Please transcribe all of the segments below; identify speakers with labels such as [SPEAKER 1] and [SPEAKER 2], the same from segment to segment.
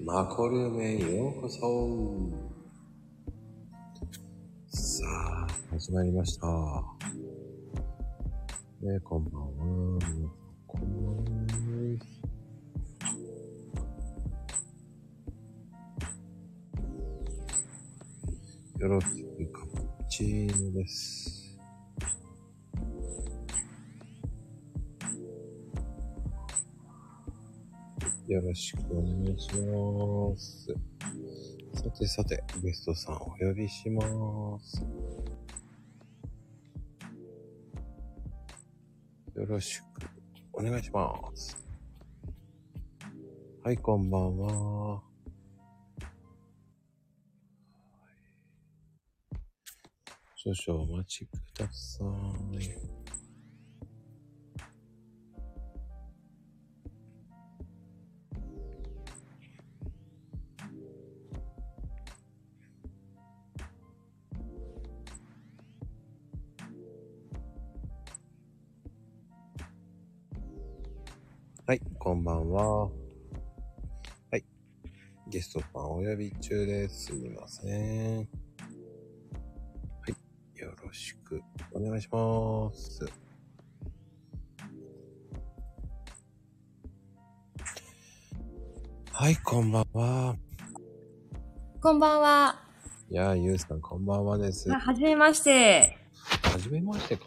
[SPEAKER 1] マコルームへようこそさあ、始まりました。ねこんばんは。皆さんこんばんは。よろしくカプチーノです。よろしくお願いします。さてさて、ゲストさんお呼びします。よろしくお願いします。はい、こんばんは。少々お待ちください。はい、こんばんは。はい。ゲストさんお呼び中です。すみません。はい。よろしくお願いします。はい、こんばんは。
[SPEAKER 2] こんばんは。
[SPEAKER 1] いやー、ゆうさん、こんばんはです。
[SPEAKER 2] あ
[SPEAKER 1] は
[SPEAKER 2] はじめまして。
[SPEAKER 1] じめましてか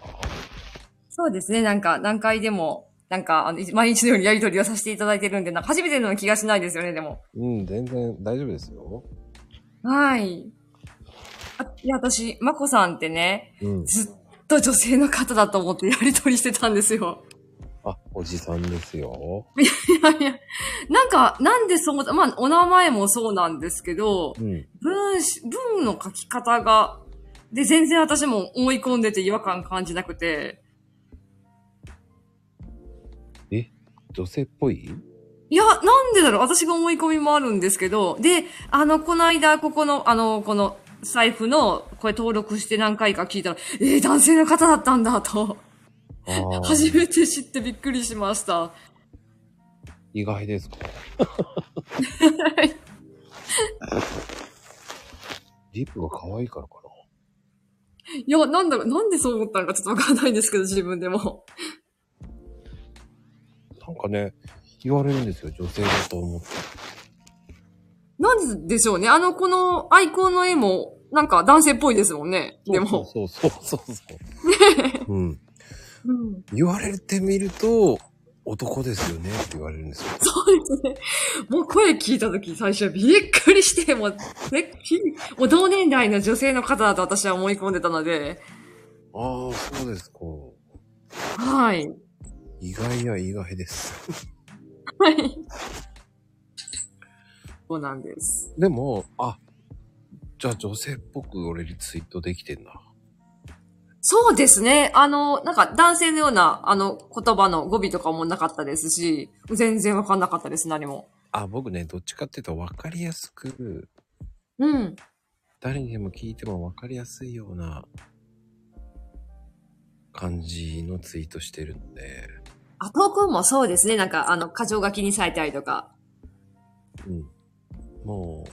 [SPEAKER 2] そうですね。なんか、何回でも、なんか、あの、い毎日のようにやりとりをさせていただいてるんで、なんか初めての気がしないですよね、でも。
[SPEAKER 1] うん、全然大丈夫ですよ。
[SPEAKER 2] はい。あいや、私、まこさんってね、
[SPEAKER 1] うん。
[SPEAKER 2] ずっと女性の方だと思ってやりとりしてたんですよ。
[SPEAKER 1] あ、おじさんですよ。
[SPEAKER 2] いやいや。なんか、なんでそう思った、まあ、お名前もそうなんですけど、
[SPEAKER 1] うん。
[SPEAKER 2] 文し、文の書き方が、で、全然私も思い込んでて違和感感じなくて、
[SPEAKER 1] 女性っぽい
[SPEAKER 2] いや、なんでだろう私が思い込みもあるんですけど、で、あの、この間、ここの、あの、この、財布の、これ登録して何回か聞いたら、えー、男性の方だったんだと、
[SPEAKER 1] あー
[SPEAKER 2] 初めて知ってびっくりしました。
[SPEAKER 1] 意外です かリップが可愛いからか
[SPEAKER 2] いや、なんだろう、なんでそう思ったのかちょっとわかんないんですけど、自分でも。
[SPEAKER 1] ななんかね、言われるんですよ、女性だと思って。
[SPEAKER 2] なんでしょうねあの、この、アイコンの絵も、なんか男性っぽいですもんね。でも。
[SPEAKER 1] そうそうそうそう。 うん。
[SPEAKER 2] うん
[SPEAKER 1] 言われてみると、男ですよねって言われるんですよ。
[SPEAKER 2] そうですね。もう声聞いたとき、最初びっくりして、もう、ね、きもう同年代の女性の方だと私は思い込んでたので、
[SPEAKER 1] ああ、そうですか。
[SPEAKER 2] はい。
[SPEAKER 1] 意外や意外です。
[SPEAKER 2] はい。そうなんです。
[SPEAKER 1] でも、あ、じゃあ女性っぽく俺にツイートできてんな。
[SPEAKER 2] そうですね。あの、なんか男性のような、あの、言葉の語尾とかもなかったですし、全然わかんなかったです、何も。
[SPEAKER 1] あ、僕ね、どっちかっていうと分かりやすく、
[SPEAKER 2] うん。
[SPEAKER 1] 誰にでも聞いても分かりやすいような感じのツイートしてるので、
[SPEAKER 2] あ、投稿もそうですね。なんか、あの、過剰書きにされたりとか。
[SPEAKER 1] うん、もう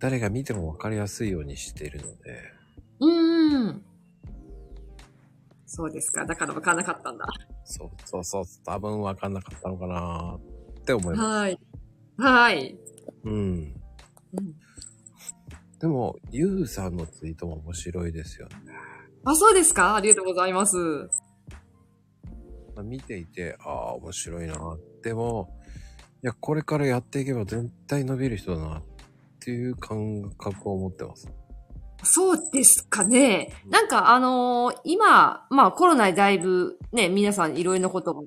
[SPEAKER 1] 誰が見ても分かりやすいようにしてるので
[SPEAKER 2] うんうん。そうですか。だからわかんなかったんだ。
[SPEAKER 1] そうそうそう多分分かんなかったのかなって思います、
[SPEAKER 2] はい。はい。
[SPEAKER 1] うん、でもゆうさんのツイートも面白いですよね、
[SPEAKER 2] あ、そうですかありがとうございます。
[SPEAKER 1] まあ見ていてああ面白いなでもいやこれからやっていけば絶対伸びる人だなっていう感覚を持ってます
[SPEAKER 2] そうですかね。なんかあのー今、まあコロナでだいぶね、皆さんいろいろなことを知っ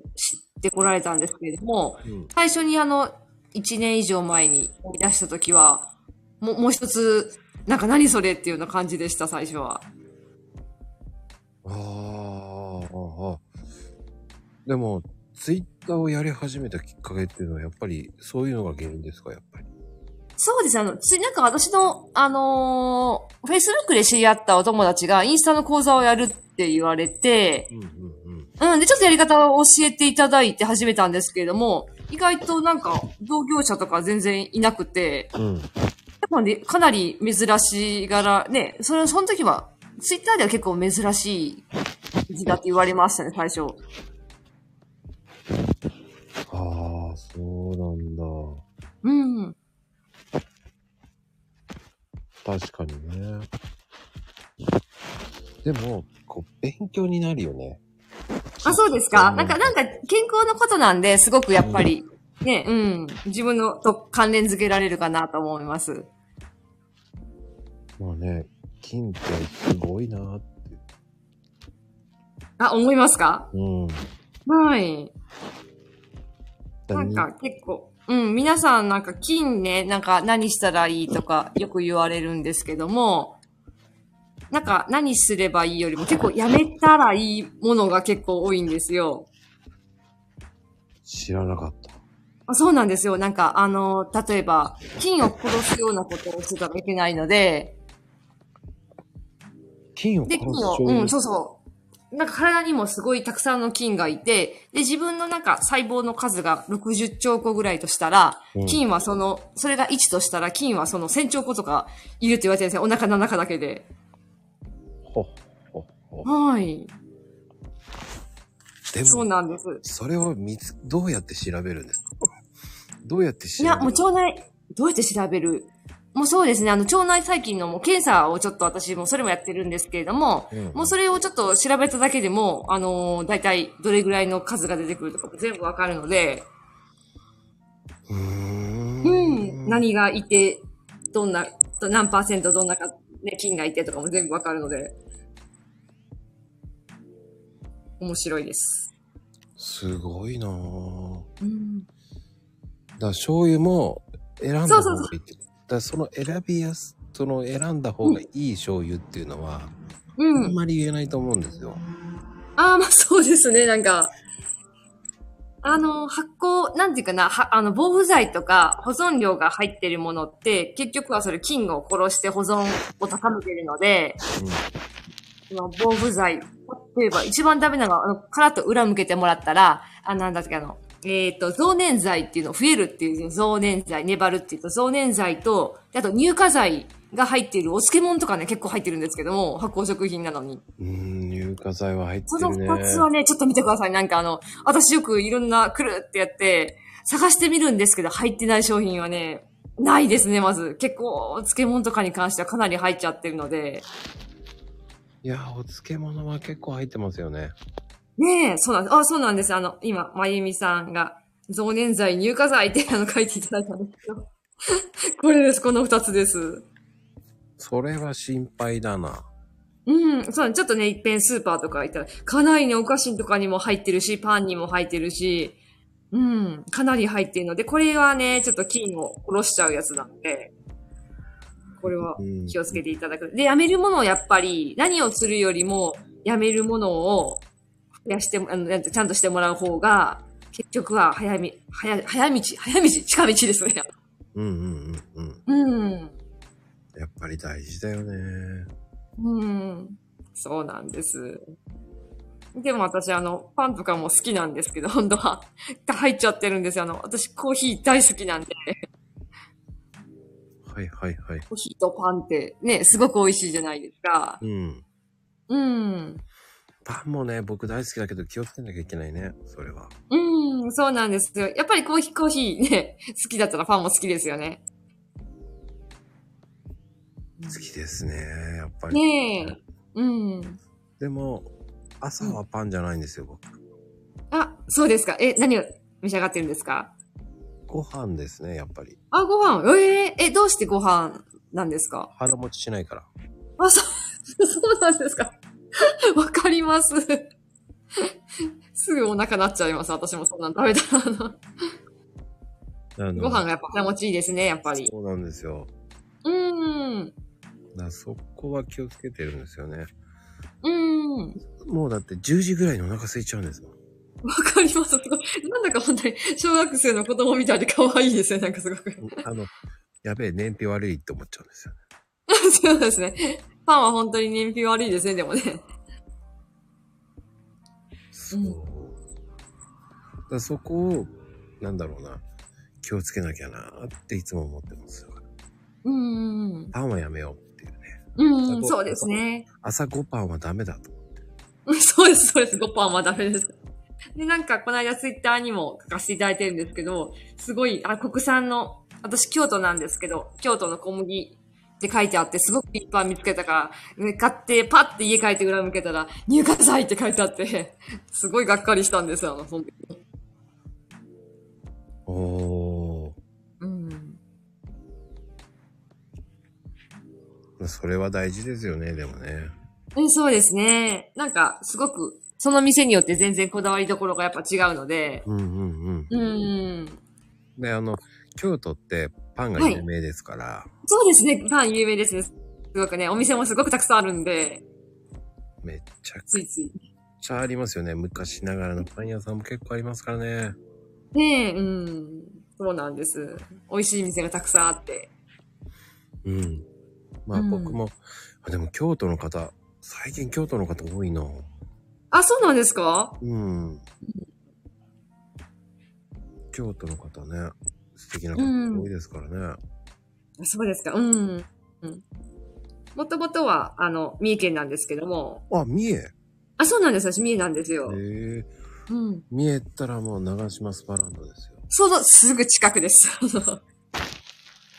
[SPEAKER 2] てこられたんですけれども、
[SPEAKER 1] うん
[SPEAKER 2] 最初にあの、1年以上前に出した時は、もう、もう一つ、なんか何それっていうような感じでした、最初は。
[SPEAKER 1] あーあー、あーでも、ツイッターをやり始めたきっかけっていうのは、やっぱり、そういうのが原因ですか、やっぱり。
[SPEAKER 2] そうです。あの、つい、なんか私の、あのー、Facebook で知り合ったお友達がインスタの講座をやるって言われて、
[SPEAKER 1] うんうんうん。
[SPEAKER 2] うん。で、ちょっとやり方を教えていただいて始めたんですけれども、意外となんか、同業者とか全然いなくて、
[SPEAKER 1] うん。
[SPEAKER 2] なんで、かなり珍しがら、ね、それ、その時は、ツイッターでは結構珍しい字だって言われましたね、最初。
[SPEAKER 1] ああ、そうなんだ。
[SPEAKER 2] うん。
[SPEAKER 1] 確かにね。でも、こう、勉強になるよね。
[SPEAKER 2] あ、そうですかなんか、なんか、健康のことなんで、すごくやっぱり、ね、うん。自分のと関連づけられるかなと思います。
[SPEAKER 1] まあね、金ってすごいなーって。
[SPEAKER 2] あ、思いますか
[SPEAKER 1] うん。
[SPEAKER 2] はい。
[SPEAKER 1] だ
[SPEAKER 2] なん
[SPEAKER 1] に
[SPEAKER 2] か、結構、うん、皆さんなんか、金ね、なんか、何したらいいとか、よく言われるんですけども、なんか、何すればいいよりも、結構、やめたらいいものが結構多いんですよ。
[SPEAKER 1] 知らなかった。
[SPEAKER 2] あそうなんですよ。なんか、あの、例えば、金を殺すようなことをしてたらいけないので、
[SPEAKER 1] 金を殺す
[SPEAKER 2] で、菌を、
[SPEAKER 1] 醤油
[SPEAKER 2] うん、そうそう。なんか体にもすごいたくさんの菌がいて、で、自分のなんか細胞の数が60兆個ぐらいとしたら、
[SPEAKER 1] うん
[SPEAKER 2] 菌はその、それが1としたら、菌はその1000兆個とかいるって言われてるんですよ。お腹の中だけで。
[SPEAKER 1] ほっほっほ。
[SPEAKER 2] はい。
[SPEAKER 1] で
[SPEAKER 2] そ
[SPEAKER 1] も、
[SPEAKER 2] うなんです。
[SPEAKER 1] それを見つ、どうやって調べるんですか どうやって調べる
[SPEAKER 2] いや、もう腸内、どうやって調べるもうそうですね、あの、腸内細菌のもう検査をちょっと私もそれもやってるんですけれども、
[SPEAKER 1] うん
[SPEAKER 2] もうそれをちょっと調べただけでも、あのー、大体どれぐらいの数が出てくるとかも全部わかるので、
[SPEAKER 1] うーん
[SPEAKER 2] うん、何がいて、どんな、ど何パーセントどんなか、ね、菌がいてとかも全部わかるので、面白いです。
[SPEAKER 1] すごいなぁ。
[SPEAKER 2] う
[SPEAKER 1] だ
[SPEAKER 2] ん、
[SPEAKER 1] から醤油も選んだ
[SPEAKER 2] そう
[SPEAKER 1] 方
[SPEAKER 2] そ
[SPEAKER 1] が
[SPEAKER 2] うそう
[SPEAKER 1] いいって。だからその選びやす、その選んだ方がいい醤油っていうのは、
[SPEAKER 2] う
[SPEAKER 1] あん
[SPEAKER 2] ん。
[SPEAKER 1] まり言えないと思うんですよ。
[SPEAKER 2] ああ、まあそうですね、なんか、あの、発酵、なんていうかな、はあの、防腐剤とか保存量が入ってるものって、結局はそれ菌を殺して保存を高めてるので、まあ、防腐剤。例えば、一番ダメなのが、あの、カラッと裏向けてもらったら、あ、なんだっけ、あの、えっ、と、増粘剤っていうの、増えるっていう、増粘剤、粘るっていうと、増粘剤と、であと、乳化剤が入っているお漬物とかね、結構入ってるんですけども、発酵食品なのに。
[SPEAKER 1] うん。うん、乳化剤は入って
[SPEAKER 2] そ
[SPEAKER 1] る
[SPEAKER 2] の
[SPEAKER 1] ね。
[SPEAKER 2] 二つはね、ちょっと見てください。なんかあの、私よくいろんな、くるってやって、探してみるんですけど、入ってない商品はね、ないですね、まず。結構、お漬物とかに関してはかなり入っちゃってるので。
[SPEAKER 1] いやー、お漬物は結構入ってますよね。
[SPEAKER 2] ねえ、そうなんです。あ、そうなんです。あの、今、まゆみさんが、増粘剤、乳化剤ってあの書いていただいたんですけど。 これです。この二つです。
[SPEAKER 1] それは心配だな。
[SPEAKER 2] うん、そうなんちょっとね、一遍スーパーとか行ったら、かなりね、お菓子とかにも入ってるし、パンにも入ってるし、うん、かなり入ってるので、これはね、ちょっと菌を殺しちゃうやつなんで、これは
[SPEAKER 1] うん
[SPEAKER 2] 気をつけていただく。で、やめるものをやっぱり、何をするよりも、やめるものを増やしても、あの、なんてちゃんとしてもらう方が、結局は早み、早、早道、早道、近道ですね。
[SPEAKER 1] うんうんうんうん。
[SPEAKER 2] うん。
[SPEAKER 1] やっぱり大事だよね。
[SPEAKER 2] うん。そうなんです。でも私、あの、パンとかも好きなんですけど、本当は。 入っちゃってるんですよ。あの、私、コーヒー大好きなんで、
[SPEAKER 1] はいはいはい。
[SPEAKER 2] コーヒーとパンってね、すごく美味しいじゃないですか。
[SPEAKER 1] うん。
[SPEAKER 2] うん。
[SPEAKER 1] パンもね、僕大好きだけど気をつけなきゃいけないね。それは。
[SPEAKER 2] うん、そうなんですよ。やっぱりコーヒー、コーヒーね、好きだったらパンも好きですよね。
[SPEAKER 1] 好きですね。やっぱり。
[SPEAKER 2] ねえ。うん。
[SPEAKER 1] でも、朝はパンじゃないんですよ、僕。
[SPEAKER 2] あ、そうですか。え、何を召し上がってるんですか
[SPEAKER 1] ご飯ですね、やっぱり。
[SPEAKER 2] あ、ご飯。えーえ、どうしてご飯なんですか
[SPEAKER 1] 腹持ちしないから。
[SPEAKER 2] あ、そう、 そうなんですか。わかります。 すぐお腹なっちゃいます。私もそんなの食べたら。
[SPEAKER 1] あの
[SPEAKER 2] ご飯がやっぱ腹持ちいいですね、やっぱり。
[SPEAKER 1] そうなんですよ。
[SPEAKER 2] うーん。
[SPEAKER 1] だからそこは気をつけてるんですよね。
[SPEAKER 2] うーん。わ
[SPEAKER 1] もうだって10時ぐらいにお腹空いちゃうんですもん。
[SPEAKER 2] かります。す ごいなんだか本当に小学生の子供みたいで可愛いですね。なんかすごく。
[SPEAKER 1] あの、やべえ、燃費悪いって思っちゃうんですよね。
[SPEAKER 2] そうですね。パンは本当に燃費悪いですね、でもね。
[SPEAKER 1] そう。だからそこをなんだろうな、気をつけなきゃなっていつも思ってます。
[SPEAKER 2] うんうん
[SPEAKER 1] パンはやめようっていうね。
[SPEAKER 2] うん。うん、そうですね。
[SPEAKER 1] 朝5パンはダメだと。
[SPEAKER 2] うん そうです、そうです。5パーはダメです。で、なんか、この間ツイッターにも書かせていただいてるんですけど、すごい、あ、国産の、私、京都なんですけど、京都の小麦って書いてあって、すごくいっぱい見つけたから、ね買って、パッて家帰って裏向けたら、入荷剤って書いてあって、すごいがっかりしたんですよ、あの、その時
[SPEAKER 1] お
[SPEAKER 2] うん。
[SPEAKER 1] ー、それは大事ですよね、でもね。
[SPEAKER 2] えそうですね。なんか、すごく、その店によって全然こだわりどころがやっぱ違うので、
[SPEAKER 1] うんうんうん。
[SPEAKER 2] うん。
[SPEAKER 1] で、あの、京都ってパンが有名ですから、
[SPEAKER 2] そうですね、パン有名ですね。すごくね、お店もすごくたくさんあるんで、
[SPEAKER 1] めっちゃ
[SPEAKER 2] つ
[SPEAKER 1] く
[SPEAKER 2] いつい。
[SPEAKER 1] ちゃありますよね。昔ながらのパン屋さんも結構ありますからね。
[SPEAKER 2] ねえ、うん。そうなんです。美味しい店がたくさんあって。
[SPEAKER 1] うん。まあ
[SPEAKER 2] うん
[SPEAKER 1] 僕も、あでも京都の方、最近京都の方多いな。
[SPEAKER 2] あ、そうなんですか
[SPEAKER 1] うん。京都の方ね、素敵な方多いですからね。
[SPEAKER 2] そうですか。うん。うんもともとは、あの、三重県なんですけども。
[SPEAKER 1] あ、三重へ
[SPEAKER 2] あ、そうなんです。私、三重なんですよ。
[SPEAKER 1] え。
[SPEAKER 2] うん。
[SPEAKER 1] 三重ったらもう長島スパランドですよ。
[SPEAKER 2] その、すぐ近くです。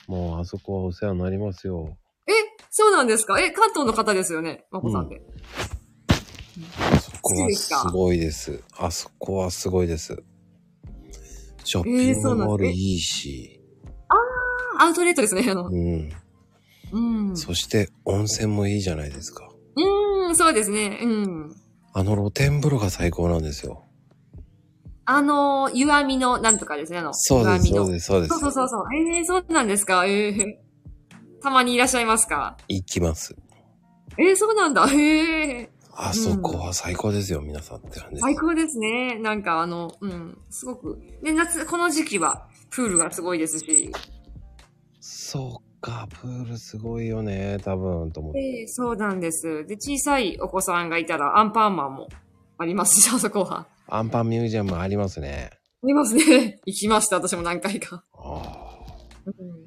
[SPEAKER 1] もうあそこはお世話になりますよ。
[SPEAKER 2] え、そうなんですかえ、関東の方ですよね。まこさんって。
[SPEAKER 1] そこはすごいです。あそこはすごいです。ショッピングモールいいし、
[SPEAKER 2] あアウトレットですね。あの
[SPEAKER 1] うん。
[SPEAKER 2] うん。う
[SPEAKER 1] そして温泉もいいじゃないですか。
[SPEAKER 2] ーん、そうですね。うん。
[SPEAKER 1] あの露天風呂が最高なんですよ。
[SPEAKER 2] あの、湯あみのなんとかですね。あの、
[SPEAKER 1] そうです、そ
[SPEAKER 2] 湯あみ
[SPEAKER 1] う
[SPEAKER 2] の。
[SPEAKER 1] です、そうです
[SPEAKER 2] そう。そうそうそう。ええそうなんですかええたまにいらっしゃいますか
[SPEAKER 1] 行きます。
[SPEAKER 2] えー、そうなんだ。へえ。
[SPEAKER 1] あそこは最高ですよ、皆さんって感じです。
[SPEAKER 2] 最高ですね。なんかあの、うん、すごく。で、夏、この時期は、プールがすごいですし。
[SPEAKER 1] そうか、プールすごいよね、多分、と思って。
[SPEAKER 2] えー、そうなんです。で、小さいお子さんがいたら、アンパンマンもありますし、あ そこは。あ
[SPEAKER 1] アンパンミュージアムありますね。
[SPEAKER 2] りますね。 行きました、私も何回か。
[SPEAKER 1] ああ。
[SPEAKER 2] うん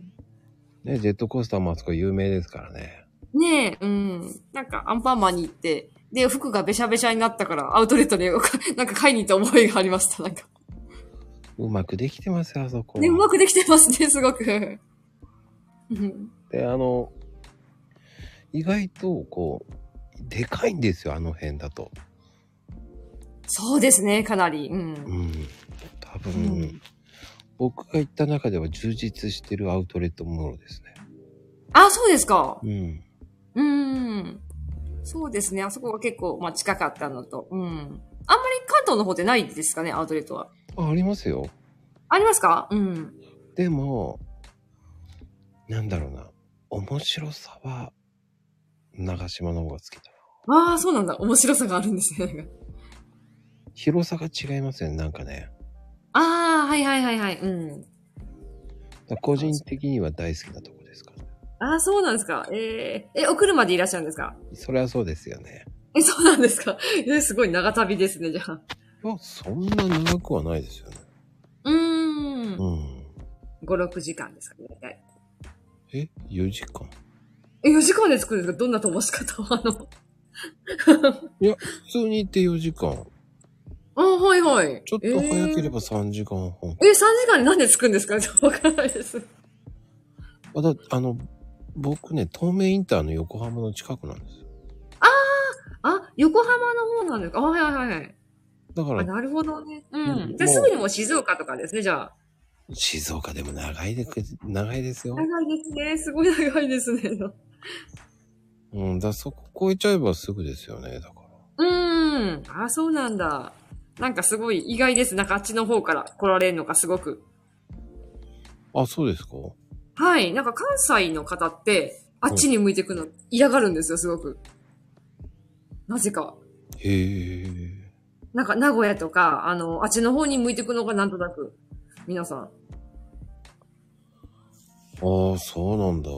[SPEAKER 1] ね、ジェットコースターもあそこ有名ですからね。
[SPEAKER 2] ねえ、うん。なんか、アンパンマンに行って、で、服がべしゃべしゃになったから、アウトレットで、なんか買いに行った思いがありました。なんか。
[SPEAKER 1] うまくできてますよ、あそこは。
[SPEAKER 2] ね、うまくできてますね、すごく。うん
[SPEAKER 1] で、あの、意外と、こう、でかいんですよ、あの辺だと。
[SPEAKER 2] そうですね、かなり。うん
[SPEAKER 1] うん。多分、
[SPEAKER 2] うん
[SPEAKER 1] 僕が行った中では充実してるアウトレットモールですね。
[SPEAKER 2] あ、そうですか。
[SPEAKER 1] うん。
[SPEAKER 2] うーん。そうですね。あそこが結構、まあ、近かったのと。うん。あんまり関東の方でないですかね、アウトレットは。
[SPEAKER 1] あ、ありますよ。
[SPEAKER 2] ありますかうん。
[SPEAKER 1] でも、なんだろうな。面白さは、長島の方が好きだな。
[SPEAKER 2] ああ、そうなんだ。面白さがあるんですね。
[SPEAKER 1] 広さが違いますよね、なんかね。
[SPEAKER 2] ああ、はいはいはいはい。う
[SPEAKER 1] だ
[SPEAKER 2] ん。
[SPEAKER 1] から個人的には大好きなとこですから、ね。
[SPEAKER 2] ああ、そうなんですか。えー、え、お車でいらっしゃるんですか
[SPEAKER 1] それはそうですよね。
[SPEAKER 2] え、そうなんですか。えすごい長旅ですね、じゃあ。
[SPEAKER 1] いや、そんな長くはないですよね。
[SPEAKER 2] うーん。
[SPEAKER 1] うん。
[SPEAKER 2] 5、6時間ですかね、大体。
[SPEAKER 1] え ?4 時間
[SPEAKER 2] え、4時間で着くんですかどんな飛ばし方はあの。
[SPEAKER 1] 普通に行って4時間。
[SPEAKER 2] ああ、はいはい。
[SPEAKER 1] ちょっと早け
[SPEAKER 2] ば
[SPEAKER 1] れば3時間半。
[SPEAKER 2] え、3時間に何で着くんですかち ょっとわからないです。
[SPEAKER 1] あだあの、僕ね、東名インターの横浜の近くなんですよ。
[SPEAKER 2] あ、横浜の方なんですかあ、はいはいはい。
[SPEAKER 1] だか
[SPEAKER 2] あ、
[SPEAKER 1] ら、
[SPEAKER 2] なるほどね。う
[SPEAKER 1] うん
[SPEAKER 2] ん。じゃあすぐにもう静岡とかですね、じゃあ。
[SPEAKER 1] 静岡でも長いでく、長いですよ。
[SPEAKER 2] 長いですね。すごい長いですね。
[SPEAKER 1] うん、だそこ越えちゃえばすぐですよね、だから。
[SPEAKER 2] うーん。あ、そうなんだ。なんかすごい意外です。なんかあっちの方から来られるのがすごく。
[SPEAKER 1] あ、そうですか
[SPEAKER 2] はい。なんか関西の方って、あっちに向いてくの嫌がるんですよ、すごく。なぜか。
[SPEAKER 1] へえ。
[SPEAKER 2] なんか名古屋とか、あの、あっちの方に向いてくのがなんとなく、皆さん。
[SPEAKER 1] ああ、そうなんだ。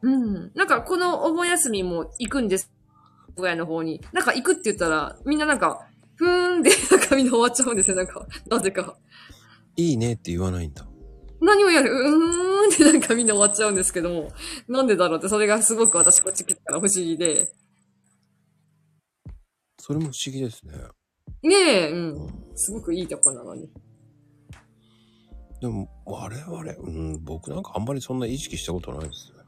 [SPEAKER 2] うん。なんか、このお盆休みも行くんです。名古屋の方に。なんか行くって言ったら、みんななんか、ふーんで、なんかみんな終わっちゃうんですよ、なんか。なぜか。
[SPEAKER 1] いいねって言わないんだ。
[SPEAKER 2] 何もやる、うーんってなんかみんな終わっちゃうんですけども、なんでだろうって、それがすごく私こっち来たら不思議で。
[SPEAKER 1] それも不思議ですね。
[SPEAKER 2] ねえ、う。
[SPEAKER 1] うんん
[SPEAKER 2] すごくいいとこなのに。
[SPEAKER 1] でも、我々、うん、僕なんかあんまりそんな意識したことないですね。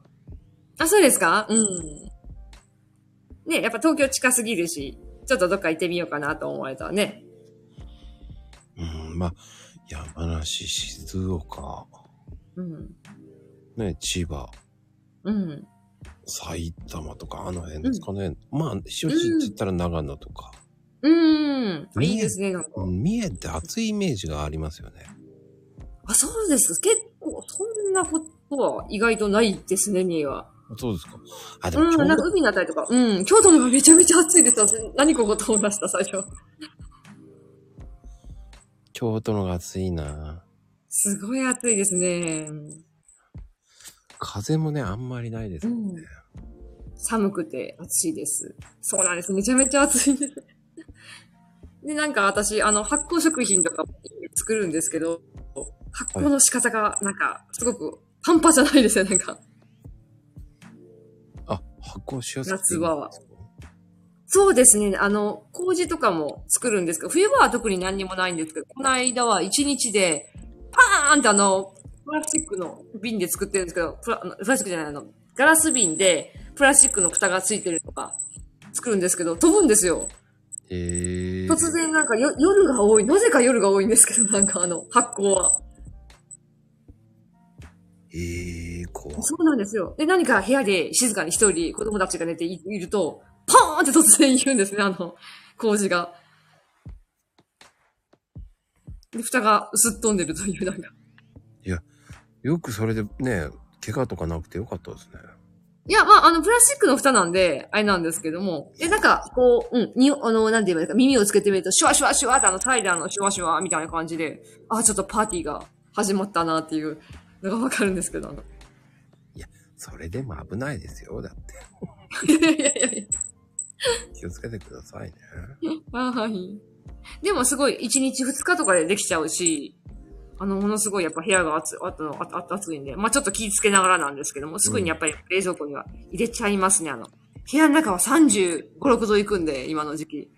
[SPEAKER 2] あ、そうですかうん。ねえ、やっぱ東京近すぎるし、ちょっとどっか行ってみようかなと思われたらね。
[SPEAKER 1] うん、まあ、山梨、静岡、
[SPEAKER 2] うん。
[SPEAKER 1] ね、千葉、
[SPEAKER 2] うん。
[SPEAKER 1] 埼玉とか、あの辺ですかね。まあ、塩地って言ったら長野とか。
[SPEAKER 2] うーん。
[SPEAKER 1] ね
[SPEAKER 2] いいですね、なんか。
[SPEAKER 1] うん三重って暑いイメージがありますよね。
[SPEAKER 2] あ、そうです。結構、そんなことは意外とないですね、には。
[SPEAKER 1] そうですか。あ、で
[SPEAKER 2] う
[SPEAKER 1] も
[SPEAKER 2] ん、
[SPEAKER 1] 京
[SPEAKER 2] なんか
[SPEAKER 1] 都、
[SPEAKER 2] 海のあたりとか。うん、京都もめちゃめちゃ暑いです。何ここと思いました、最初。
[SPEAKER 1] 京都のが暑いな
[SPEAKER 2] すごい暑いですね。
[SPEAKER 1] 風もね、あんまりないですもんね。
[SPEAKER 2] 寒くて暑いです。そうなんです。めちゃめちゃ暑いです。で、なんか私、あの、発酵食品とかも作るんですけど、発酵の仕方が、なんか、すごく、半端じゃないですよ、なんか。
[SPEAKER 1] あ、発酵しやすくて
[SPEAKER 2] 夏場は。そうですね。あの、麹とかも作るんですけど、冬場は特に何にもないんですけど、この間は1日で、パーンってあの、プラスチックの瓶で作ってるんですけど、プラあのプラスチックじゃないあの、ガラス瓶でプラスチックの蓋がついてるとか作るんですけど、飛ぶんですよ。
[SPEAKER 1] へえ。
[SPEAKER 2] 突。然なんかよ夜が多い。なぜか夜が多いんですけど、なんかあの、発酵は。
[SPEAKER 1] へえ、怖い。
[SPEAKER 2] そうなんですよ。で、何か部屋で静かに一人子供たちが寝ていいると、パーンって突然言うんですね、あの、工事が。で、蓋がすっ飛んでるという、なんか。
[SPEAKER 1] よくそれでね、怪我とかなくてよかったですね。
[SPEAKER 2] いや、まあ、あの、プラスチックの蓋なんで、あれなんですけども。で、なんか、こう、うん、に、あの、なんて言えばいいですか、耳をつけてみると、シュワシュワシュワって、あの、サイダーのシュワシュワみたいな感じで、あ、ちょっとパーティーが始まったなっていうのがわかるんですけど、あの。
[SPEAKER 1] それでも危ないですよ。だって。
[SPEAKER 2] いやいやいやいや。
[SPEAKER 1] 気をつけてくださいね。
[SPEAKER 2] はい。でもすごい、1日2日とかでできちゃうし、あの、ものすごいやっぱ部屋が暑あとあとあと暑いんで、まあちょっと気ぃつけながらなんですけども、すぐにやっぱり冷蔵庫には入れちゃいますね、あの。部屋の中は35、6度行くんで、今の時期。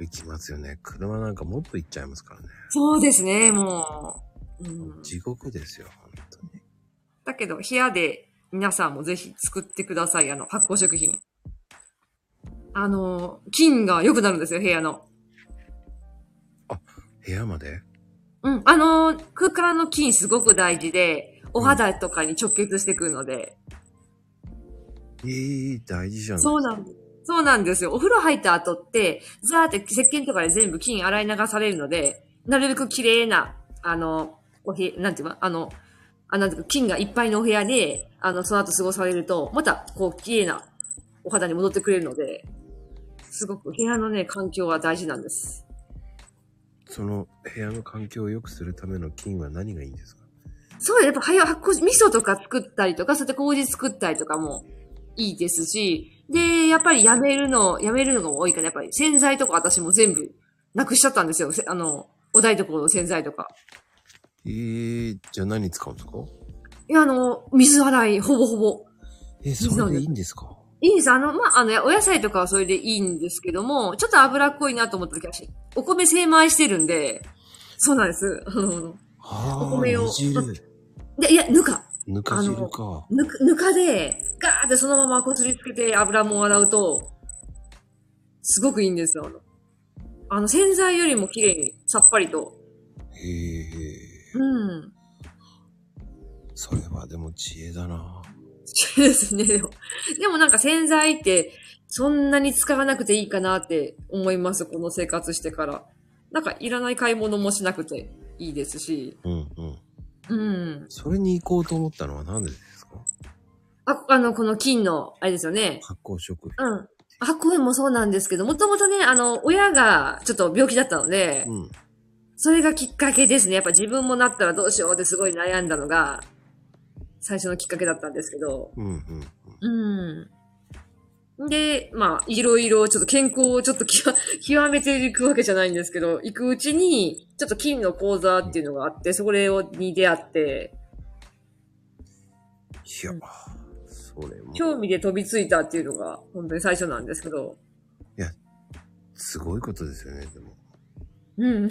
[SPEAKER 1] 行きますよね。車なんかもっと行っちゃいますからね。
[SPEAKER 2] そうですね、もう。うん、
[SPEAKER 1] 地獄ですよ、本当に。
[SPEAKER 2] だけど、部屋で皆さんもぜひ作ってください、あの、発酵食品。あの、菌が良くなるんですよ、部屋の。
[SPEAKER 1] 部屋まで
[SPEAKER 2] うん、あのー空間の菌すごく大事で、お肌とかに直結してくるので。
[SPEAKER 1] ええ大事じゃん。
[SPEAKER 2] そうなんそうなんですよ。お風呂入った後って、ザーって石鹸とかで全部菌洗い流されるので、なるべく綺麗な、あの、おへ、なんていうのあの、あ、なんていうか、菌がいっぱいのお部屋で、あの、その後過ごされると、また、こう、綺麗なお肌に戻ってくれるので、すごく部屋のね、環境は大事なんです。
[SPEAKER 1] その部屋の環境を良くするための菌は何がいいんですか
[SPEAKER 2] そうやっぱ早発酵し、味噌とか作ったりとか、そうやって麹作ったりとかもいいですし、で、やっぱりやめるの、やめるのが多いから、やっぱり洗剤とか私も全部なくしちゃったんですよ。せあの、お台所の洗剤とか。
[SPEAKER 1] ええじゃあ何使うんですか
[SPEAKER 2] いや、あの、水洗い、ほぼほぼ。
[SPEAKER 1] えそれでいいんですか
[SPEAKER 2] いいんです。あの、まあ、あの、お野菜とかはそれでいいんですけども、ちょっと脂っこいなと思った時は、お米精米してるんで、そうなんです。あの
[SPEAKER 1] あ
[SPEAKER 2] お米を
[SPEAKER 1] 煮汁。
[SPEAKER 2] で、いや、ぬか。
[SPEAKER 1] ぬか汁か。
[SPEAKER 2] ぬか、ぬかで、ガーってそのままこすりつけて油も洗うと、すごくいいんですよ。あのあの、洗剤よりも綺麗に、さっぱりと。
[SPEAKER 1] へえ
[SPEAKER 2] うん。
[SPEAKER 1] それはでも知恵だな。
[SPEAKER 2] そうですね、でも。でもなんか洗剤って、そんなに使わなくていいかなって思います、この生活してから。なんかいらない買い物もしなくていいですし。
[SPEAKER 1] うんうん。
[SPEAKER 2] うん。
[SPEAKER 1] それに行こうと思ったのは何でですか
[SPEAKER 2] あ、あの、この金の、あれですよね。
[SPEAKER 1] 発酵食品。
[SPEAKER 2] うん。あ、声もそうなんですけど、もともとね、あの、親がちょっと病気だったので、
[SPEAKER 1] うん。
[SPEAKER 2] それがきっかけですね。やっぱ自分もなったらどうしようってすごい悩んだのが、最初のきっかけだったんですけど。
[SPEAKER 1] うんうんうん。
[SPEAKER 2] うん。で、まあ、いろいろ、ちょっと健康をちょっと極 極めていくわけじゃないんですけど、行くうちに、ちょっと金の講座っていうのがあって、それをに出会って、
[SPEAKER 1] いや、それも、
[SPEAKER 2] 興味で飛びついたっていうのが、本当に最初なんですけど、
[SPEAKER 1] すごいことですよね、でも。
[SPEAKER 2] うん。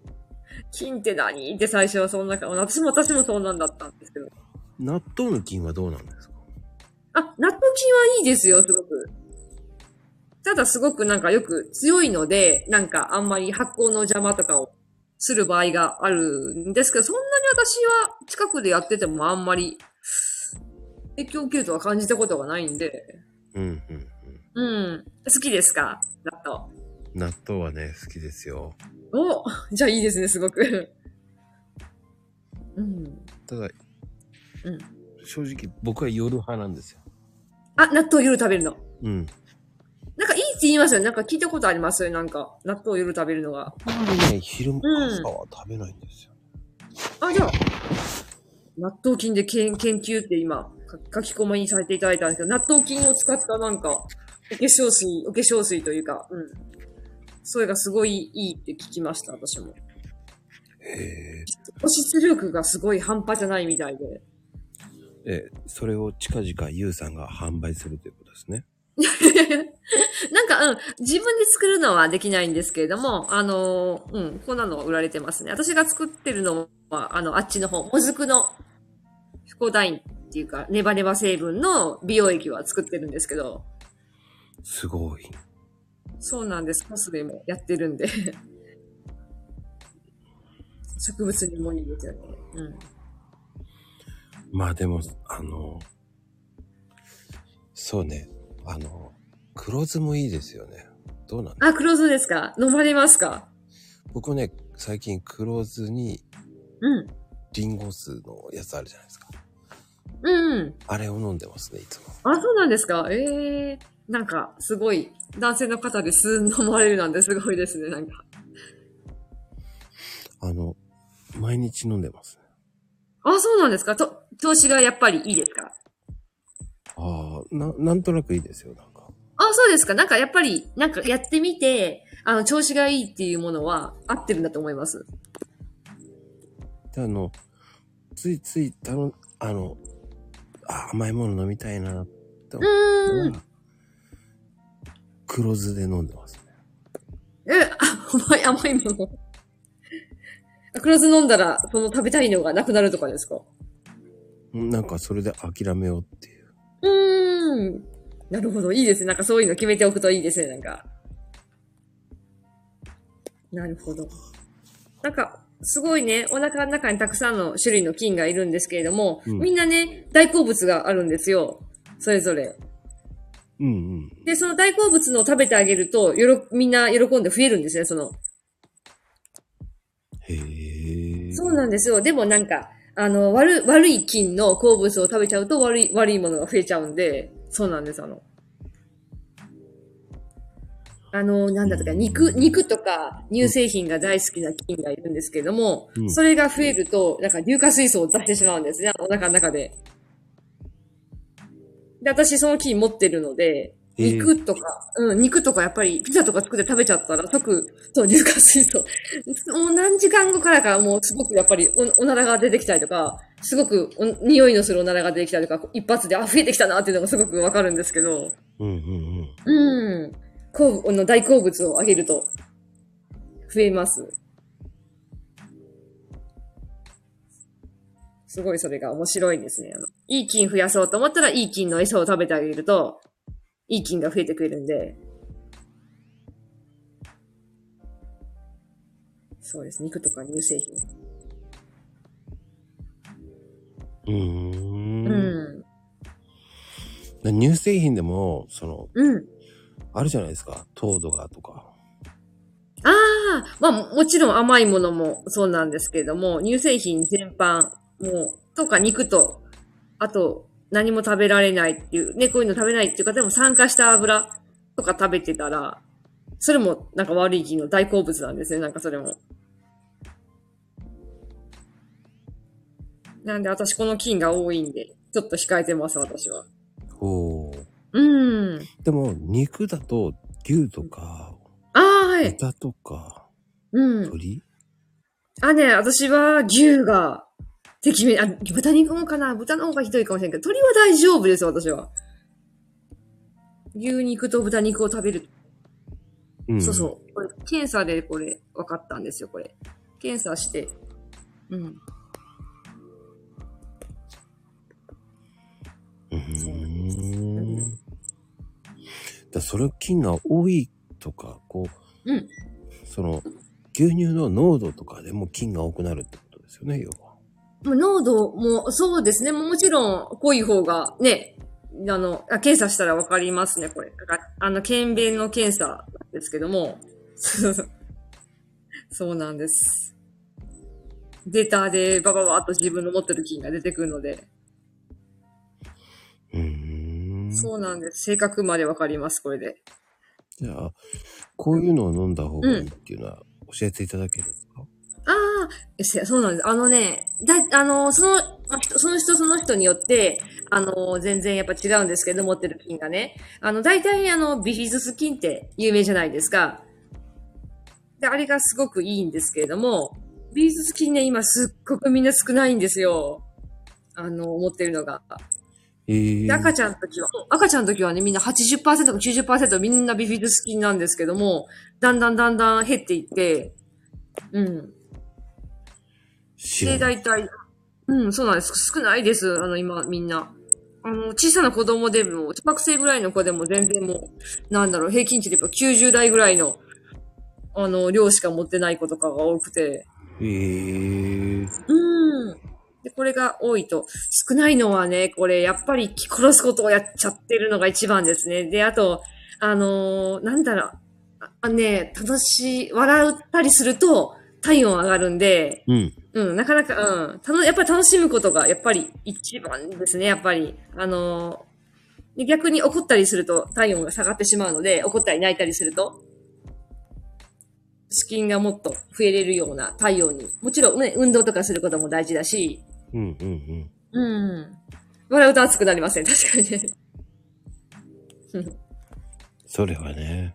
[SPEAKER 2] 金って何って最初はそんなか、私も私もそんなんだったんですけど。
[SPEAKER 1] 納豆の菌はどうなんですか
[SPEAKER 2] あ、納豆菌はいいですよ、すごく。ただすごくなんかよく強いので、なんかあんまり発酵の邪魔とかをする場合があるんですけど、そんなに私は近くでやっててもあんまり影響を受けるとは感じたことがないんで。
[SPEAKER 1] うん、うん、うん。
[SPEAKER 2] うん。好きですか納豆。
[SPEAKER 1] 納豆はね、好きですよ。
[SPEAKER 2] おじゃあいいですね、すごく。 うん。
[SPEAKER 1] ただ、
[SPEAKER 2] うん。
[SPEAKER 1] 正直僕は夜派なんですよ。
[SPEAKER 2] あ、納豆夜食べるの。
[SPEAKER 1] うん。
[SPEAKER 2] なんかいいって言いますよね。なんか聞いたことありますよね。なんか、納豆夜食べるのが。
[SPEAKER 1] あんまりね、昼も
[SPEAKER 2] うん
[SPEAKER 1] 朝は食べないんですよ。
[SPEAKER 2] あ、じゃあ、納豆菌で研研究って今、か書き込みにさせていただいたんですけど、納豆菌を使ったなんか、お化粧水、お化粧水というか、うん。それがすごいいいって聞きました、私も。
[SPEAKER 1] へ
[SPEAKER 2] 保湿力がすごい半端じゃないみたいで。
[SPEAKER 1] え。え、それを近々ゆうさんが販売するということですね。
[SPEAKER 2] なんか、うん、自分で作るのはできないんですけれども、あのーうん、こんなのが売られてますね。私が作ってるのは、あの、あっちの方、もずくの、フコダインっていうか、ネバネバ成分の美容液は作ってるんですけど、
[SPEAKER 1] すごい。
[SPEAKER 2] そうなんです。パスでもやってるんで。植物にもいいですよね。うん。
[SPEAKER 1] まあでも、あの、そうね、あの、黒酢もいいですよね。どうなん
[SPEAKER 2] あ、黒酢ですか飲まれますか
[SPEAKER 1] 僕ね、最近黒酢に
[SPEAKER 2] うん。
[SPEAKER 1] リンゴ酢のやつあるじゃないですか。
[SPEAKER 2] うんうん。
[SPEAKER 1] あれを飲んでますね、いつも。
[SPEAKER 2] あ、そうなんですかええなんか、すごい、男性の方で酢飲まれるなんてすごいですね、なんか。
[SPEAKER 1] あの、毎日飲んでますね。
[SPEAKER 2] あ、そうなんですかと、調子がやっぱりいいですか
[SPEAKER 1] ああ、な、なんとなくいいですよ、なんか。
[SPEAKER 2] あ、そうですかなんかやっぱり、なんかやってみて、あの、調子がいいっていうものは合ってるんだと思います。
[SPEAKER 1] で、あの、ついつい頼ん、あの、あ甘いもの飲みたいな、
[SPEAKER 2] うーん。
[SPEAKER 1] 黒酢で飲んでますね。
[SPEAKER 2] え、あ、甘い、甘いもの。黒酢飲んだら、その食べたいのがなくなるとかですか
[SPEAKER 1] なんかそれで諦めようっていう。
[SPEAKER 2] うーん。なるほど。いいですね。なんかそういうの決めておくといいですね。なんか。なるほど。なんか、すごいね、お腹の中にたくさんの種類の菌がいるんですけれども、
[SPEAKER 1] うん
[SPEAKER 2] みんなね、大好物があるんですよ。それぞれ。
[SPEAKER 1] うんうん。
[SPEAKER 2] で、その大好物のを食べてあげると、よろ、みんな喜んで増えるんですね、その。
[SPEAKER 1] へえ。
[SPEAKER 2] そうなんですよ。でもなんか、あの、悪い、悪い菌の好物を食べちゃうと悪い、悪いものが増えちゃうんで、そうなんです、あの。あの、なんだとか、肉、肉とか乳製品が大好きな菌がいるんですけれども、
[SPEAKER 1] うん
[SPEAKER 2] それが増えると、なんか硫化水素を出してしまうんですね、お腹の中で。で、私その菌持ってるので、
[SPEAKER 1] へー
[SPEAKER 2] 肉とか、うん、肉とかやっぱりピザとか作って食べちゃったら、即、そう、硫化水素。 もう何時間後からか、もうすごくやっぱりお、おならが出てきたりとか、すごくお匂いのするおならが出てきたりとか、一発で、あ、増えてきたなっていうのがすごくわかるんですけど、
[SPEAKER 1] うんうんうん。
[SPEAKER 2] うん。こう、あの、大好物をあげると、増えます。すごいそれが面白いですね。あのいい菌増やそうと思ったら、いい菌の餌を食べてあげると、いい菌が増えてくれるんで。そうです。肉とか乳製品。
[SPEAKER 1] うー。
[SPEAKER 2] うんん。
[SPEAKER 1] 乳製品でも、その、
[SPEAKER 2] うん。
[SPEAKER 1] あるじゃないですか。糖度がとか。
[SPEAKER 2] ああ、まあももちろん甘いものもそうなんですけれども、乳製品全般、もう、とか肉と、あと何も食べられないっていう、ね、こういうの食べないっていう方でも酸化した油とか食べてたら、それもなんか悪い菌の大好物なんですね、なんかそれも。なんで私この菌が多いんで、ちょっと控えてます、私は。
[SPEAKER 1] おー。
[SPEAKER 2] うん。
[SPEAKER 1] でも、肉だと、牛とか、
[SPEAKER 2] ああ、はい。
[SPEAKER 1] 豚とか、
[SPEAKER 2] うん。
[SPEAKER 1] 鳥、
[SPEAKER 2] あ、ね、私は牛が、てきめ、あ、豚肉もかな豚の方がひどいかもしれんけど、鳥は大丈夫ですよ、私は。牛肉と豚肉を食べる。
[SPEAKER 1] うん
[SPEAKER 2] そうそう。これ、検査でこれ、分かったんですよ、これ。検査して。うん。
[SPEAKER 1] うー。
[SPEAKER 2] うん
[SPEAKER 1] だそれ菌が多いとか、こう、
[SPEAKER 2] うん
[SPEAKER 1] その、牛乳の濃度とかでも菌が多くなるってことですよね、要は。
[SPEAKER 2] もう濃度も、そうですね。もうもちろん、濃い方が、ね、あの、あ検査したらわかりますね、これ。なんかあの、検便の検査ですけども。 そうなんです。データでバババっと自分の持ってる菌が出てくるので、
[SPEAKER 1] うーん。
[SPEAKER 2] そうなんです。性格までわかります、これで。
[SPEAKER 1] じゃあ、こういうのを飲んだ方がいいっていうのは教えていただけるんですか、
[SPEAKER 2] ああえ、せそうなんです。あのね、だ、あの、その、まあ人その人その人によって、あの、全然やっぱ違うんですけど、持ってる菌がね。あの、大体あの、ビフィズス菌って有名じゃないですか。で、あれがすごくいいんですけれども、ビフィズス菌ね、今すっごくみんな少ないんですよ。あの、思ってるのが。
[SPEAKER 1] えー
[SPEAKER 2] で赤ちゃんの時は、赤ちゃんの時はね、みんな80%か90%みんなビフィズス菌なんですけども、だんだんだんだん減っていって、うん。
[SPEAKER 1] 知ら
[SPEAKER 2] で、
[SPEAKER 1] ない
[SPEAKER 2] 大体、うん、そうなんです。少ないです。あの、今、みんな。あの、小さな子供でも、小学生ぐらいの子でも全然もう、なんだろう、平均値で言えば90代ぐらいの、あの、量しか持ってない子とかが多くて。
[SPEAKER 1] えー
[SPEAKER 2] うん。で、これが多いと。少ないのはね、これ、やっぱり殺すことをやっちゃってるのが一番ですね。で、あと、あのーなんだろう、ああね、楽しい、笑ったりすると、体温上がるんで、
[SPEAKER 1] うん。
[SPEAKER 2] うん、なかなか、うん。たの、やっぱり楽しむことが、やっぱり一番ですね、やっぱり。あのーで逆に怒ったりすると体温が下がってしまうので、怒ったり泣いたりすると、資金がもっと増えれるような体温に。もちろん、ね、運動とかすることも大事だし、
[SPEAKER 1] うんうんうん。
[SPEAKER 2] うん。笑うと熱くなりません、確かにね。
[SPEAKER 1] それはね。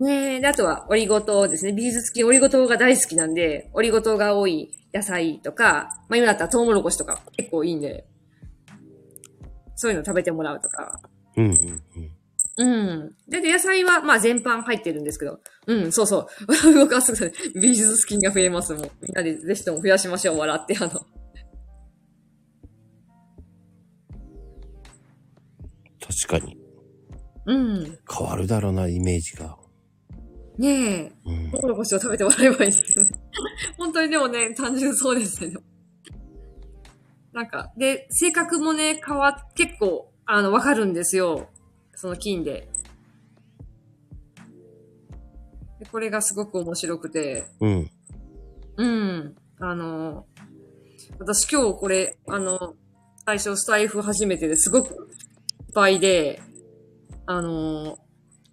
[SPEAKER 2] ねえ、であとはオリゴ糖ですね。美術菌、オリゴ糖が大好きなんで、オリゴ糖が多い野菜とか、まあ今だったらトウモロコシとか結構いいんで、そういうの食べてもらうとか。
[SPEAKER 1] うんうんうん。
[SPEAKER 2] うん。で、で野菜はまあ全般入ってるんですけど、うん、そうそう。 動かすとね、美術菌が増えますもん。みんなでぜひとも増やしましょう、笑って、あの。
[SPEAKER 1] 確かに。
[SPEAKER 2] うん。
[SPEAKER 1] 変わるだろうな、イメージが。
[SPEAKER 2] ねえ。
[SPEAKER 1] うん
[SPEAKER 2] トウモロコシを食べてもらえばいいですね。本当にでもね、単純そうですね。なんか、で、性格もね、変わっ、結構、あの、わかるんですよ。その菌で。でこれがすごく面白くて。
[SPEAKER 1] うん。
[SPEAKER 2] うん。あの、私今日これ、あの、最初スタイフ初めてですごく心配で、あの、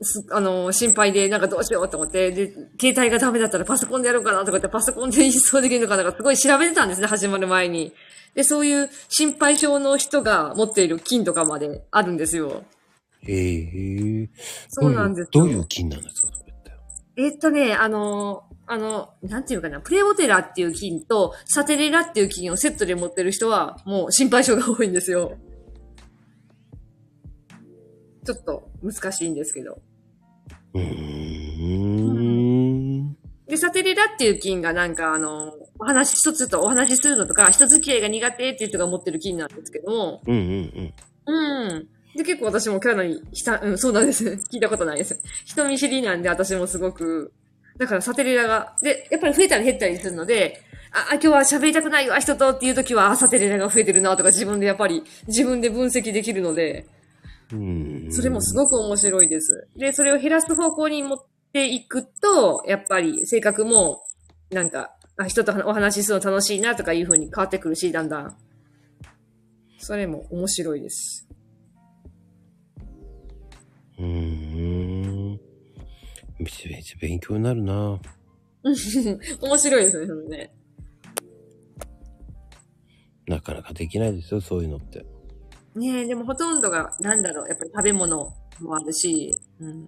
[SPEAKER 2] すあの、心配で、なんかどうしようと思って、で、携帯がダメだったらパソコンでやろうかなとかって、パソコンで一掃できるのかなとか、すごい調べてたんですね、始まる前に。で、そういう心配症の人が持っている菌とかまであるんですよ。
[SPEAKER 1] へえ。
[SPEAKER 2] そうなんです
[SPEAKER 1] ど
[SPEAKER 2] よ
[SPEAKER 1] ういう菌なんですか、それって。
[SPEAKER 2] えっとね、あの、あの、なんていうかな、プレボテラっていう菌とサテレラっていう菌をセットで持ってる人は、もう心配性が多いんですよ。ちょっと難しいんですけど。
[SPEAKER 1] うーん。
[SPEAKER 2] で、サテレラっていう菌がなんかあの、お話一つとお話しするのとか、人付き合いが苦手っていう人が持ってる菌なんですけども、
[SPEAKER 1] うんうん
[SPEAKER 2] うん。で、結構私もキャナに、ひた、うん、そうなんです。 聞いたことないです。人見知りなんで、私もすごく。だから、サテレラが、で、やっぱり増えたり減ったりするので、あ、あ今日は喋りたくないわ、人とっていう時は、あサテレラが増えてるな、とか自分でやっぱり、自分で分析できるので、
[SPEAKER 1] うん。うん。
[SPEAKER 2] それもすごく面白いです。で、それを減らす方向に持っていくと、やっぱり性格も、なんか、あ、人とお話しするの楽しいな、とかいう風に変わってくるし、だんだん。それも面白いです。
[SPEAKER 1] うーん。めちゃめちゃ勉強になるな。
[SPEAKER 2] 面白いですね、そのね。
[SPEAKER 1] なかなかできないですよ、そういうのって。
[SPEAKER 2] ねえ、でもほとんどが、なんだろう、やっぱり食べ物もあるし、うん。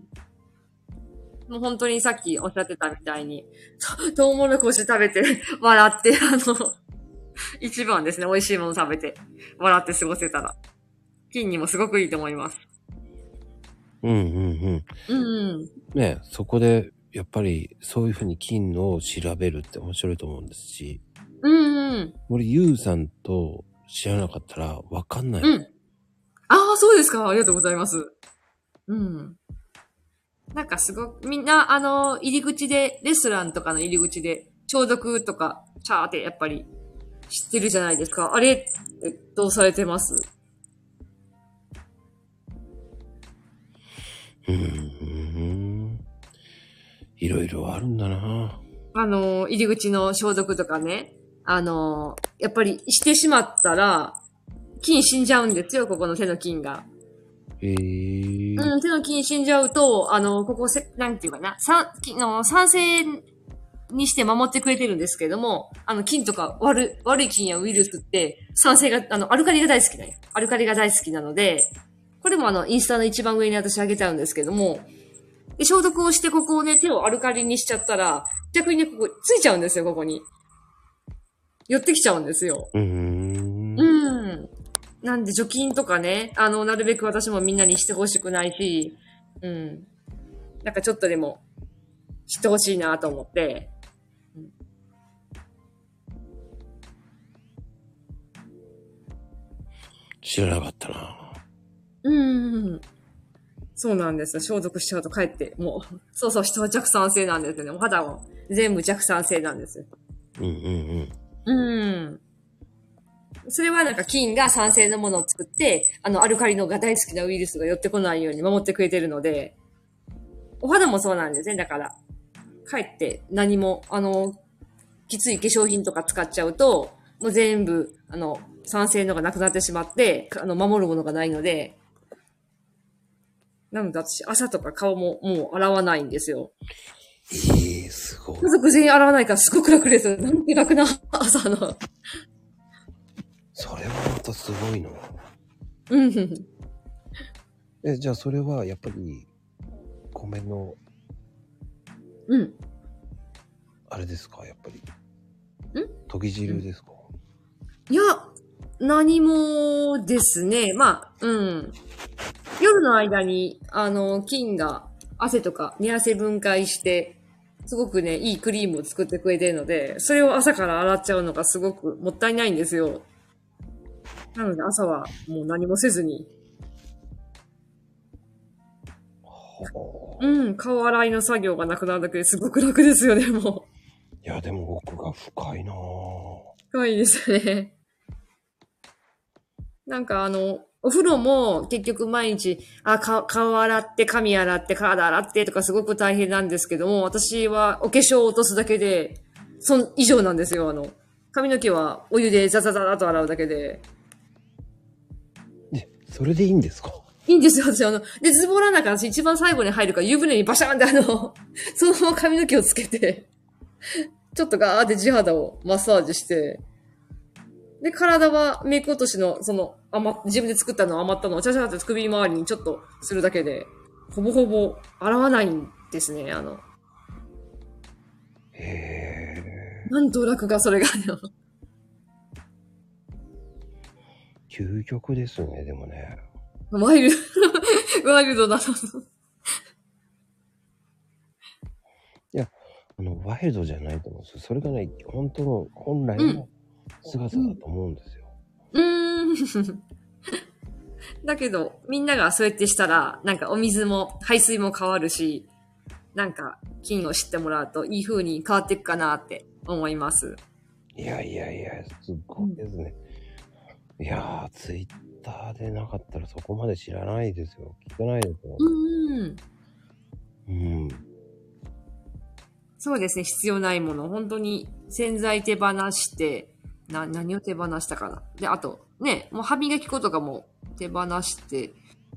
[SPEAKER 2] もう本当にさっきおっしゃってたみたいに、とトウモロコシ食べて、 笑って、あの、一番ですね、美味しいもの食べて、笑って過ごせたら、金にもすごくいいと思います。
[SPEAKER 1] うんうん
[SPEAKER 2] うんうん。
[SPEAKER 1] うん。ねそこで、やっぱりそういうふうに金を調べるって面白いと思うんですし、
[SPEAKER 2] うんうん。
[SPEAKER 1] 俺、ゆうさんと知らなかったらわかんない。
[SPEAKER 2] うん。ああ、そうですか。ありがとうございます。うん。なんかすごく、みんな、あの、入り口で、レストランとかの入り口で、消毒とか、チャーってやっぱり知ってるじゃないですか。あれ、えどうされてます
[SPEAKER 1] うんうん。いろいろあるんだな
[SPEAKER 2] あの、入り口の消毒とかね。あの、やっぱりしてしまったら、菌死んじゃうんですよ、ここの手の菌が。
[SPEAKER 1] へえー。
[SPEAKER 2] うん、手の菌死んじゃうと、あの、ここせ、なんていうかな、酸、菌の、酸性にして守ってくれてるんですけども、あの、菌とか悪い、悪い菌やウイルスって、酸性が、あの、アルカリが大好きなんよアルカリが大好きなので、これもあの、インスタの一番上に私上げちゃうんですけども、で、消毒をしてここをね、手をアルカリにしちゃったら、逆にね、ここ、ついちゃうんですよ、ここに。寄ってきちゃうんですよ。
[SPEAKER 1] うん。
[SPEAKER 2] うん。なんで除菌とかね、あの、なるべく私もみんなにしてほしくないし、うん。なんかちょっとでも、知ってほしいなと思って。
[SPEAKER 1] 知らなかったな
[SPEAKER 2] うん。そうなんですよ。消毒しちゃうと帰って、もう、そうそう、人は弱酸性なんですよね。お肌も全部弱酸性なんですよ。
[SPEAKER 1] うんうんうん。
[SPEAKER 2] うん。それはなんか菌が酸性のものを作って、あの、アルカリのが大好きなウイルスが寄ってこないように守ってくれてるので、お肌もそうなんですね、だから。かえって何も、あの、きつい化粧品とか使っちゃうと、もう全部、あの、酸性のがなくなってしまって、あの、守るものがないので、なので私、朝とか顔ももう洗わないんですよ。
[SPEAKER 1] ええすごい
[SPEAKER 2] 家。族全員洗わないからすごく楽です。なんて楽な朝の。
[SPEAKER 1] それはまたすごいな
[SPEAKER 2] うん。
[SPEAKER 1] え、じゃあそれはやっぱり、米の、
[SPEAKER 2] うん。
[SPEAKER 1] あれですかやっぱり。研ぎ汁ですか、
[SPEAKER 2] いや、何もですね。まあ、うん。夜の間に、あの、菌が汗とか寝汗分解して、すごくね、いいクリームを作ってくれてるので、それを朝から洗っちゃうのがすごくもったいないんですよ。なので朝はもう何もせずに、
[SPEAKER 1] はあ
[SPEAKER 2] うん、顔洗いの作業がなくなるだけですごく楽ですよね、も
[SPEAKER 1] いや、でも奥が深いなぁ。
[SPEAKER 2] う。可愛いですね。なんかあの、お風呂も結局毎日、あ、か顔洗って、髪洗って、体洗ってとかすごく大変なんですけども、私はお化粧を落とすだけで、そん、以上なんですよ、あの。髪の毛はお湯でザザザザと洗うだけで。
[SPEAKER 1] え、それでいいんですか
[SPEAKER 2] いいんですよ、私あの。で、ズボラなんか私一番最後に入るから湯船にバシャーンってあの、 そのまま髪の毛をつけて、ちょっとガーって地肌をマッサージして、で、体はメイク落としの、その、余っ、自分で作ったの余ったのをちゃちゃって首周りにちょっとするだけで、ほぼほぼ洗わないんですね、あの。
[SPEAKER 1] へえ。
[SPEAKER 2] なんと楽がそれが、ね、
[SPEAKER 1] 究極ですね、でもね。
[SPEAKER 2] ワイルド、 ワイルドなの。
[SPEAKER 1] あの、ワイルドじゃないと思うんですよ。それがね、本当の、本来の姿だと思うんですよ。
[SPEAKER 2] うーん。 だけど、みんながそうやってしたら、なんかお水も、排水も変わるし、なんか、菌を知ってもらうといい風に変わっていくかなって思います。
[SPEAKER 1] いやいやいや、すごいですね。いやー、ツイッターでなかったらそこまで知らないですよ。聞かないですよ。
[SPEAKER 2] うんうん。
[SPEAKER 1] うん。
[SPEAKER 2] そうですね、必要ないもの。本当に、洗剤手放して、な、何を手放したかな。で、あと、ね、もう歯磨き粉とかも手放して、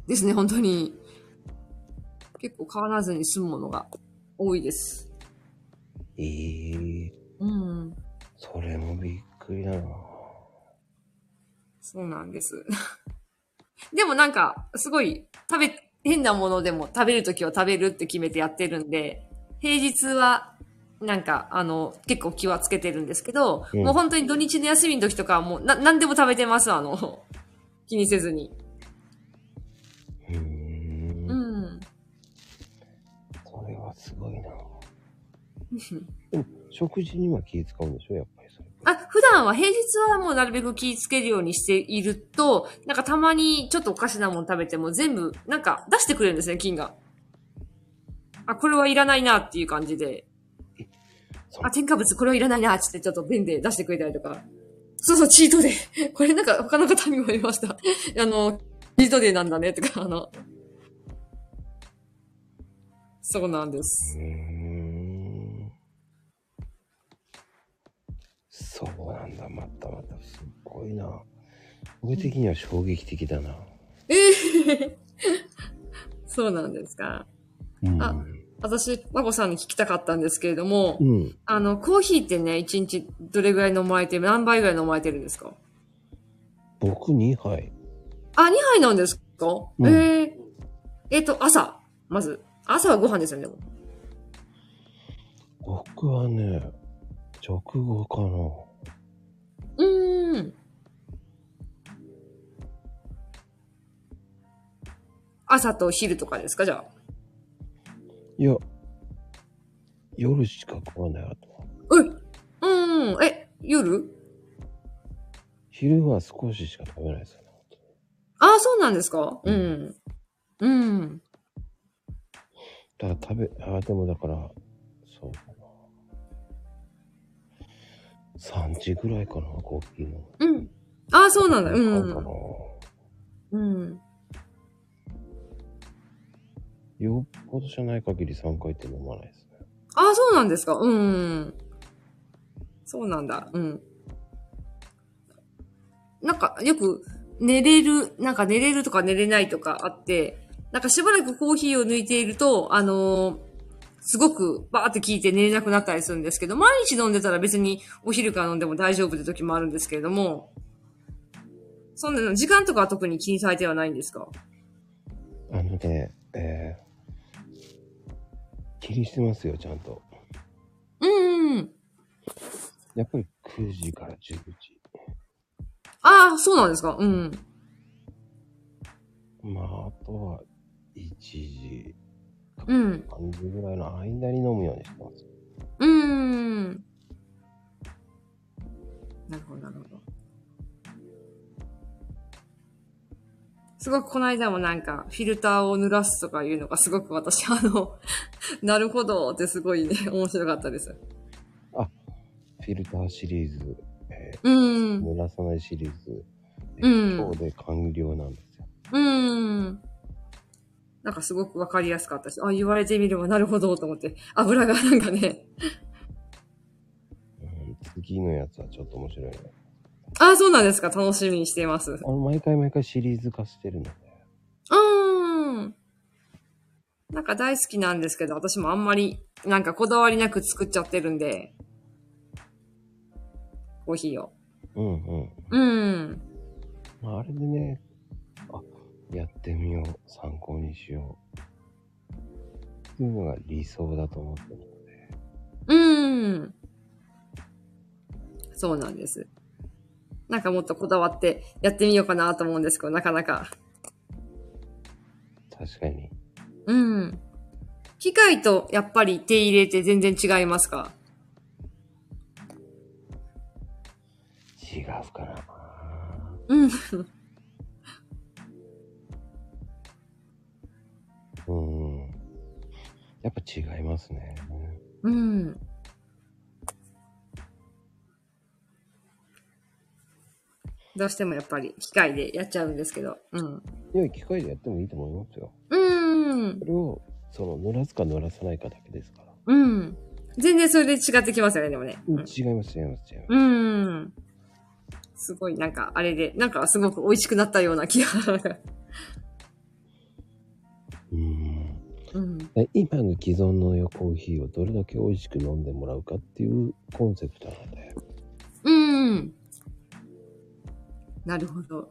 [SPEAKER 2] ですね、本当に。結構変わらずに済むものが多いです。
[SPEAKER 1] えー、
[SPEAKER 2] うん。
[SPEAKER 1] それもびっくりだな
[SPEAKER 2] そうなんです。でもなんか、すごい、食べ変なものでも食べるときは食べるって決めてやってるんで、平日は、なんか、あの、結構気はつけてるんですけど、
[SPEAKER 1] うん
[SPEAKER 2] もう本当に土日の休みの時とかはもう、な、何でも食べてます、あの、 気にせずに。
[SPEAKER 1] うーん
[SPEAKER 2] う。ん。
[SPEAKER 1] それはす ごいな。でも、食事には気使うんでしょやっぱりそれ。
[SPEAKER 2] あ、普段は、平日はもうなるべく気ぃつけるようにしていると、なんかたまにちょっとおかしなもの食べても全部、なんか出してくれるんですね、金が。あ、これはいらないなっていう感じで。あ、添加物これはいらないなってってちょっと便で出してくれたりとか。そうそう、チー トデイ。これなんか他の方にも言いました。 あの、チートデイなんだねとか、あの。そうなんです。
[SPEAKER 1] うーん。そうなんだ。またまた、すっごいな。俺的には衝撃的だな。
[SPEAKER 2] そうなんですか。
[SPEAKER 1] うん。
[SPEAKER 2] あ私、和子さんに聞きたかったんですけれども、
[SPEAKER 1] うん。
[SPEAKER 2] あの、コーヒーってね、一日どれぐらい飲まれてる、何杯ぐらい飲まれてるんですか
[SPEAKER 1] 僕2杯。
[SPEAKER 2] あ、2杯なんですか、
[SPEAKER 1] うん
[SPEAKER 2] えー、えっ、と、朝。まず。朝はご飯ですよね。でも
[SPEAKER 1] 僕はね、直後かな。
[SPEAKER 2] うーん。朝と昼とかですかじゃあ。
[SPEAKER 1] いや、夜しか食わないあとは。
[SPEAKER 2] ういうーん。え、夜
[SPEAKER 1] 昼は少ししか食べないですよね。
[SPEAKER 2] ああ、そうなんですかうん。うん。
[SPEAKER 1] だから食べ、ああ、でもだから、そうかな。3時ぐらいかな、コーヒーの。
[SPEAKER 2] うん。ああ、そうなんだ。う。
[SPEAKER 1] かなん
[SPEAKER 2] うん。
[SPEAKER 1] よっぽどじゃない限り3回って飲まないですね。
[SPEAKER 2] ああ、そうなんですか。うん。そうなんだ。うん。なんか、よく、寝れる、なんか寝れるとか寝れないとかあって、なんかしばらくコーヒーを抜いていると、あのーすごくバーって効いて寝れなくなったりするんですけど、毎日飲んでたら別にお昼から飲んでも大丈夫って時もあるんですけれども、そんなの、時間とかは特に気にされてはないんですか
[SPEAKER 1] あのね、えー、気にしてますよ、ちゃんと。
[SPEAKER 2] うんうん。
[SPEAKER 1] やっぱり9時から10時。
[SPEAKER 2] ああ、そうなんですか。うん。
[SPEAKER 1] まあ、あとは1時、
[SPEAKER 2] うん。
[SPEAKER 1] 3時ぐらいの間に飲むようにしてます。
[SPEAKER 2] うーん。なるほど、なるほど。すごくこの間もなんか、フィルターを濡らすとかいうのがすごく私、あの、 なるほどってすごいね、 面白かったです。
[SPEAKER 1] フィルターシリーズ、え
[SPEAKER 2] うー
[SPEAKER 1] ー、
[SPEAKER 2] ん。
[SPEAKER 1] 濡らさないシリーズ、え
[SPEAKER 2] うん
[SPEAKER 1] 今日で完了なんですよ。
[SPEAKER 2] うーん。なんかすごくわかりやすかったし、あ、言われてみればなるほどと思って、油がなんかね、
[SPEAKER 1] うん、次のやつはちょっと面白いね。
[SPEAKER 2] あ、そうなんですか、楽しみにしています。
[SPEAKER 1] あの、毎回毎回シリーズ化してるので。
[SPEAKER 2] うーん。なんか大好きなんですけど、私もあんまり、なんかこだわりなく作っちゃってるんで。コーヒーを。
[SPEAKER 1] うんうん。
[SPEAKER 2] うん。
[SPEAKER 1] まあ、あれでね、あ、やってみよう、参考にしよう。っていうのが理想だと思ってるので。
[SPEAKER 2] うん。そうなんです。なんかもっとこだわってやってみようかなと思うんですけど、なかなか。
[SPEAKER 1] 確かに。
[SPEAKER 2] うん。機械とやっぱり手入れって全然違いますか
[SPEAKER 1] 違うかな。
[SPEAKER 2] うん。
[SPEAKER 1] うん。やっぱ違いますね。
[SPEAKER 2] うん。どうしてもやっぱり機械でやっちゃうんですけど。うん。
[SPEAKER 1] いや、機械でやってもいいと思いますよ。
[SPEAKER 2] うん
[SPEAKER 1] そ。れを、その、濡らすか濡らさないかだけですから。
[SPEAKER 2] うん。全然それで違ってきますよね、でもね。うん
[SPEAKER 1] 違います、違います、違います。
[SPEAKER 2] うん。すごい、なんか、あれで、なんかすごく美味しくなったような気が。
[SPEAKER 1] うん。
[SPEAKER 2] うん。
[SPEAKER 1] で今の既存のコーヒーをどれだけ美味しく飲んでもらうかっていうコンセプトなので。
[SPEAKER 2] うん。なるほど。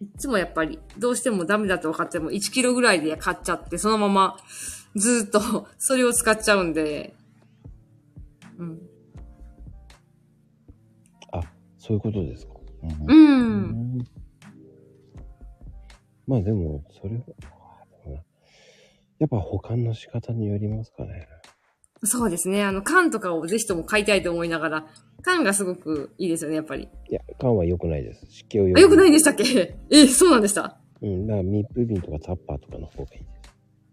[SPEAKER 2] いつもやっぱり、どうしてもダメだと分かっても、1キロぐらいで買っちゃって、そのまま、ずーっと、 それを使っちゃうんで、うん。
[SPEAKER 3] あ、そういうことですか。う
[SPEAKER 2] うんん。
[SPEAKER 1] まあでも、それは、あでもなやっぱ保管の仕方によりますかね。
[SPEAKER 2] そうですね。あの、缶とかをぜひとも買いたいと思いながら、缶がすごくいいですよね、やっぱり。
[SPEAKER 1] いや、缶は良くないです。湿気を
[SPEAKER 2] あ、よくないいんでしたっけえ、そうなんでした。
[SPEAKER 1] うん、だから密封瓶とかタッパーとかの方がいいで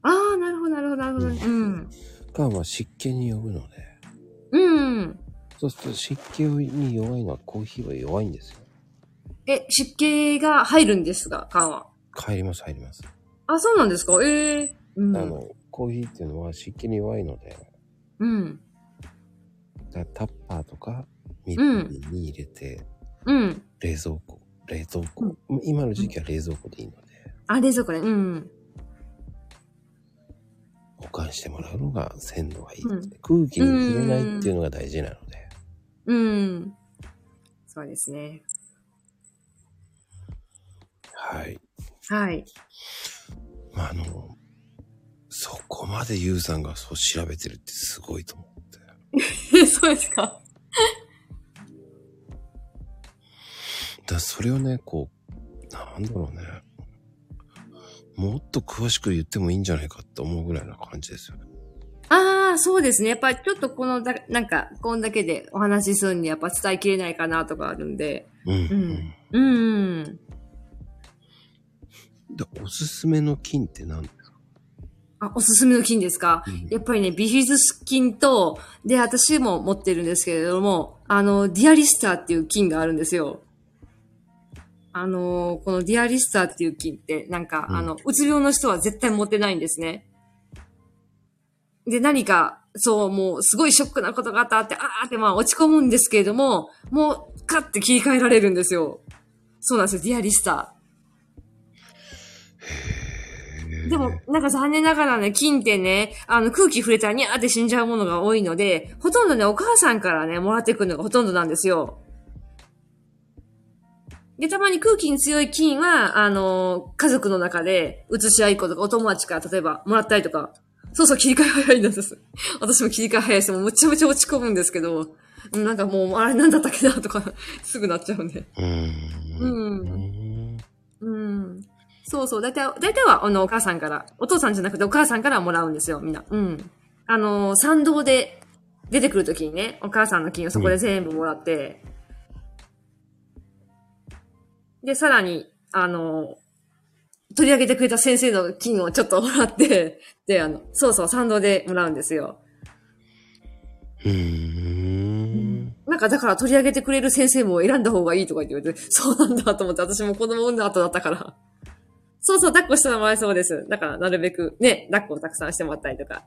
[SPEAKER 2] ああ、なるほど、なるほど、なるほど。うん。
[SPEAKER 1] す。缶は湿気に弱いので、
[SPEAKER 2] うん。
[SPEAKER 1] そうすると湿気に弱いのはコーヒーは弱いんですよ。
[SPEAKER 2] え、湿気が入るんですが、缶は。
[SPEAKER 1] 帰ります、入ります。
[SPEAKER 2] あ、そうなんですかええうん。
[SPEAKER 1] あの、コーヒーっていうのは湿気に弱いので、
[SPEAKER 2] うん。
[SPEAKER 1] だからタッパーとか密封瓶に入れて、
[SPEAKER 2] うん。
[SPEAKER 1] 冷蔵庫、冷蔵庫、今の時期は冷蔵庫でいいので、
[SPEAKER 2] あ、冷蔵庫ね。うん。
[SPEAKER 1] 保管してもらうのが鮮度がいい、
[SPEAKER 2] うん
[SPEAKER 1] 空気に触れないっていうのが大事なので。
[SPEAKER 2] うん。そうですね。
[SPEAKER 1] はい。
[SPEAKER 2] はい。
[SPEAKER 1] まあ、あの、そこまでユウさんがそう調べてるってすごいと思って。
[SPEAKER 2] そうですか
[SPEAKER 1] だからそれをね、こう、なんだろうね。もっと詳しく言ってもいいんじゃないかって思うぐらいな感じですよね。
[SPEAKER 2] ああ、そうですね。やっぱりちょっとこのだ、なんか、こんだけでお話しするにやっぱ伝えきれないかなとかあるんで。
[SPEAKER 1] うん。
[SPEAKER 2] うんうん、うん。
[SPEAKER 1] で、おすすめの菌って何ですか、
[SPEAKER 2] あ、おすすめの菌ですかやっぱりね、ビフィズス菌と、で、私も持ってるんですけれども、あの、ディアリスターっていう菌があるんですよ。あの、このディアリスターっていう菌って、なんか、
[SPEAKER 1] うん
[SPEAKER 2] あの、うつ病の人は絶対持ってないんですね。で、何か、そう、もう、すごいショックなことがあったって、あーって、まあ、落ち込むんですけれども、もう、カッて切り替えられるんですよ。そうなんですよ、ディアリスター。
[SPEAKER 1] へー
[SPEAKER 2] でも、なんか残念ながらね、菌ってね、あの、空気触れたらにゃーって死んじゃうものが多いので、ほとんどね、お母さんからね、もらってくるのがほとんどなんですよ。で、たまに空気に強い菌は、あの家族の中で、うつし合いっ子とかお友達から、例えば、もらったりとか、そうそう、切り替え早いんです。私も切り替え早いし、もうめちゃめちゃ落ち込むんですけど、うんなんかもう、あれなんだったっけな、とか、すぐなっちゃうんで。
[SPEAKER 1] うーん。
[SPEAKER 2] う
[SPEAKER 1] ん。
[SPEAKER 2] んうん。そうそう。大体、大体は、あの、お母さんから、お父さんじゃなくてお母さんからもらうんですよ、みんな。うん。あの、参道で出てくるときにね、お母さんの金をそこで全部もらって、で、さらに、あの、取り上げてくれた先生の金をちょっともらって、で、あの、そうそう、参道でもらうんですよ。
[SPEAKER 1] うーん。
[SPEAKER 2] なんか、だから取り上げてくれる先生も選んだ方がいいとか言って言われて、そうなんだと思って、私も子供産んだ後だったから。そうそう、抱っこしたらわいそうです。だから、なるべく、ね、抱っこをたくさんしてもらったりとか。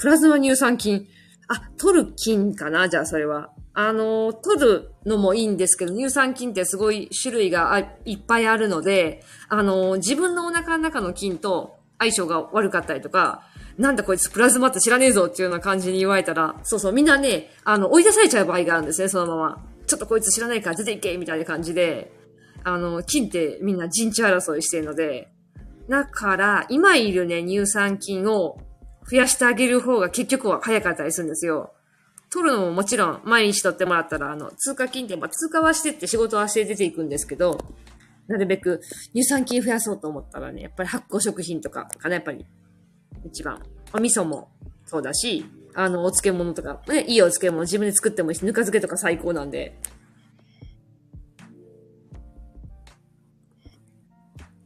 [SPEAKER 2] プラズマ乳酸菌。あ、取る菌かなじゃあ、それは。あの、取るのもいいんですけど、乳酸菌ってすごい種類があいっぱいあるので、あの、自分のお腹の中の菌と相性が悪かったりとか、なんだこいつプラズマって知らねえぞっていうような感じに言われたら、そうそう、みんなね、あの、追い出されちゃう場合があるんですね、そのまま。ちょっとこいつ知らないから出ていけみたいな感じで、あの、菌ってみんな陣地争いしてるので、だから、今いるね、乳酸菌を増やしてあげる方が結局は早かったりするんですよ。取るのももちろん毎日取ってもらったら、あの、通過菌って、まあ、通過はしてって仕事はして出ていくんですけど、なるべく乳酸菌増やそうと思ったらね、やっぱり発酵食品とかかな、やっぱり。一番。お味噌もそうだし、あの、お漬物とか、ね、いいお漬物自分で作ってもいいし、ぬか漬けとか最高なんで。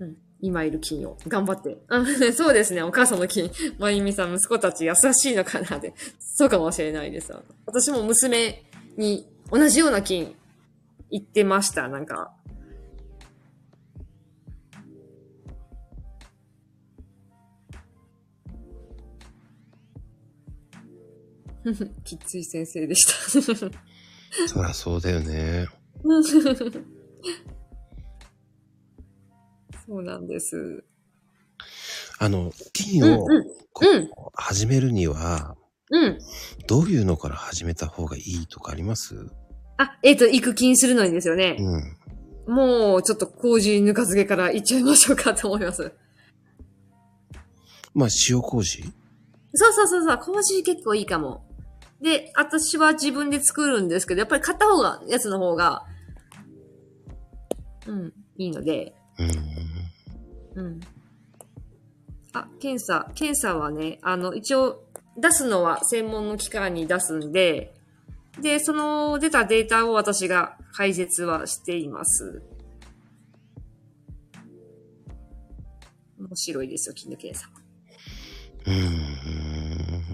[SPEAKER 2] うん。今いる金を頑張って。あ そうですね、お母さんの金。まゆみさん、息子たち優しいのかなって。 そうかもしれないです。私も娘に同じような金言ってました、なんか。 きっつい先生でした。
[SPEAKER 1] そりゃそうだよね。
[SPEAKER 2] そうなんです。
[SPEAKER 1] あの、菌
[SPEAKER 2] うん
[SPEAKER 1] を、
[SPEAKER 2] うん
[SPEAKER 1] こ
[SPEAKER 2] うん
[SPEAKER 1] 始めるには、
[SPEAKER 2] うん。
[SPEAKER 1] どういうのから始めた方がいいとかあります
[SPEAKER 2] あ、えっ、と、育金するのにですよね。
[SPEAKER 1] うん。
[SPEAKER 2] もうちょっと麹ぬか漬けからいっちゃいましょうかと思います。
[SPEAKER 1] まあ、塩麹
[SPEAKER 2] そうそうそうそう、麹結構いいかも。で、私は自分で作るんですけど、やっぱり買った方が、やつの方が、うん、いいので、
[SPEAKER 1] うん。
[SPEAKER 2] うん。あ、検査、検査はね、あの、一応、出すのは専門の機関に出すんで、で、その出たデータを私が解説はしています。面白いですよ、金の検査。
[SPEAKER 1] うん。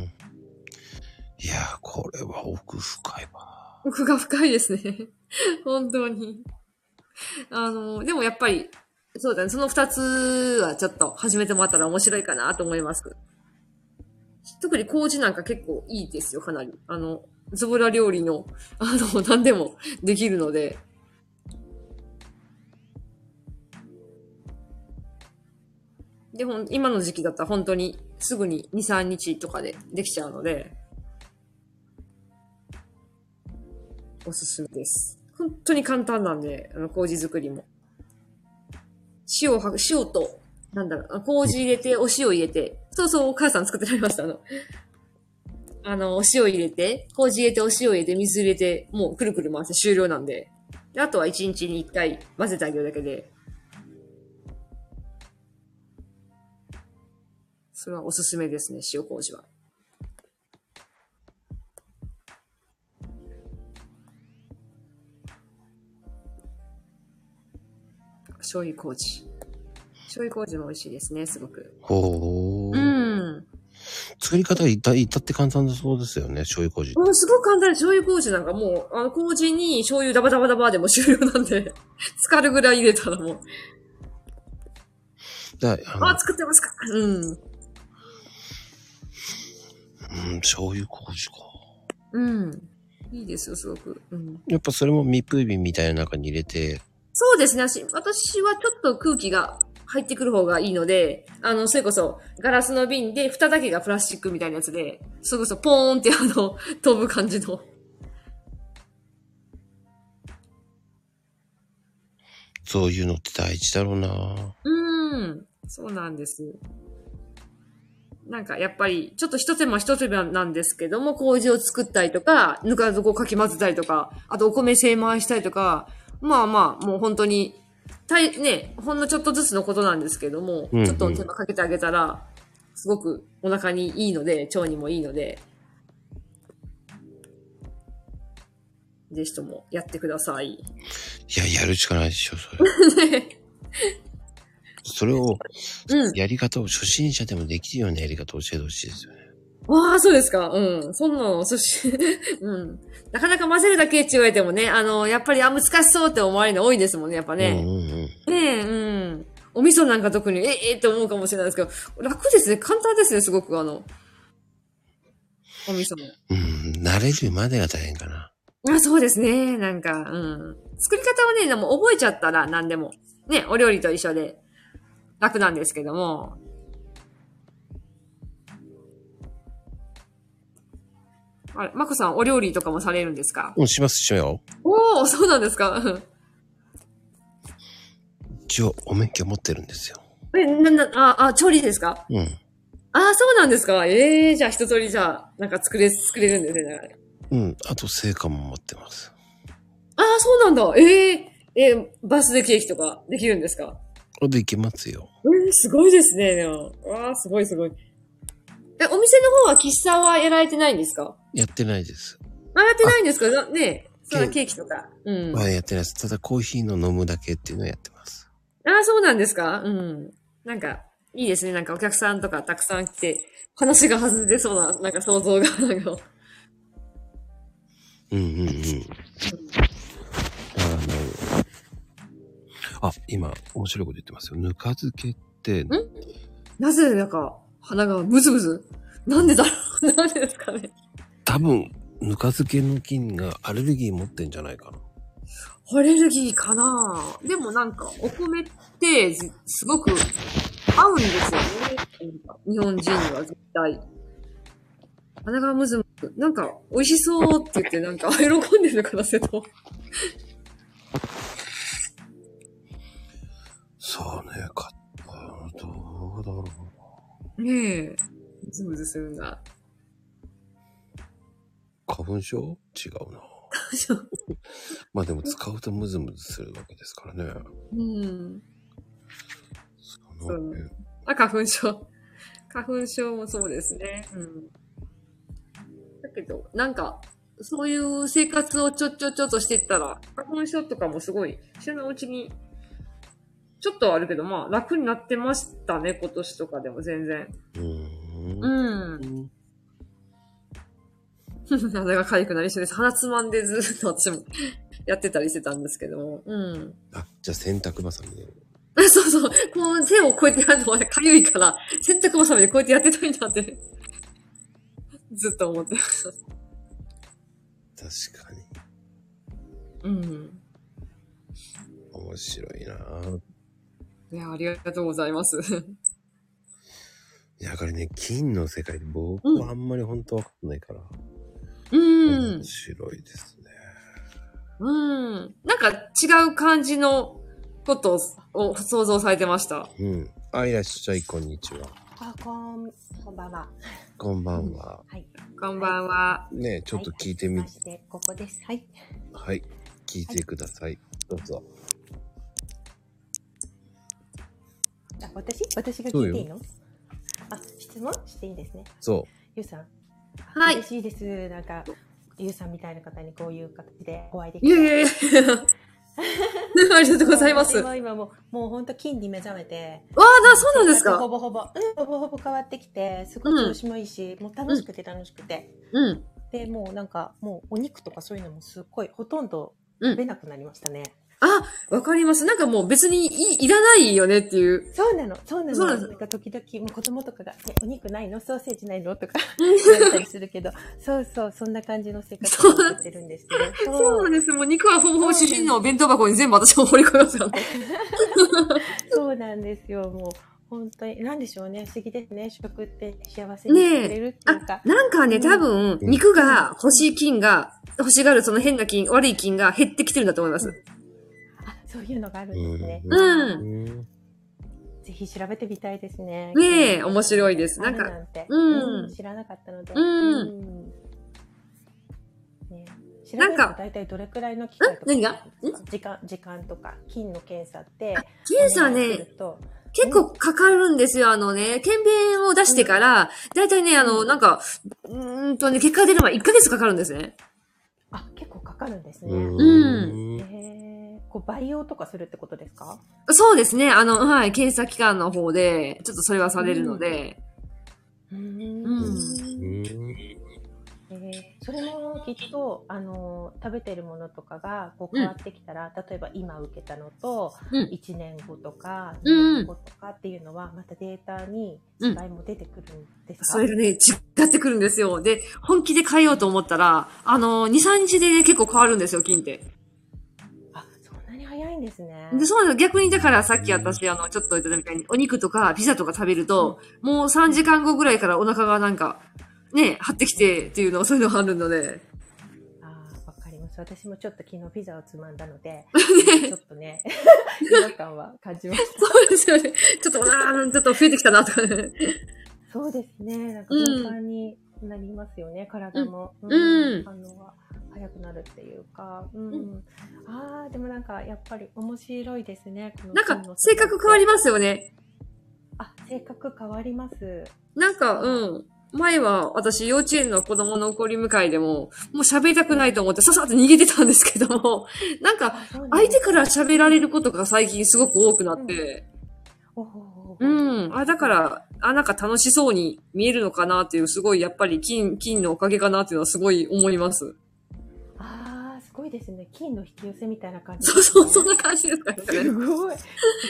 [SPEAKER 1] いやー、これは奥深いわ。
[SPEAKER 2] 奥が深いですね。 本当に。あの、でもやっぱり、そうだね、その二つはちょっと始めてもらったら面白いかなと思います。特に麹なんか結構いいですよ、かなり。あの、ズボラ料理の、あの、何でもできるので。で、ほん、今の時期だったら本当にすぐに2、3日とかでできちゃうので。おすすめです。本当に簡単なんで、あの、麹作りも。塩をはく、塩と、なんだろうあ、麹入れて、お塩入れて、そうそう、お母さん作ってられました、あの。あの、お塩入れて、麹入れて、お塩入れて、水入れて、もうくるくる回して終了なんで。であとは1日に1回混ぜてあげるだけで。それはおすすめですね、塩麹は。醤油麹。醤油麹も美味しいですね、すごく。
[SPEAKER 1] ほう。
[SPEAKER 2] うん。
[SPEAKER 1] 作り方いた、いたって簡単だそうですよね、醤油麹って。
[SPEAKER 2] もうすごく簡単です。醤油麹なんかもう、あの、麹に醤油ダバダバダバでも終了なんで、 浸かるぐらい入れたらもう、
[SPEAKER 1] だあの
[SPEAKER 2] あ、作ってますかうん。
[SPEAKER 1] うん、醤油麹か。
[SPEAKER 2] うん。いいですよ、すごく。うん。
[SPEAKER 1] やっぱそれも密封瓶みたいな中に入れて、
[SPEAKER 2] そうですね。私私はちょっと空気が入ってくる方がいいので、あの、それこそガラスの瓶で、蓋だけがプラスチックみたいなやつで、それこそポーンってあの、飛ぶ感じの。
[SPEAKER 1] そういうのって大事だろうな
[SPEAKER 2] うーん。そうなんです。なんかやっぱり、ちょっと一手間一手間なんですけども、麹を作ったりとか、ぬか床をかき混ぜたりとか、あとお米精米したりとか、まあまあ、もう本当に、たい、ね、ほんのちょっとずつのことなんですけども、
[SPEAKER 1] うんうん
[SPEAKER 2] ちょっと手間かけてあげたら、すごくお腹にいいので、腸にもいいので、ぜひともやってください。
[SPEAKER 1] いや、やるしかないでしょ、 それ。それを、
[SPEAKER 2] うん。
[SPEAKER 1] やり方を初心者でもできるようなやり方を教えてほしいですよね。
[SPEAKER 2] わあ、そうですか。うん。そんなの、そし、 うん。なかなか混ぜるだけって言われてもね、あの、やっぱり、あ、難しそうって思われるの多いですもんね、やっぱ
[SPEAKER 1] う
[SPEAKER 2] ね。
[SPEAKER 1] んうんうん。
[SPEAKER 2] ねえ、うん。お味噌なんか特に、え、えって思うかもしれないですけど、楽ですね。簡単ですね、すごく、あの。お味噌も。
[SPEAKER 1] うん、慣れるまでが大変かな。
[SPEAKER 2] あ、そうですね。なんか、うん。作り方はね、でも覚えちゃったら何でも。ね、お料理と一緒で楽なんですけども。あれ、まこさん、お料理とかもされるんですか
[SPEAKER 1] うん、します、しますよ。
[SPEAKER 2] おー、そうなんですかうん
[SPEAKER 1] 一応、お免許持ってるんですよ。
[SPEAKER 2] え、な、な、あ、あ、調理ですか
[SPEAKER 1] うん。
[SPEAKER 2] あ、そうなんですかええー、じゃあ一通りじゃあ、なんか作れ、作れるんですね。なんか
[SPEAKER 1] うん、あと、成果も持ってます。
[SPEAKER 2] あー、そうなんだええー、えーバースデーケーキとかできるんですか
[SPEAKER 1] これでいけますよ。
[SPEAKER 2] えー、すごいですね、でも。わあ、すごいすごい。え、お店の方は喫茶はやられてないんですか
[SPEAKER 1] やってないです。
[SPEAKER 2] あ、やってないんですかなねえ、
[SPEAKER 1] ケ
[SPEAKER 2] そ
[SPEAKER 1] ー
[SPEAKER 2] の
[SPEAKER 1] キ
[SPEAKER 2] ケーキとか。うん。
[SPEAKER 1] ま
[SPEAKER 2] あ
[SPEAKER 1] あ、やってないです。ただ、コーヒーの飲むだけっていうのをやってます。
[SPEAKER 2] あ、そうなんですかうん。なんか、いいですね。なんかお客さんとかたくさん来て、話が弾んでそうな、なんか想像が、なんか。
[SPEAKER 1] うんうんうん。あの、あ、今、面白いこと言ってますよ。ぬか漬けって、
[SPEAKER 2] なぜ、なんか、鼻がムズムズなんでだろう なんでですかね
[SPEAKER 1] 多分、ぬか漬けの菌がアレルギー持ってんじゃないかな。
[SPEAKER 2] アレルギーかなでもなんか、お米ってず、すごく合うんですよね。日本人には絶対。鼻がむずむず。なんか、美味し そうって言って、なんか、喜んでるのかな、瀬戸。ねえ。ムズムズするんだ。
[SPEAKER 1] 花粉症違うな。まあでも使うとムズムズするわけですからね。
[SPEAKER 2] うん。
[SPEAKER 1] そ
[SPEAKER 2] そ
[SPEAKER 1] の
[SPEAKER 2] うあ、花粉症。花粉症もそうですね。うん。だけど、なんか、そういう生活をちょっちょっちょっとしてったら、花粉症とかもすごい、知らないうちに、ちょっとはあるけど、まあ、楽になってましたね、今年とかでも全然。
[SPEAKER 1] うーん。
[SPEAKER 2] うん。鼻が痒くなりそうです。鼻つまんでずっと私もやってたりしてたんですけども。うん。
[SPEAKER 1] あ、じゃあ洗濯ばさみで。
[SPEAKER 2] あそうそう。もう手をこうやってやるのは痒いから、洗濯ばさみでこうやってやってたいなって、ずっと思ってました。
[SPEAKER 1] 確かに。
[SPEAKER 2] うん。
[SPEAKER 1] 面白いない
[SPEAKER 2] や、ありがとうございま
[SPEAKER 1] い
[SPEAKER 2] す。
[SPEAKER 1] や、だからね、金の世界で僕
[SPEAKER 2] うん
[SPEAKER 1] はあんまり本当わかんないから。
[SPEAKER 2] うん
[SPEAKER 1] 面。白いですね。
[SPEAKER 2] うん。なんか違う感じのことをを想像されてました。
[SPEAKER 1] うん。あ、いらっしゃい、こんにちは。
[SPEAKER 4] あ、こん、こんばんは。
[SPEAKER 1] こんばんは。
[SPEAKER 4] はい。
[SPEAKER 2] こんばんは。
[SPEAKER 1] ねちょっと聞いてみ、
[SPEAKER 4] は、
[SPEAKER 1] はいい、
[SPEAKER 4] して、ここです。はい。
[SPEAKER 1] 聞いてください。どうぞ。
[SPEAKER 4] あ、私私が聞いていいのあ、質問していいですね。
[SPEAKER 1] そ
[SPEAKER 4] ゆうさん。
[SPEAKER 2] はい
[SPEAKER 4] 嬉しいです。なんか、ゆうさんみたいな方にこういう形でお会いでき
[SPEAKER 2] いやいやいや。ありがとうございます。わ
[SPEAKER 4] 今、今もう、もう本当金に目覚めて。
[SPEAKER 2] あ、な、そうなんです
[SPEAKER 4] ほ
[SPEAKER 2] か
[SPEAKER 4] ぼほぼ、うん、ほぼほぼ変わってきて、すごい調子もいいし、もう楽しくて楽しくて。
[SPEAKER 2] うん。
[SPEAKER 4] で、もうなんか、もうお肉とかそういうのもすっごい、ほとんど
[SPEAKER 2] うん
[SPEAKER 4] 食べなくなりましたね。
[SPEAKER 2] あ、わかります。なんかもう別にいいらないよねっていう。
[SPEAKER 4] そうなの、そうなの。
[SPEAKER 2] そうなんです
[SPEAKER 4] なんか時々、もう子供とかが、ね、お肉ないのソーセージないのとか 言われたりするけど、そうそう、そんな感じの生活を送ってるんですけ ど、
[SPEAKER 2] そうなんです。もう肉はほぼほぼ主人の弁当箱に全部私も放り込みますよね。
[SPEAKER 4] そうなんですよ、もう。本当に、なんでしょうね、不思議ですね、食って幸せにしてくれるっていうか。
[SPEAKER 2] なんかね、多分、
[SPEAKER 1] うん
[SPEAKER 2] 肉が欲しい菌が、欲しがるその変な菌、悪い菌が減ってきてるんだと思います。
[SPEAKER 4] あ、そういうのがあるんですね。
[SPEAKER 1] う
[SPEAKER 2] う
[SPEAKER 1] う。
[SPEAKER 2] ん。
[SPEAKER 1] うん。
[SPEAKER 4] ぜひ調べてみたいですね。
[SPEAKER 2] ねえ、面白いです。
[SPEAKER 4] あ
[SPEAKER 2] な
[SPEAKER 4] る
[SPEAKER 2] んか、
[SPEAKER 4] なんて、
[SPEAKER 2] うん
[SPEAKER 4] 知らなかったので。
[SPEAKER 2] うん
[SPEAKER 4] んね、調
[SPEAKER 2] な
[SPEAKER 4] べ
[SPEAKER 2] ん
[SPEAKER 4] る
[SPEAKER 2] か
[SPEAKER 4] と大体どれくらいの機会とか
[SPEAKER 2] ん何が
[SPEAKER 4] 時間時間とか菌の検査って
[SPEAKER 2] 検査
[SPEAKER 4] お願いす
[SPEAKER 2] ね、
[SPEAKER 4] ると
[SPEAKER 2] 結構かかるんですよ。あのね、検便を出してから、だいたいね、あの、なんか、うーんとね、結果が出るまで1ヶ月かかるんですね。
[SPEAKER 4] あ結構かかるんですね、
[SPEAKER 1] うん。
[SPEAKER 4] へえこう培養とかするってことですか
[SPEAKER 2] そうですね。あの、はい、検査機関の方で、ちょっとそれはされるので、
[SPEAKER 4] う
[SPEAKER 2] うん
[SPEAKER 4] えそれもきっとあの食べてるものとかがこう変わってきたら、例えば今受けたのと、
[SPEAKER 2] うん
[SPEAKER 4] 1年後とか
[SPEAKER 2] うん
[SPEAKER 4] 2年後とかっていうのはまたデータに違いも出てくるんですか、
[SPEAKER 2] それがね、違ってくるんですよ。で、本気で変えようと思ったら、あの、2、3日で、ね、結構変わるんですよ、金って。
[SPEAKER 4] あそんなに早いんですね
[SPEAKER 2] で、そうなの。逆に、だからさっき私、あの、ちょっと言ってたみたいに、お肉とかピザとか食べると、もう3時間後ぐらいからお腹がなんか、ね、張ってきてっていうの、そういうのがあるので。
[SPEAKER 4] ああ、わかります。私もちょっと昨日ピザをつまんだ ので、ちょっとね、 違和感は感じました。
[SPEAKER 2] そうですよね。ちょっと、あーちょっと増えてきたな、とかね。
[SPEAKER 4] そうですね。なんか
[SPEAKER 2] うん
[SPEAKER 4] 敏感になりますよね、体も。うん
[SPEAKER 2] うん
[SPEAKER 4] 反応が早くなるっていうか。うん。ああ、でもなんかやっぱり面白いですね。この
[SPEAKER 2] なん
[SPEAKER 4] 菌
[SPEAKER 2] か
[SPEAKER 4] の、
[SPEAKER 2] 性格変わりますよね。
[SPEAKER 4] あ、性格変わります。
[SPEAKER 2] なんか、うん。前は、私、幼稚園の子供の送り迎えでも、もう喋りたくないと思って、ささっと逃げてたんですけども、なんか、
[SPEAKER 4] あそうなん
[SPEAKER 2] 相
[SPEAKER 4] です
[SPEAKER 2] 手から喋られることが最近すごく多くなって、
[SPEAKER 4] おーおーお
[SPEAKER 2] う
[SPEAKER 4] ー
[SPEAKER 2] ん、あ、だから、あ、なんか楽しそうに見えるのかなっていう、すごい、やっぱり金、金のおかげかなっていうのはすごい思います。
[SPEAKER 4] ああ、すごいですね。金の引き寄せみたいな感じ、
[SPEAKER 2] そうそう、そん。な感じですか
[SPEAKER 4] す
[SPEAKER 2] ね。
[SPEAKER 4] ごい。す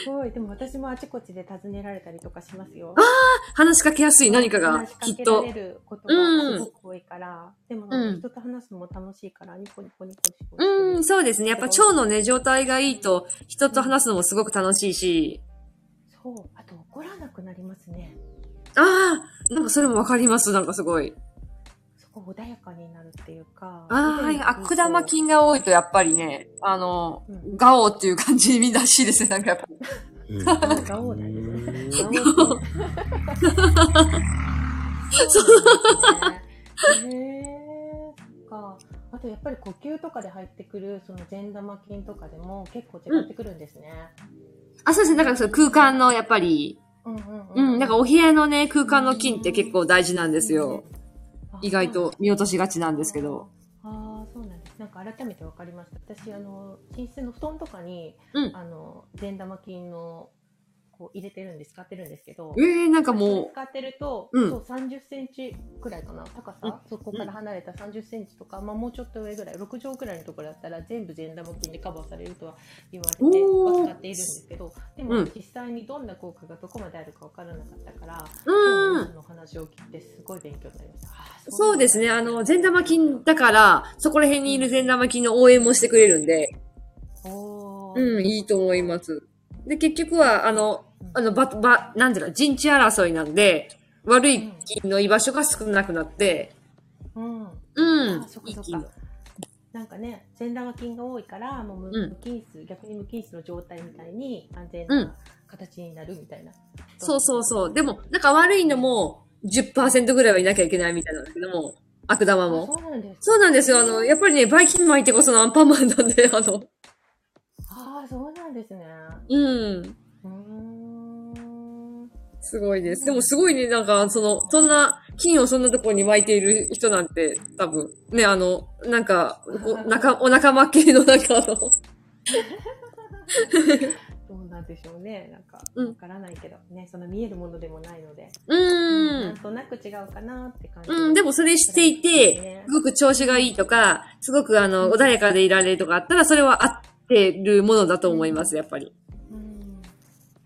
[SPEAKER 4] ごい。でも私もあちこちで尋ねられたりとかしますよ。
[SPEAKER 2] 話しかけやすい何かが
[SPEAKER 4] 話し、
[SPEAKER 2] き
[SPEAKER 4] か
[SPEAKER 2] っ
[SPEAKER 4] け
[SPEAKER 2] と
[SPEAKER 4] られ。ることがすごく多いから、でもなんか人と話すのも楽しいから、ニコニコニコニコ。
[SPEAKER 2] うん、
[SPEAKER 4] そ
[SPEAKER 2] そうですね。やっぱ腸のね、状態がいいと、人と話すのもすごく楽しいし、
[SPEAKER 4] う。あと怒らなくなりますね。
[SPEAKER 2] ああ、なんかそれもわかります。なんかすごい。
[SPEAKER 4] そこ穏やかになるっていうか。
[SPEAKER 2] ああ、はい。悪玉。菌が多いと、やっぱりね、あの
[SPEAKER 4] う、ん
[SPEAKER 2] ガオっていう感じにみんならしいですね。なんかやっぱり。
[SPEAKER 4] ガオなんですね。
[SPEAKER 1] う
[SPEAKER 4] ガオそうなんですね。へーかあとやっぱり呼吸とかで入ってくるその善玉菌とかでも結構違ってくるんですね。
[SPEAKER 2] あ、そうですね。だからその空間の、やっぱり、
[SPEAKER 4] うんうん
[SPEAKER 2] うん、なんかお部屋のね、空間の菌って結構大事なんですよ。。意外と見落としがちなんですけど。
[SPEAKER 4] ああそうなんですなんか改めて分かりました私あの寝室の布団とかに、
[SPEAKER 2] うん
[SPEAKER 4] あの善玉菌のこう入れてるんで使ってるんですけど
[SPEAKER 2] ええなんか
[SPEAKER 4] それ
[SPEAKER 2] も
[SPEAKER 4] 使ってると、
[SPEAKER 2] うん
[SPEAKER 4] そう30センチくらいかな高さ、そこから離れた30センチとか、まあ、もうちょっと上ぐらい6畳くらいのところだったら全部善玉菌でカバーされるとは言われて
[SPEAKER 2] おー
[SPEAKER 4] 使っているんですけどで
[SPEAKER 2] う
[SPEAKER 4] も
[SPEAKER 2] ん
[SPEAKER 4] 実際にどんな効果がどこまであるか分からなかったから、
[SPEAKER 2] う、
[SPEAKER 4] 今
[SPEAKER 2] う
[SPEAKER 4] 日
[SPEAKER 2] ん。
[SPEAKER 4] のお話を聞いてすごい勉強になりましたあー
[SPEAKER 2] そ
[SPEAKER 4] な
[SPEAKER 2] うん
[SPEAKER 4] だ
[SPEAKER 2] ですね。あの、善玉菌だから、そこら辺にいる善玉菌の応援もしてくれるんで、
[SPEAKER 4] おー
[SPEAKER 2] うん、いいと思います。で、結局は、あの、あの、ば、ば、なんていうの、陣地争いなんで、悪い菌の居場所が少なくなって、
[SPEAKER 4] うん、
[SPEAKER 2] うん
[SPEAKER 4] あそっ、か
[SPEAKER 2] いい
[SPEAKER 4] そっ
[SPEAKER 2] 菌
[SPEAKER 4] か。なんかね、善玉菌が多いから、もう無
[SPEAKER 2] うん
[SPEAKER 4] 無菌室、逆に無菌室の状態みたいに安全
[SPEAKER 2] うん
[SPEAKER 4] な形になるみたいな。
[SPEAKER 2] そうそうそう。でも、なんか悪いのも10%ぐらいはいなきゃいけないみたいなんだけども、悪
[SPEAKER 4] あ
[SPEAKER 2] 玉
[SPEAKER 4] そ
[SPEAKER 2] も。
[SPEAKER 4] うなんです。
[SPEAKER 2] そうなんですよ。あの、やっぱりね、バイキンマンいてこそのアンパンマンなんで、あの、
[SPEAKER 4] ああ、そうなんですね。
[SPEAKER 2] うん、
[SPEAKER 4] うー ん。
[SPEAKER 2] すごいです。でもすごいね、なんか、その、そんな、菌をそんなところに巻いている人なんて、多分、ね、あの、なんか、お仲、お仲間系の中の、
[SPEAKER 4] どうなんでしょうね。なんか、
[SPEAKER 2] うん
[SPEAKER 4] わからないけど、ね、その見えるものでもないので、
[SPEAKER 2] う
[SPEAKER 4] なんん。となく違うかなって感じ。
[SPEAKER 2] うん、でもそれしていて、すごく調子がいいとか、すごくあの、穏やかでいられるとかあったら、それは合ってるものだと思います、やっぱり。
[SPEAKER 4] うん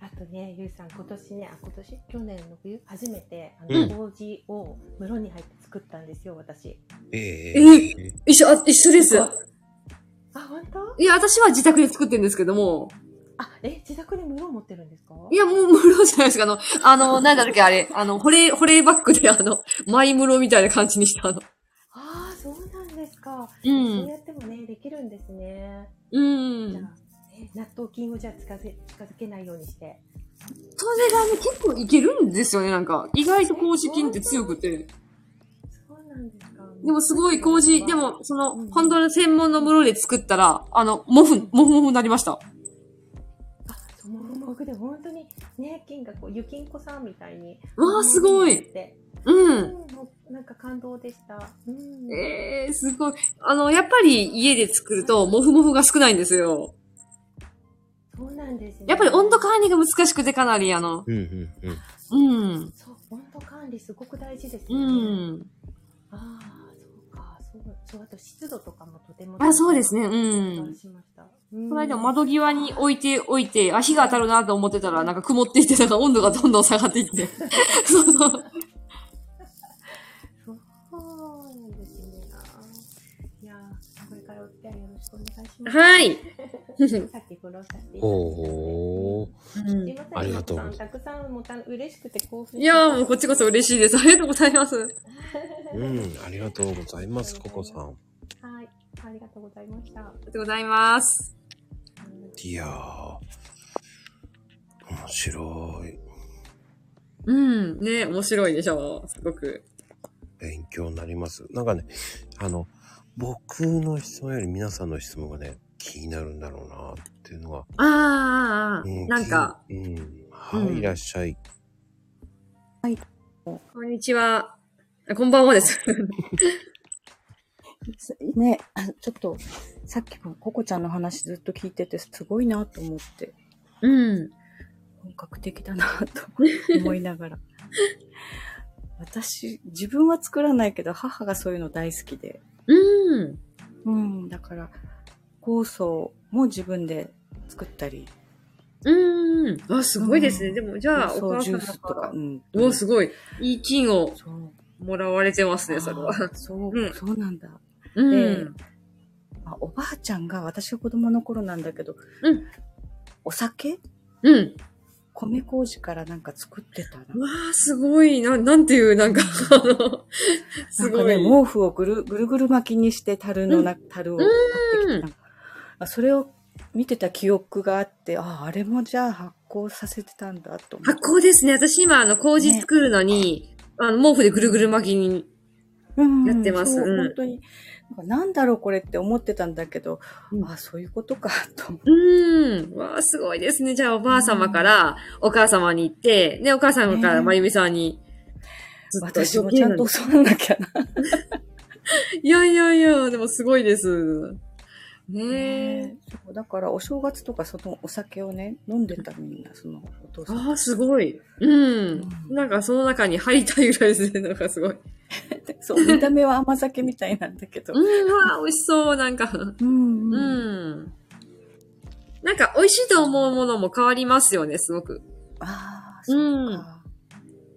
[SPEAKER 4] あとね、ゆうさん、今年ね、あ、今年去年の冬、初めて、あ
[SPEAKER 1] うん
[SPEAKER 4] の、麹を室に入って作ったんですよ、私。
[SPEAKER 1] えええ
[SPEAKER 2] 一緒、あ一緒です。
[SPEAKER 4] あ、本当
[SPEAKER 2] いや、私は自宅で作ってるんですけども、
[SPEAKER 4] あ、え、自宅で室を持ってるんですか
[SPEAKER 2] いや、もう無料じゃないですか、あの、あの、なんだっけ、あれ、あの、保冷、保冷バッグで、あの、マイムロみたいな感じにした、あの、
[SPEAKER 4] ああ、そうなんですか。
[SPEAKER 2] う、
[SPEAKER 4] そうんやってもね、できるんですね。
[SPEAKER 2] う
[SPEAKER 4] じゃ
[SPEAKER 2] ん。
[SPEAKER 4] あ、え納豆菌をじゃあ近づ近づけないようにして。
[SPEAKER 2] それがね、結構いけるんですよね、なんか。意外と麹菌って強くて。
[SPEAKER 4] そうなんですか。
[SPEAKER 2] でもすごい麹、でも、その
[SPEAKER 4] う、ん
[SPEAKER 2] 本当の専門の室で作ったら、あの、モフ、モフモフになりました。
[SPEAKER 4] あ、そう、もふもふで本当に、ね、菌がこう、ゆきんこさんみたいに。
[SPEAKER 2] わあすごい
[SPEAKER 4] って
[SPEAKER 2] う。
[SPEAKER 4] うんん、もうなんか感動でした。うん。
[SPEAKER 2] ええー、すごい。あの、やっぱり家で作ると、モフモフが少ないんですよ。
[SPEAKER 4] そうなんですね。
[SPEAKER 2] やっぱり温度管理が難しくてかなり、あの、
[SPEAKER 1] うんうんうん。
[SPEAKER 2] うん。
[SPEAKER 4] そう、温度管理すごく大事です
[SPEAKER 2] う
[SPEAKER 4] よね。
[SPEAKER 2] ん。
[SPEAKER 4] ああ、そうか、そう、そう、あと湿度とかもとても。
[SPEAKER 2] あ、そうですね。。う
[SPEAKER 4] 感
[SPEAKER 2] ん。
[SPEAKER 4] じました。こ
[SPEAKER 2] この
[SPEAKER 4] の
[SPEAKER 2] 間窓際に置いておいて、あ、火が当たるなと思ってたら、なんか曇っていて、なんか温度がどんどん下がってい って。そうそう。
[SPEAKER 4] そうなんですね。あーいやー、これからお付き合いよろしくお願いします。
[SPEAKER 2] はい。
[SPEAKER 4] さっきフォローさせていただきました。
[SPEAKER 1] おー。
[SPEAKER 2] うん
[SPEAKER 4] すいません、
[SPEAKER 1] ありがとう
[SPEAKER 4] ゆうこさんたくさんもた嬉しくて興奮
[SPEAKER 2] いやー、もうこっちこそ嬉しいです。ありがとうございます。
[SPEAKER 1] うん、ありがとうございます、ココさん。
[SPEAKER 4] しはい、ありがとうございました。
[SPEAKER 2] ありがとうございます。
[SPEAKER 4] うん
[SPEAKER 1] いやー、面白い。
[SPEAKER 2] うん。ね、面白いでしょすごく。
[SPEAKER 1] 勉強になります。なんかね、あの、僕の質問より皆さんの質問がね、気になるんだろうなっていうのが。
[SPEAKER 2] あ
[SPEAKER 1] う
[SPEAKER 2] ーあーあー、なんか、。
[SPEAKER 1] 気にうん。はい、
[SPEAKER 2] うん
[SPEAKER 1] いらっしゃい。
[SPEAKER 2] こんにちは。あこんばんはです。
[SPEAKER 5] ね、あちょっと、さっきもココちゃんの話ずっと聞いてて、すごいなと思って、
[SPEAKER 2] うん。
[SPEAKER 5] 本格的だな と思いながら。私、自分は作らないけど、母がそういうの大好きで。
[SPEAKER 2] うん。
[SPEAKER 5] うん、だから、酵素も自分で作ったり、
[SPEAKER 2] うーん。あ、すごいですね。
[SPEAKER 5] うん
[SPEAKER 2] でも、じゃあ、
[SPEAKER 5] 酵
[SPEAKER 2] お
[SPEAKER 5] 素
[SPEAKER 2] 母
[SPEAKER 5] ジ
[SPEAKER 2] さ
[SPEAKER 5] ュ
[SPEAKER 2] ん
[SPEAKER 5] ー
[SPEAKER 2] と
[SPEAKER 5] スとか
[SPEAKER 2] か。。
[SPEAKER 5] うん。
[SPEAKER 2] うわ、すごい。いい金を
[SPEAKER 5] そう。
[SPEAKER 2] もらわれてますね、それは。
[SPEAKER 5] あーそう、
[SPEAKER 2] うん
[SPEAKER 5] そうなんだ。
[SPEAKER 2] う
[SPEAKER 5] で
[SPEAKER 2] ん。
[SPEAKER 5] まあ、おばあちゃんが、私が子供の頃なんだけど、
[SPEAKER 2] うん
[SPEAKER 5] お酒
[SPEAKER 2] うん。
[SPEAKER 5] 米麹からなんか作ってたな。
[SPEAKER 2] うわあ、すごい。な、なんていう、なんか、あの、
[SPEAKER 5] な
[SPEAKER 2] す
[SPEAKER 5] んか
[SPEAKER 2] ご
[SPEAKER 5] ね、
[SPEAKER 2] い。
[SPEAKER 5] 毛布をぐるぐるぐる巻きにして樽のな、樽を買って
[SPEAKER 2] う
[SPEAKER 5] きた。あそれを見てた記憶があって、ああ、あれもじゃあ発酵させてたんだと思
[SPEAKER 2] 発酵ですね。私今、あの、麹
[SPEAKER 5] ね
[SPEAKER 2] 作るのに、あの、毛布でぐるぐる巻きに。
[SPEAKER 5] う。うん
[SPEAKER 2] やってます
[SPEAKER 5] そう
[SPEAKER 2] うん
[SPEAKER 5] 本当に。なんかなんだろうこれって思ってたんだけど、
[SPEAKER 2] うん
[SPEAKER 5] あそういうことか、と思って。
[SPEAKER 2] うーん。わあ、すごいですね。じゃあ、おばあ様から、お母様に行って、ね、お母様から、
[SPEAKER 5] ね
[SPEAKER 2] まゆみさんに。ずっと
[SPEAKER 5] 私もちゃんと教わんなきゃな。
[SPEAKER 2] いやいやいや、でもすごいです。ねえ。
[SPEAKER 5] そうだからお正月とかそのお酒をね、飲んでたみんな、そのお父さん。
[SPEAKER 2] ああ、すごい。うん。なんかその中に入りたいぐらいですね。なんかすごい。
[SPEAKER 5] そう、見た目は甘酒みたいなんだけど。
[SPEAKER 2] うん、わあ、美味しそう。なんか。
[SPEAKER 5] う
[SPEAKER 2] う
[SPEAKER 5] んうん。
[SPEAKER 2] ん。なんか美味しいと思うものも変わりますよね、すごく。
[SPEAKER 5] ああ、そうか。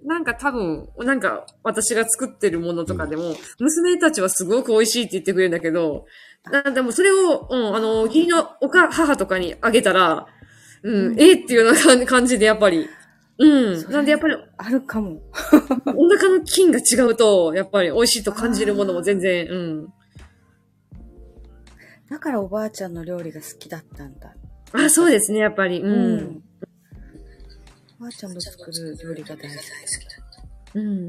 [SPEAKER 2] なんか多分、なんか私が作ってるものとかでも、娘たちはすごく美味しいって言ってくれるんだけど、なでもそれを、うん、あの、義理のおか、母とかにあげたら、うん、
[SPEAKER 5] うん
[SPEAKER 2] えーっていうような感感じでやっぱり、う
[SPEAKER 5] そ
[SPEAKER 2] ん。
[SPEAKER 5] れ
[SPEAKER 2] なんでやっぱり
[SPEAKER 5] あるかも。
[SPEAKER 2] お腹の菌が違うと、やっぱり美味しいと感じるものも全然、うん。
[SPEAKER 5] だからおばあちゃんの料理が好きだったんだ。
[SPEAKER 2] あ、そうですね、やっぱり。う。。
[SPEAKER 5] うんおばあちゃんの作る料理が大好きだ。
[SPEAKER 2] うん。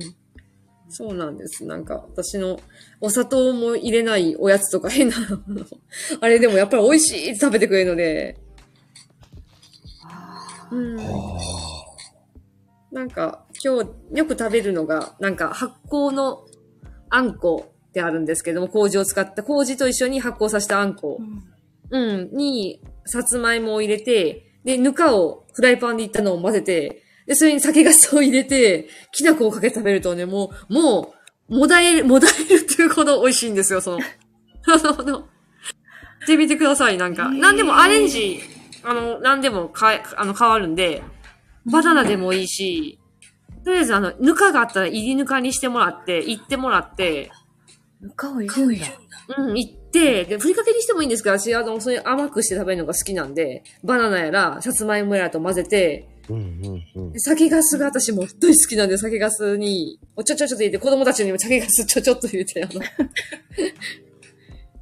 [SPEAKER 2] そうなんです。なんか、私のお砂糖も入れないおやつとか変なもの。あれでもやっぱり美味しいって食べてくれるので。うん。なんか、今日よく食べるのが、なんか発酵のあんこってあるんですけども、麹を使った、麹と一緒に発酵させたあんこ。うん、に、さつまいもを入れて、で、ぬかをフライパンでいったのを混ぜて、で、それに酒粕を入れて、きな粉をかけて食べるとね、もう、もう、もだえる、もだえるっていうほど美味しいんですよ、その。 あの、やってみてください、なんか。
[SPEAKER 5] へー
[SPEAKER 2] なんでもアレンジ、あの、なんでもかえ、あの、変わるんで、バナナでもいいし、とりあえず、あの、ぬかがあったら、入りぬかにしてもらって、いってもらって、
[SPEAKER 5] ぬかを入れるんだ。
[SPEAKER 2] うん、行って、で、ふりかけにしてもいいんですけど、私、あの、そういう甘くして食べるのが好きなんで、バナナやら、さつまいもやらと混ぜて、
[SPEAKER 1] うんうんうん
[SPEAKER 2] で。酒粕が私も大好きなんで、酒粕に、おちょちょちょっと入れて、子供たちにも酒粕ちょちょっと入れ て、あの、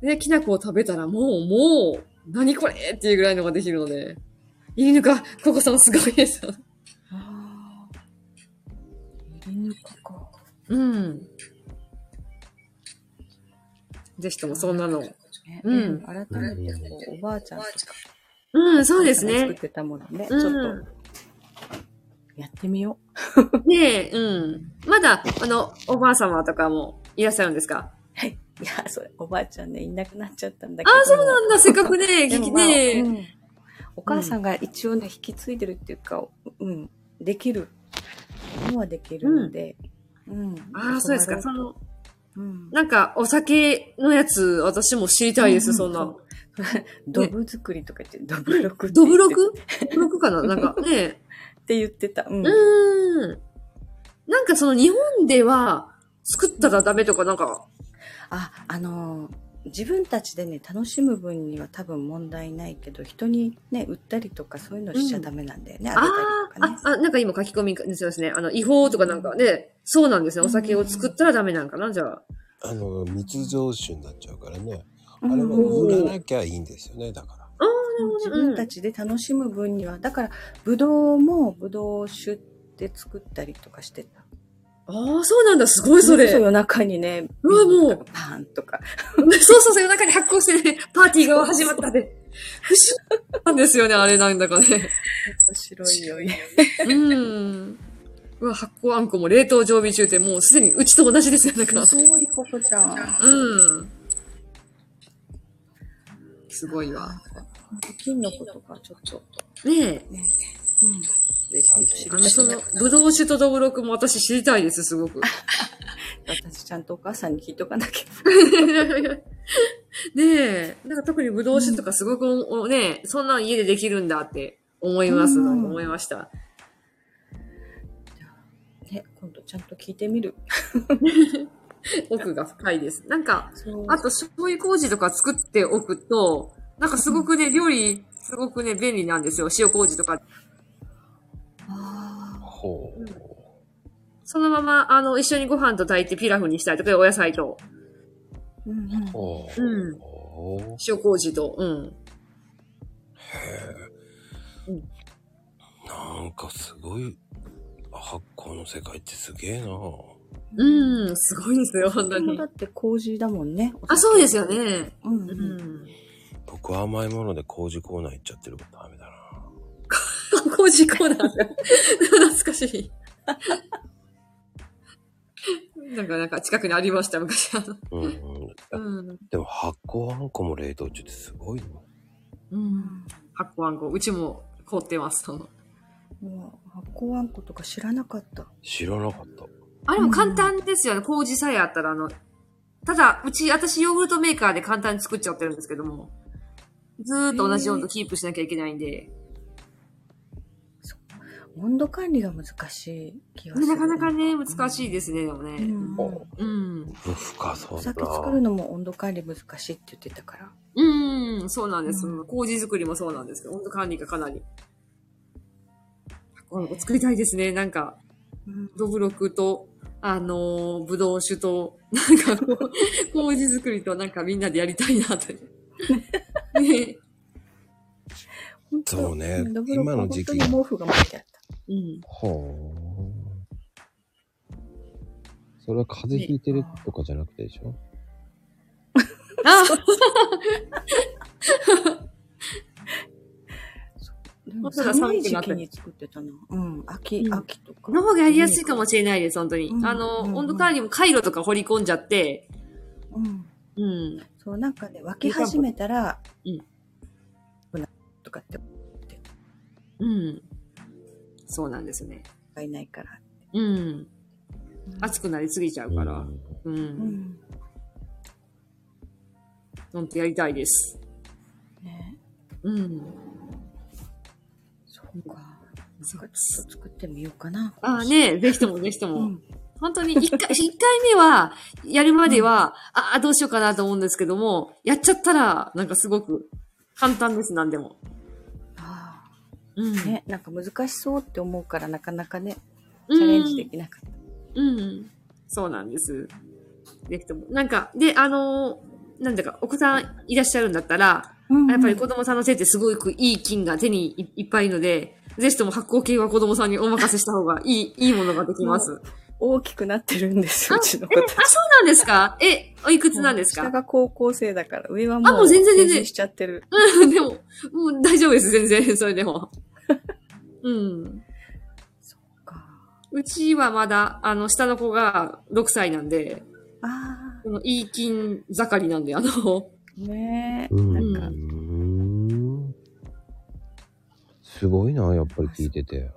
[SPEAKER 2] で、きな粉を食べたら、もう、もう、何これっていうぐらいのができるので、いいのか、ココさんすごいです。
[SPEAKER 5] ああ。入れぬかか。
[SPEAKER 2] うん。ぜひともそんなの。
[SPEAKER 5] ね
[SPEAKER 2] うん
[SPEAKER 5] うん。改めてこう、おばあちゃんとか
[SPEAKER 2] うん、そうです
[SPEAKER 5] お母さんが
[SPEAKER 2] ね
[SPEAKER 5] 作っ。てたものね、ち
[SPEAKER 2] うん
[SPEAKER 5] ょっと。やってみよ
[SPEAKER 2] ねえ、うん。まだ、あの、おばあ様とかもいらっしゃるんですか
[SPEAKER 5] う。いや、それ、おばあちゃんね、いなくなっちゃったんだけど。
[SPEAKER 2] あそうなんだ、せっか くね、
[SPEAKER 5] で
[SPEAKER 2] 聞
[SPEAKER 5] も
[SPEAKER 2] き
[SPEAKER 5] まあ
[SPEAKER 2] ね。
[SPEAKER 5] うんお母さんが一応ね、引き継いでるっていうか、うん、できる。のはできるので。うん。
[SPEAKER 2] ああ、そうですか。そ
[SPEAKER 5] 教わろ
[SPEAKER 2] の、
[SPEAKER 5] うとうん。
[SPEAKER 2] なんか、お酒のやつ、私も知りたいです、
[SPEAKER 5] うん
[SPEAKER 2] そんな。
[SPEAKER 5] ドブ作りとか言って、ドブロクって言って。
[SPEAKER 2] ドブロクドブロクか ななんか、ね
[SPEAKER 5] って言ってた。うん
[SPEAKER 2] う。ーん。なんかその日本では、作ったらダメとか、なんか、
[SPEAKER 5] あ、あのー自分たちでね、楽しむ分には多分問題ないけど、人にね、売ったりとかそういうのしちゃダメなんだよね。あ
[SPEAKER 2] あ
[SPEAKER 5] げた
[SPEAKER 2] あ
[SPEAKER 5] りとかね。
[SPEAKER 2] ー、あ、あ、なんか今書き込みですよね。あの、違法とかなんかね、そうなんですね。お酒を作ったらダメなんかな、じゃあ。
[SPEAKER 1] あの、密造酒になっちゃうからね。あ
[SPEAKER 5] う
[SPEAKER 1] れは
[SPEAKER 5] ん
[SPEAKER 1] 売らなきゃいいんですよね、だから。
[SPEAKER 5] 自分たちで楽しむ分には、だから、ぶどうもぶどう酒って作ったりとかしてた。
[SPEAKER 2] ああ、そうなんだ、すごいそれ。
[SPEAKER 5] 夜中にね、
[SPEAKER 2] うわもう
[SPEAKER 5] パーンとか。
[SPEAKER 2] そう そうそう、夜中に発行してね、パーティーが始まったで。不思議なんですよね、あれなんだかね。
[SPEAKER 5] 面白いよ。
[SPEAKER 2] うん。うわ、発酵あんこも冷凍常備中って、もうすでにうちと同じですよ、だから。
[SPEAKER 5] すごい、ココちゃん。
[SPEAKER 2] うん。すごいわ。
[SPEAKER 5] 金のことがちょっと。
[SPEAKER 2] ねえ。
[SPEAKER 5] うん。
[SPEAKER 2] ぜひぜひ
[SPEAKER 5] あ
[SPEAKER 2] あの、その、ぶどう酒とどぶろくも私知りたいです、すごく。
[SPEAKER 5] 私ちゃんとお母さんに聞いとかなきゃ。
[SPEAKER 2] ねえ。なんか特にぶどう酒とかすごくお、おねえ、そんなん家でできるんだって思います、
[SPEAKER 5] うん
[SPEAKER 2] 思いました。
[SPEAKER 5] ね、今度ちゃんと聞いてみる。
[SPEAKER 2] 奥が深いです。なんか、
[SPEAKER 5] そう
[SPEAKER 2] あと、醤油麹とか作っておくと、なんかすごくね、料理、すごくね、便利なんですよ。塩麹とか。
[SPEAKER 5] あ
[SPEAKER 1] ほう。
[SPEAKER 2] そのまま、あの、一緒にご飯と炊いてピラフにしたりとか、お野菜と、
[SPEAKER 5] ーうんうん
[SPEAKER 1] ほう。
[SPEAKER 2] うん
[SPEAKER 1] ほう
[SPEAKER 2] 塩麹と、うん。
[SPEAKER 1] ななんかすごい、発酵の世界ってすげえな
[SPEAKER 2] うん、すごいですよ、本当
[SPEAKER 5] でも
[SPEAKER 2] に
[SPEAKER 5] だ。って麹だもんね。
[SPEAKER 2] あ、そうですよ。ね。
[SPEAKER 5] うん、
[SPEAKER 2] う
[SPEAKER 5] うん。
[SPEAKER 2] ん。
[SPEAKER 1] 僕は甘いもので麹コーナー行っちゃってるからダメだな
[SPEAKER 2] 工事コーナー。 懐かしい。 なんか、なんか近くにありました、昔。あの
[SPEAKER 1] うん、うん。
[SPEAKER 2] うん。
[SPEAKER 1] でも発酵あんこも冷凍中ってすごいよ。
[SPEAKER 2] うん。発酵あんこ。うちも凍ってます、その。
[SPEAKER 5] もう発酵あんことか知らなかった。
[SPEAKER 1] 知らなかった。
[SPEAKER 2] あれも簡単ですよね。麹さえあったら、あの、ただ、うち、私、ヨーグルトメーカーで簡単に作っちゃってるんですけども、ずーっと同じ温度キープしなきゃいけないんで、
[SPEAKER 5] 温度管理が難しい気がする。
[SPEAKER 2] なかなかね、難しいですね、でも
[SPEAKER 5] う
[SPEAKER 2] ね。
[SPEAKER 5] ん。
[SPEAKER 1] お
[SPEAKER 2] うん。
[SPEAKER 1] 深そ
[SPEAKER 5] お
[SPEAKER 1] うだ
[SPEAKER 5] 酒作る
[SPEAKER 1] な
[SPEAKER 5] のも温度管理難しいって言ってたから。
[SPEAKER 2] うん、そうなんです。そ
[SPEAKER 5] うん
[SPEAKER 2] の麹作りもそうなんですけど、温度管理がかなり。お作りたいですね、なんか。
[SPEAKER 5] うん。
[SPEAKER 2] どぶろくと、あのー、ぶどう酒と、なんかこう、 麹作りとなんかみんなでやりたいなと。ね。
[SPEAKER 5] 本当
[SPEAKER 1] そうね
[SPEAKER 5] んどぶろく
[SPEAKER 1] 今の時期
[SPEAKER 5] 本当に毛布が巻いてあった。
[SPEAKER 2] うん。
[SPEAKER 3] ほう。それは風邪ひいてるとかじゃなくてでしょ
[SPEAKER 2] あ
[SPEAKER 5] でも
[SPEAKER 2] そうだ寒
[SPEAKER 5] 寒い
[SPEAKER 2] く
[SPEAKER 5] 時
[SPEAKER 2] なった
[SPEAKER 5] 期に作ってたな。うん。秋、
[SPEAKER 2] うん
[SPEAKER 5] 秋とか。
[SPEAKER 2] の方がやりやすいかもしれないです、本当に。
[SPEAKER 5] うん
[SPEAKER 2] あの、
[SPEAKER 5] うん
[SPEAKER 2] 温度管理も回路とか掘り込んじゃって、
[SPEAKER 5] うん。
[SPEAKER 2] うん。
[SPEAKER 5] そう、なんかね、沸き始めたら、
[SPEAKER 2] うん。
[SPEAKER 5] とかって、
[SPEAKER 2] うん。そうなんですね。
[SPEAKER 5] がいないから。
[SPEAKER 2] うん。熱くなりすぎちゃうか
[SPEAKER 3] う
[SPEAKER 2] ら。
[SPEAKER 3] ん
[SPEAKER 2] うん。
[SPEAKER 5] うん。
[SPEAKER 2] なんてやりたいです。
[SPEAKER 5] ね。
[SPEAKER 2] うん。
[SPEAKER 5] そうか。
[SPEAKER 2] そ
[SPEAKER 5] そううちょっと作ってみようかな。
[SPEAKER 2] ああね、ぜひともぜひと
[SPEAKER 5] う
[SPEAKER 2] も。
[SPEAKER 5] ん。
[SPEAKER 2] 本当に一 回、一回目は、やるまでは、ああ、どうしようかなと思うんですけども、やっちゃったら、なんかすごく簡単です、なんでも。
[SPEAKER 5] あ
[SPEAKER 2] うん。
[SPEAKER 5] あ。ね、なんか難しそうって思うから、なかなかね、
[SPEAKER 2] う
[SPEAKER 5] チ
[SPEAKER 2] ん、
[SPEAKER 5] ャレンジできなかった。
[SPEAKER 2] うん。そうなんです。ぜひとも。なんか、で、あのーなんだか、お子さんいらっしゃるんだったら、
[SPEAKER 5] うん
[SPEAKER 2] やっぱり子供さんのせいってすごくいい菌が手にいいっぱいいるので、ぜひとも発酵系は子供さんにお任せした方がいい、いいものができ ます。あ、
[SPEAKER 5] 大きくなってるんですよ、うちの子
[SPEAKER 2] そうなんですかえ、おいくつなんです
[SPEAKER 5] 下
[SPEAKER 2] か
[SPEAKER 5] が高校生だから、上は
[SPEAKER 2] あも
[SPEAKER 5] も
[SPEAKER 2] う
[SPEAKER 5] う
[SPEAKER 2] 全然全然
[SPEAKER 5] 成人しちゃってる。
[SPEAKER 2] でも、もう大丈夫です、全然、 それでも。うん。
[SPEAKER 5] あ
[SPEAKER 2] うちはまだ、あの、下の子が6歳なんで、
[SPEAKER 5] あ
[SPEAKER 2] この、いい金盛りなんで、あの、
[SPEAKER 5] ー、ねえ。
[SPEAKER 3] うん
[SPEAKER 5] なんか、
[SPEAKER 1] うんすごいな、やっぱり聞いてて。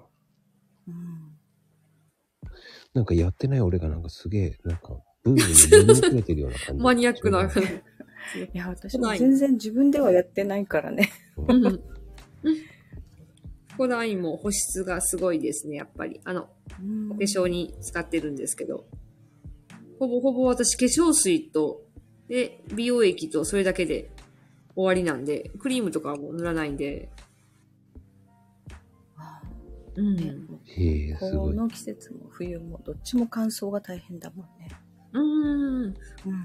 [SPEAKER 5] うん
[SPEAKER 3] なんかやってない俺がなんかすげえ、なんかブームに飲みくれてるような感じ。
[SPEAKER 2] マニアックな。
[SPEAKER 5] いや、私も全然自分ではやってないからね。
[SPEAKER 2] うん。コダインも保湿がすごいですね、やっぱり。あの、
[SPEAKER 5] うん
[SPEAKER 2] お化粧に使ってるんですけど。ほぼほぼ私、化粧水と、で、美容液とそれだけで終わりなんで、クリームとかはもう塗らないんで。
[SPEAKER 5] あ
[SPEAKER 2] う
[SPEAKER 5] ーね
[SPEAKER 2] ん。
[SPEAKER 3] へえ、
[SPEAKER 5] こ
[SPEAKER 3] すごい。
[SPEAKER 5] の季節も冬もどっちも乾燥が大変だもんね。
[SPEAKER 2] うん。
[SPEAKER 5] うん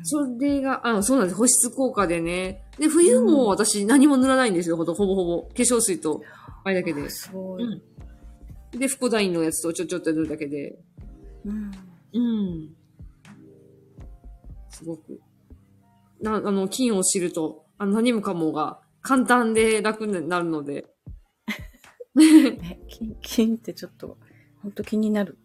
[SPEAKER 2] それが、あの、そうなんです。保湿効果でね。で、冬も私何も塗らないんですよ。ほどほぼほぼ。化粧水と、あれだけで
[SPEAKER 5] あ。すごい。
[SPEAKER 2] うんで、フコダインのやつとちょちょっと塗るだけで。
[SPEAKER 5] うん
[SPEAKER 2] うん。すごく。な、あの、菌を知ると、あの、何もかもが簡単で楽になるので。
[SPEAKER 5] ね、金、金ってちょっと、ほんと気になる。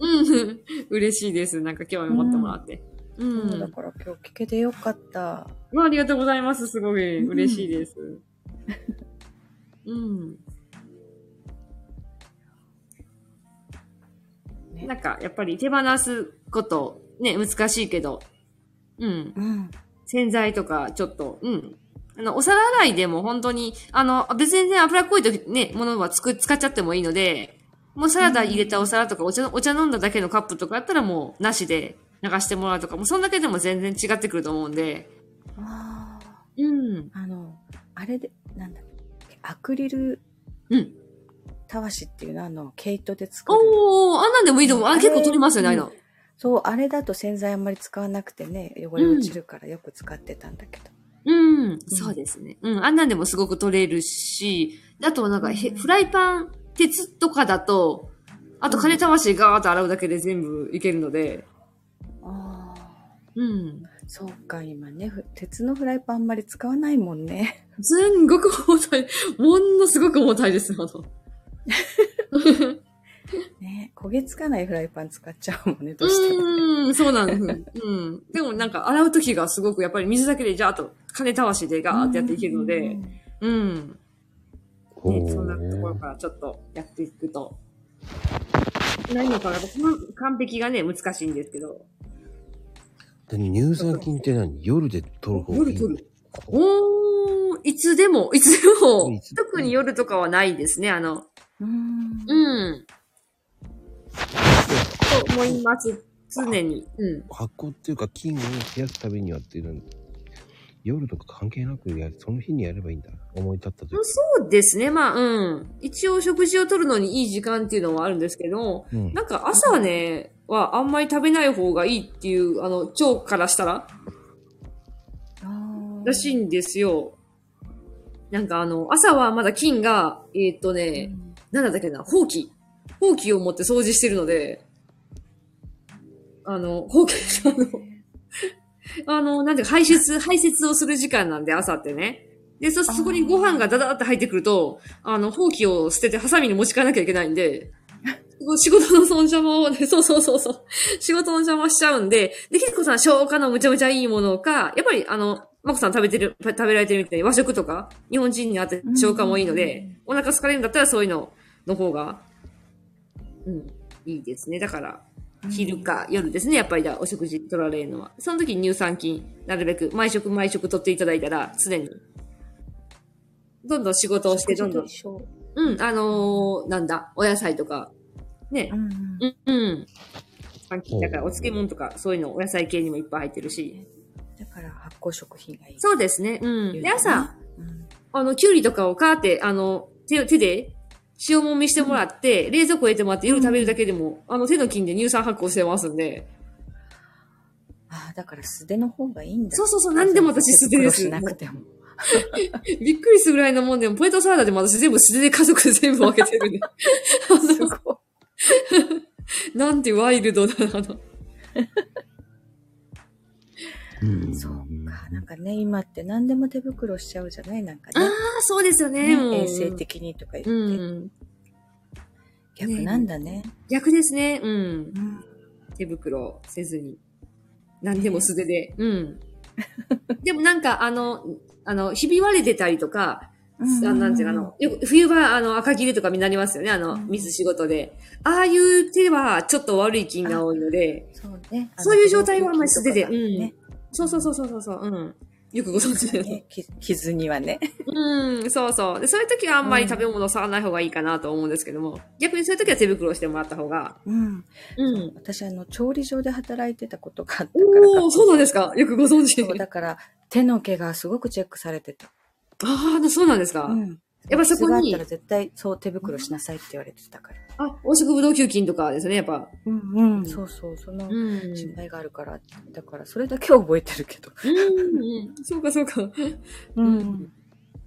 [SPEAKER 2] うん。 嬉しいです。なんか興味持ってもらって。う
[SPEAKER 5] だ
[SPEAKER 2] ん。
[SPEAKER 5] から今日聞けてよかった。
[SPEAKER 2] まあ、ありがとうございます。すごい嬉しいです。うん。
[SPEAKER 5] ね
[SPEAKER 2] なんか、やっぱり手放すこと、ね、難しいけど、うん。
[SPEAKER 5] うん。
[SPEAKER 2] 洗剤とか、ちょっと、うん。あの、お皿洗いでも本当に、あの、別にね、油っこいとね、ものはつく、使っちゃってもいいので、もうサラダ入れたお皿とか、お茶、お茶飲んだだけのカップとかやったらもう、なしで流してもらうとか、もうそんだけでも全然違ってくると思うんで、
[SPEAKER 5] ああ。
[SPEAKER 2] うん。
[SPEAKER 5] あの、あれで、なんだっけ、アクリル
[SPEAKER 2] うん。
[SPEAKER 5] たわしっていうの、あの、毛糸で作る。
[SPEAKER 2] おー、あんなんでもいいと思う。あ、結構取りますよね、ああいうの。
[SPEAKER 5] そう、あれだと洗剤あんまり使わなくてね、汚れ落ちるからよく使ってたんだけど。
[SPEAKER 2] うん、そうですね。うん、あんなんでもすごく取れるし、あとはなんかへ、
[SPEAKER 5] うん
[SPEAKER 2] フライパン鉄とかだと、あと金魂ガーッと洗うだけで全部いけるので、
[SPEAKER 5] ああ。
[SPEAKER 2] うん。
[SPEAKER 5] そうか、今ね、ふ鉄のフライパンあんまり使わないもんね。
[SPEAKER 2] すんごく重たい。ものすごく重たいです、あの。
[SPEAKER 5] ね、焦げつかないフライパン使っちゃうもんね、どうしても。
[SPEAKER 2] うーん、そうなんです。 うん。でもなんか洗うときがすごくやっぱり水だけでジャーッと金たわしでガーってやっていけるの
[SPEAKER 5] う
[SPEAKER 2] で、
[SPEAKER 5] ん
[SPEAKER 2] うん。
[SPEAKER 3] ほ
[SPEAKER 2] ね、そんな
[SPEAKER 3] うね
[SPEAKER 2] ところからちょっとやっていくと。ないのかなその完璧がね、難しいんですけど。
[SPEAKER 3] で乳酸菌って何夜で取る方がいい
[SPEAKER 2] 夜取おー、いつでも、 いつでも
[SPEAKER 3] いつ、でも
[SPEAKER 2] 特に夜とかはないですね、あの、
[SPEAKER 5] うん
[SPEAKER 2] うん。と思います、常に。うん。
[SPEAKER 3] 発酵っていうか菌を冷やすためにはっていうの夜とか関係なくやその日にやればいいんだ思い立った時
[SPEAKER 2] うんそうですね。まあ、うん。一応食事をとるのにいい時間っていうのはあるんですけど、
[SPEAKER 3] うん
[SPEAKER 2] なんか朝ね、はあんまり食べない方がいいっていう、あの、腸からしたら、
[SPEAKER 5] あー
[SPEAKER 2] らしいんですよ。なんかあの、朝はまだ菌が、えーっとね、なんだったっけな、ほうき。ほうきを持って掃除してるので、あの、ほうき、あの、あの、 なんていうか、排泄、排泄をする時間なんで、朝ってね。で、そ、そこにご飯がダダーって入ってくると、あの、ほうきを捨てて、ハサミに持ち帰らなきゃいけないんで、仕事のその邪魔を、ね、 そうそうそうそう、仕事の邪魔しちゃうんで、で、結構さん、消化のむちゃむちゃいいものか、やっぱり、あの、マコさん食べてる、食べられてるみたいに和食とか、日本人にあって消化もいいので、お腹疲れるんだったらそういうのの方が、うん、いいですね。だから、昼か夜ですね、やっぱりだ、お食事取られるのは。その時に乳酸菌、なるべく毎食毎食取っていただいたら、常に。どんどん仕事をして、どんどん
[SPEAKER 5] 食。事と
[SPEAKER 2] うん、あのーなんだ、お野菜とか、ね
[SPEAKER 5] 一緒う、
[SPEAKER 2] う
[SPEAKER 5] ん
[SPEAKER 2] ん、うん。酸菌だから、お漬物とか、そういうの、お野菜系にもいっぱい入ってるし。
[SPEAKER 5] だから発酵食品がいい。
[SPEAKER 2] そうですね、うん。で、朝、
[SPEAKER 5] うん
[SPEAKER 2] あの、キュウリとかをカーって、あの、手、手で、塩もみしてもらって、冷蔵庫入れてもらって、夜食べるだけでも、あの、手の菌で乳酸発酵してますんで。
[SPEAKER 5] ああ、だから素手の方がいいんだ。
[SPEAKER 2] そうそうそう、何でも私素手で
[SPEAKER 5] 苦労
[SPEAKER 2] す。
[SPEAKER 5] しなくても。
[SPEAKER 2] びっくりするぐらいのもんでも、ポテトサラダでも私全部素手で家族で全部分けてるんで。
[SPEAKER 5] すごい。
[SPEAKER 2] なんてワイルドだな、あの。
[SPEAKER 3] うん
[SPEAKER 5] そうか。なんかね、今って何でも手袋しちゃうじゃないなんかね。
[SPEAKER 2] あ、そうですよね。
[SPEAKER 5] ね衛生。的にとか言って。
[SPEAKER 2] うん。
[SPEAKER 5] 逆なんだね。
[SPEAKER 2] 逆ですね。うん。
[SPEAKER 5] うん
[SPEAKER 2] 手袋せずに。何でも素手で。うん。 でもなんか、あの、あの、ひび割れてたりとか、あなんていうかあの、よく冬場、あの、赤切れとかみんなありますよね、あの、水仕事で。ああいう手は、ちょっと悪い菌が多いので、
[SPEAKER 5] そうね。
[SPEAKER 2] そういう状態はあんまり素手で
[SPEAKER 5] あのね
[SPEAKER 2] そうそうそうそうそう、うん。よくご存知で。
[SPEAKER 5] ねき 傷にはね。
[SPEAKER 2] うん、そうそう。で、そういう時はあんまり食べ物を触らない方がいいかなと思うんですけども、逆にそういう時は手袋をしてもらった方が。
[SPEAKER 5] うん。
[SPEAKER 2] うん。
[SPEAKER 5] 私、あの、調理場で働いてたことがあったから
[SPEAKER 2] おー、
[SPEAKER 5] 学校
[SPEAKER 2] そうなんですかよくご存知
[SPEAKER 5] そう。だから、手の毛がすごくチェックされてた。
[SPEAKER 2] ああ、そうなんですか、
[SPEAKER 5] うん。
[SPEAKER 2] やっぱそ
[SPEAKER 5] 傷
[SPEAKER 2] こ
[SPEAKER 5] があっ
[SPEAKER 2] に
[SPEAKER 5] たら、絶対、そう、手袋しなさいって言われてたから。
[SPEAKER 2] あ、黄色ブドウ球菌とかですね、やっぱ。
[SPEAKER 5] うんうん。そうそう、その
[SPEAKER 2] うん
[SPEAKER 5] 心配があるから。だから、それだけは覚えてるけど。
[SPEAKER 2] うん、そうかそうか。
[SPEAKER 5] うん。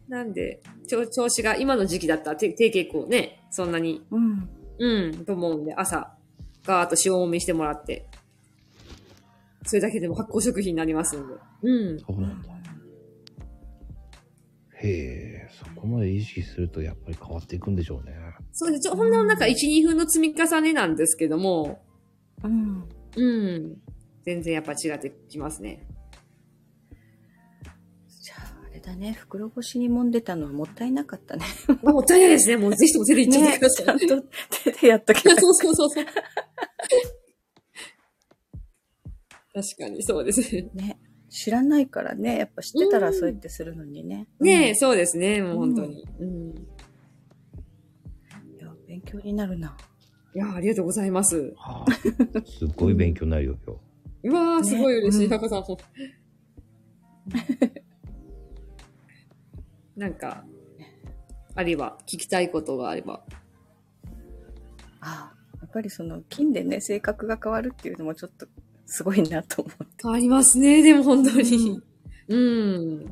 [SPEAKER 2] なんで、調調子が今の時期だったら、て低傾向ね、そんなに、
[SPEAKER 5] うん。
[SPEAKER 2] うん、と思うんで、朝、ガーッと塩もみしてもらって、それだけでも発酵食品になりますんで。うん。
[SPEAKER 3] そうなんだへえそこまで意識するとやっぱり変わっていくんでしょうね
[SPEAKER 2] そうです。ちょほんのなんか1、2分の積み重ねなんですけども、
[SPEAKER 5] うん。
[SPEAKER 2] うん。全然やっぱ違ってきますね。
[SPEAKER 5] じゃあ、あれだね。袋越しに揉んでたのはもったいなかったね。
[SPEAKER 2] もったいないですね。もうぜひとも手でいっちゃってください。
[SPEAKER 5] ねちゃんと手でやっとけばよか
[SPEAKER 2] そ
[SPEAKER 5] っ
[SPEAKER 2] うそうそうそう。確かに、そうですね。
[SPEAKER 5] たね。知らないからね。やっぱ知ってたらそうやってするのにね。
[SPEAKER 2] ねえ、そうですね、もう本当に。うん。
[SPEAKER 5] うん。いや、勉強になるな。
[SPEAKER 2] いやあ、ありがとうございます。
[SPEAKER 3] はあすごい勉強になるよ今日
[SPEAKER 2] うわー、
[SPEAKER 5] ね
[SPEAKER 2] すごい嬉しい、
[SPEAKER 5] うん
[SPEAKER 2] ハコさん。 なんか、あれば、聞きたいことがあれば。
[SPEAKER 5] ああ。やっぱりその、金でね、性格が変わるっていうのもちょっと、すごいなと思って。
[SPEAKER 2] ありますね、でも本当に。うん。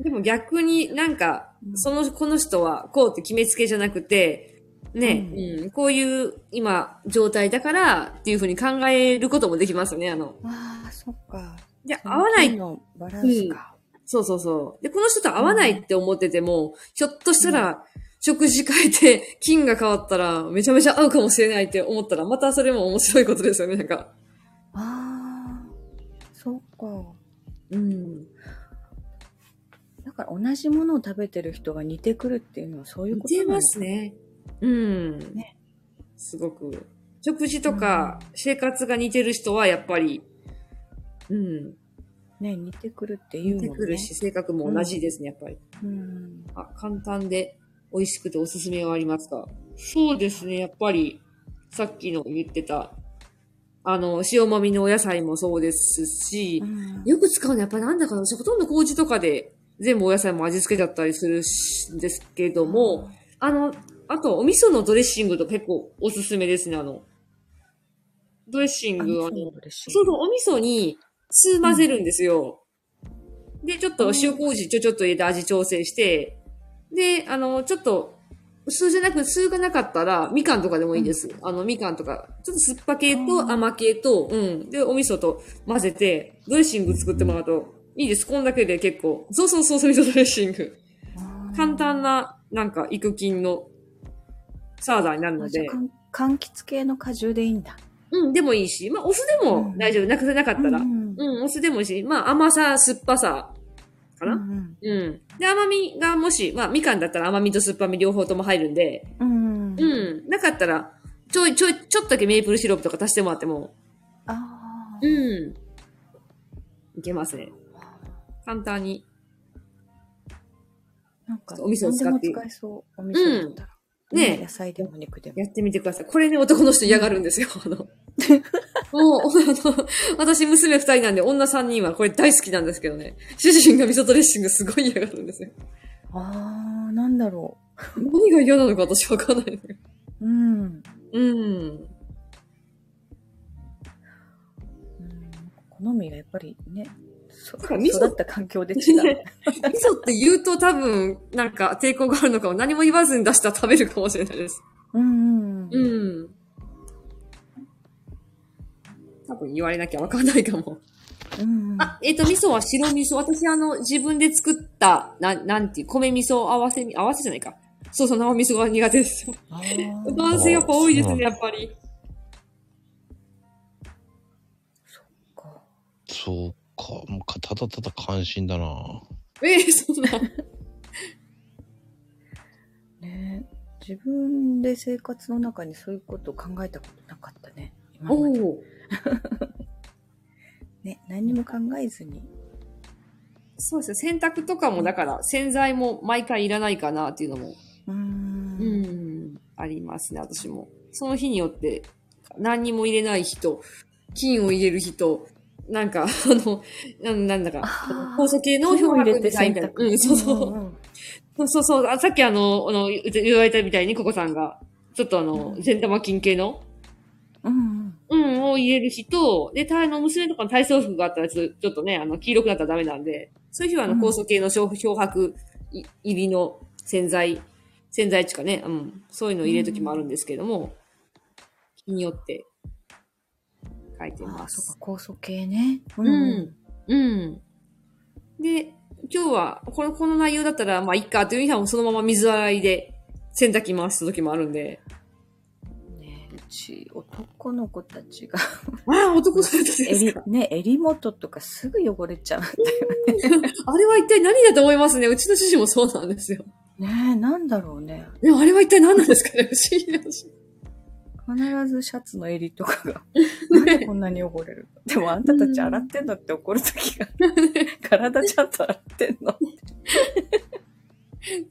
[SPEAKER 2] でも逆になんか、
[SPEAKER 5] うん
[SPEAKER 2] その、この人はこうって決めつけじゃなくて、ね、うん、こういう今状態だからっていうふうに考えることもできますね、あの。
[SPEAKER 5] ああ、そっか。
[SPEAKER 2] で、合わない
[SPEAKER 5] その金のバランスか。
[SPEAKER 2] そうそうそう。で、この人と合わないって思ってても、ひょっとしたら、食事変えて、菌が変わったら、めちゃめちゃ合うかもしれないって思ったら、またそれも面白いことですよね、なんか。
[SPEAKER 5] ああ、そっか。
[SPEAKER 2] うん。
[SPEAKER 5] だから同じものを食べてる人が似てくるっていうのはそういう
[SPEAKER 2] 似
[SPEAKER 5] ことな
[SPEAKER 2] て
[SPEAKER 5] んだ
[SPEAKER 2] ますね。うん。
[SPEAKER 5] ね
[SPEAKER 2] すごく。食事とか、生活が似てる人は、やっぱり、うん。
[SPEAKER 5] ね。似てくるっていうも
[SPEAKER 2] 似
[SPEAKER 5] んね。
[SPEAKER 2] てくるし、性格も同じですね、やっぱり。
[SPEAKER 5] うん。
[SPEAKER 2] あ、簡単で美味しくておすすめはありますかそうですね、やっぱり、さっきの言ってた、あの、塩もみのお野菜もそうですし
[SPEAKER 5] う、ん
[SPEAKER 2] よく使うのはやっぱりなんだかな、私ほとんど麹とかで全部お野菜も味付けちゃったりするしんですけども、あの、あとお味噌のドレッシングとか結構おすすめですね、あの、ドレッシン
[SPEAKER 5] あ
[SPEAKER 2] グ、あ
[SPEAKER 5] そ
[SPEAKER 2] の、
[SPEAKER 5] う嬉しい
[SPEAKER 2] そうそう、お味噌に酢混ぜるんですよ。で、ちょっと塩麹ちょちょっと入れて味調整して、で、あの、ちょっと、酢じゃなく、酢がなかったら、みかんとかでもいいです。あの、みかんとか、ちょっと酸っぱ系と甘系と、うん。で、お味噌と混ぜて、ドレッシング作ってもらうと、いいです。こんだけで結構。そうそうそう、そう味噌ドレッシング。簡単な、なんか、育菌のサラダになるの
[SPEAKER 5] あじゃ
[SPEAKER 2] で
[SPEAKER 5] あ。かん柑橘系の果汁でいいんだ。
[SPEAKER 2] うん、でもいいし、まあ、お酢でも大丈夫。なくせなかったら
[SPEAKER 5] う。ん
[SPEAKER 2] うん、お酢でもいいし、まあ甘さ、酸っぱさ、かな、
[SPEAKER 5] う
[SPEAKER 2] うん、
[SPEAKER 5] ん
[SPEAKER 2] で、甘みがもし、まあみかんだったら甘みと酸っぱみ両方とも入るんで、
[SPEAKER 5] うん。
[SPEAKER 2] う
[SPEAKER 5] うん。
[SPEAKER 2] ん、なかったら、ちょいちょい、ちょっとだけメープルシロップとか足してもらっても、
[SPEAKER 5] ああ
[SPEAKER 2] う。ん、いけますね。簡単に。
[SPEAKER 5] なんか、
[SPEAKER 2] お味噌を使って
[SPEAKER 5] 何でも使えそう。お味噌だった
[SPEAKER 2] う
[SPEAKER 5] ら。
[SPEAKER 2] んねえ
[SPEAKER 5] 野菜でも肉でも。
[SPEAKER 2] やってみてください。これね、男の人嫌がるんですよ。 あの、もう、あの、私娘二人なんで、女三人はこれ大好きなんですけどね。主人が味噌ドレッシングすごい嫌がるんですよ。
[SPEAKER 5] ああ、なんだろ
[SPEAKER 2] 何が嫌なのか私わかんないんだけど。
[SPEAKER 5] う。うん。
[SPEAKER 2] うん。
[SPEAKER 5] うん好みがやっぱりね、そ
[SPEAKER 2] だから味噌
[SPEAKER 5] 育った環境で違う。
[SPEAKER 2] 味噌って言うと多分、なんか抵抗があるのかも、何も言わずに出したら食べるかもしれないです。
[SPEAKER 5] うんうん。
[SPEAKER 2] うん。多分言われなきゃわかんないかも。
[SPEAKER 5] うんうん。
[SPEAKER 2] あ、えっ、と、味噌は白味噌。私、あの、自分で作った、な、なんていう、米味噌合わせ、合わせじゃないか。そうそう、生味噌が苦手ですよ。
[SPEAKER 5] あー
[SPEAKER 2] 男性やっぱ多いですね、やっぱり。
[SPEAKER 3] そうか、もうかただただ関心だな。
[SPEAKER 2] ええそんな。
[SPEAKER 5] ね自分で生活の中にそういうことを考えたことなかったね。今
[SPEAKER 2] お
[SPEAKER 5] まで
[SPEAKER 2] お。
[SPEAKER 5] ね、何にも考えずに。
[SPEAKER 2] そうですね。洗濯とかも、だから、洗剤も毎回いらないかな、っていうのも。
[SPEAKER 5] うー。
[SPEAKER 2] うんん、ありますね、私も。その日によって、何にも入れない人、菌を入れる人、なんか、あの、なんなんだか
[SPEAKER 5] あ、ー
[SPEAKER 2] 酵素系の表
[SPEAKER 5] 入れ
[SPEAKER 2] 面
[SPEAKER 5] て
[SPEAKER 2] みたいな。うん、そうそう。
[SPEAKER 5] んん
[SPEAKER 2] そうそうそうあ。さっきあの、あの、言って言われたみたいに、ココさんが、ちょっとあの、善玉菌系の、
[SPEAKER 5] うんうん。
[SPEAKER 2] うん、を入れる人、で、たあの、娘とかの体操服があったら、ちょっとちょっとね、あの、黄色くなったらダメなんで、そういう日は、あの、
[SPEAKER 5] うん
[SPEAKER 2] 酵素系の漂漂白い入りの洗剤、洗剤っちゅうかね、うん、そういうのを入れるときもあるんですけども、日によって、書いて
[SPEAKER 5] あ
[SPEAKER 2] ま
[SPEAKER 5] あ、
[SPEAKER 2] す。
[SPEAKER 5] そっか、酵素系ね。う
[SPEAKER 2] うん。うん。で、今日は、この、この内容だったら、まあ、いっか、という日はもうそのまま水洗いで洗濯機回す時もあるんで。
[SPEAKER 5] ねうち、男の子たちが、
[SPEAKER 2] ああ、男の人です
[SPEAKER 5] えり
[SPEAKER 2] か。、
[SPEAKER 5] ね、 襟元とかすぐ汚れちゃう。
[SPEAKER 2] あれは一体何だと思いますね。うちの主人もそうなんですよ。
[SPEAKER 5] ねえ、なんだろうね。
[SPEAKER 2] でもあれは一体何なんですかね。不思議な話。
[SPEAKER 5] 必ずシャツの襟と かが、なんでこんなに汚れるのでもあんたたち洗ってんのって怒ると きが、体ちゃんと洗ってんの。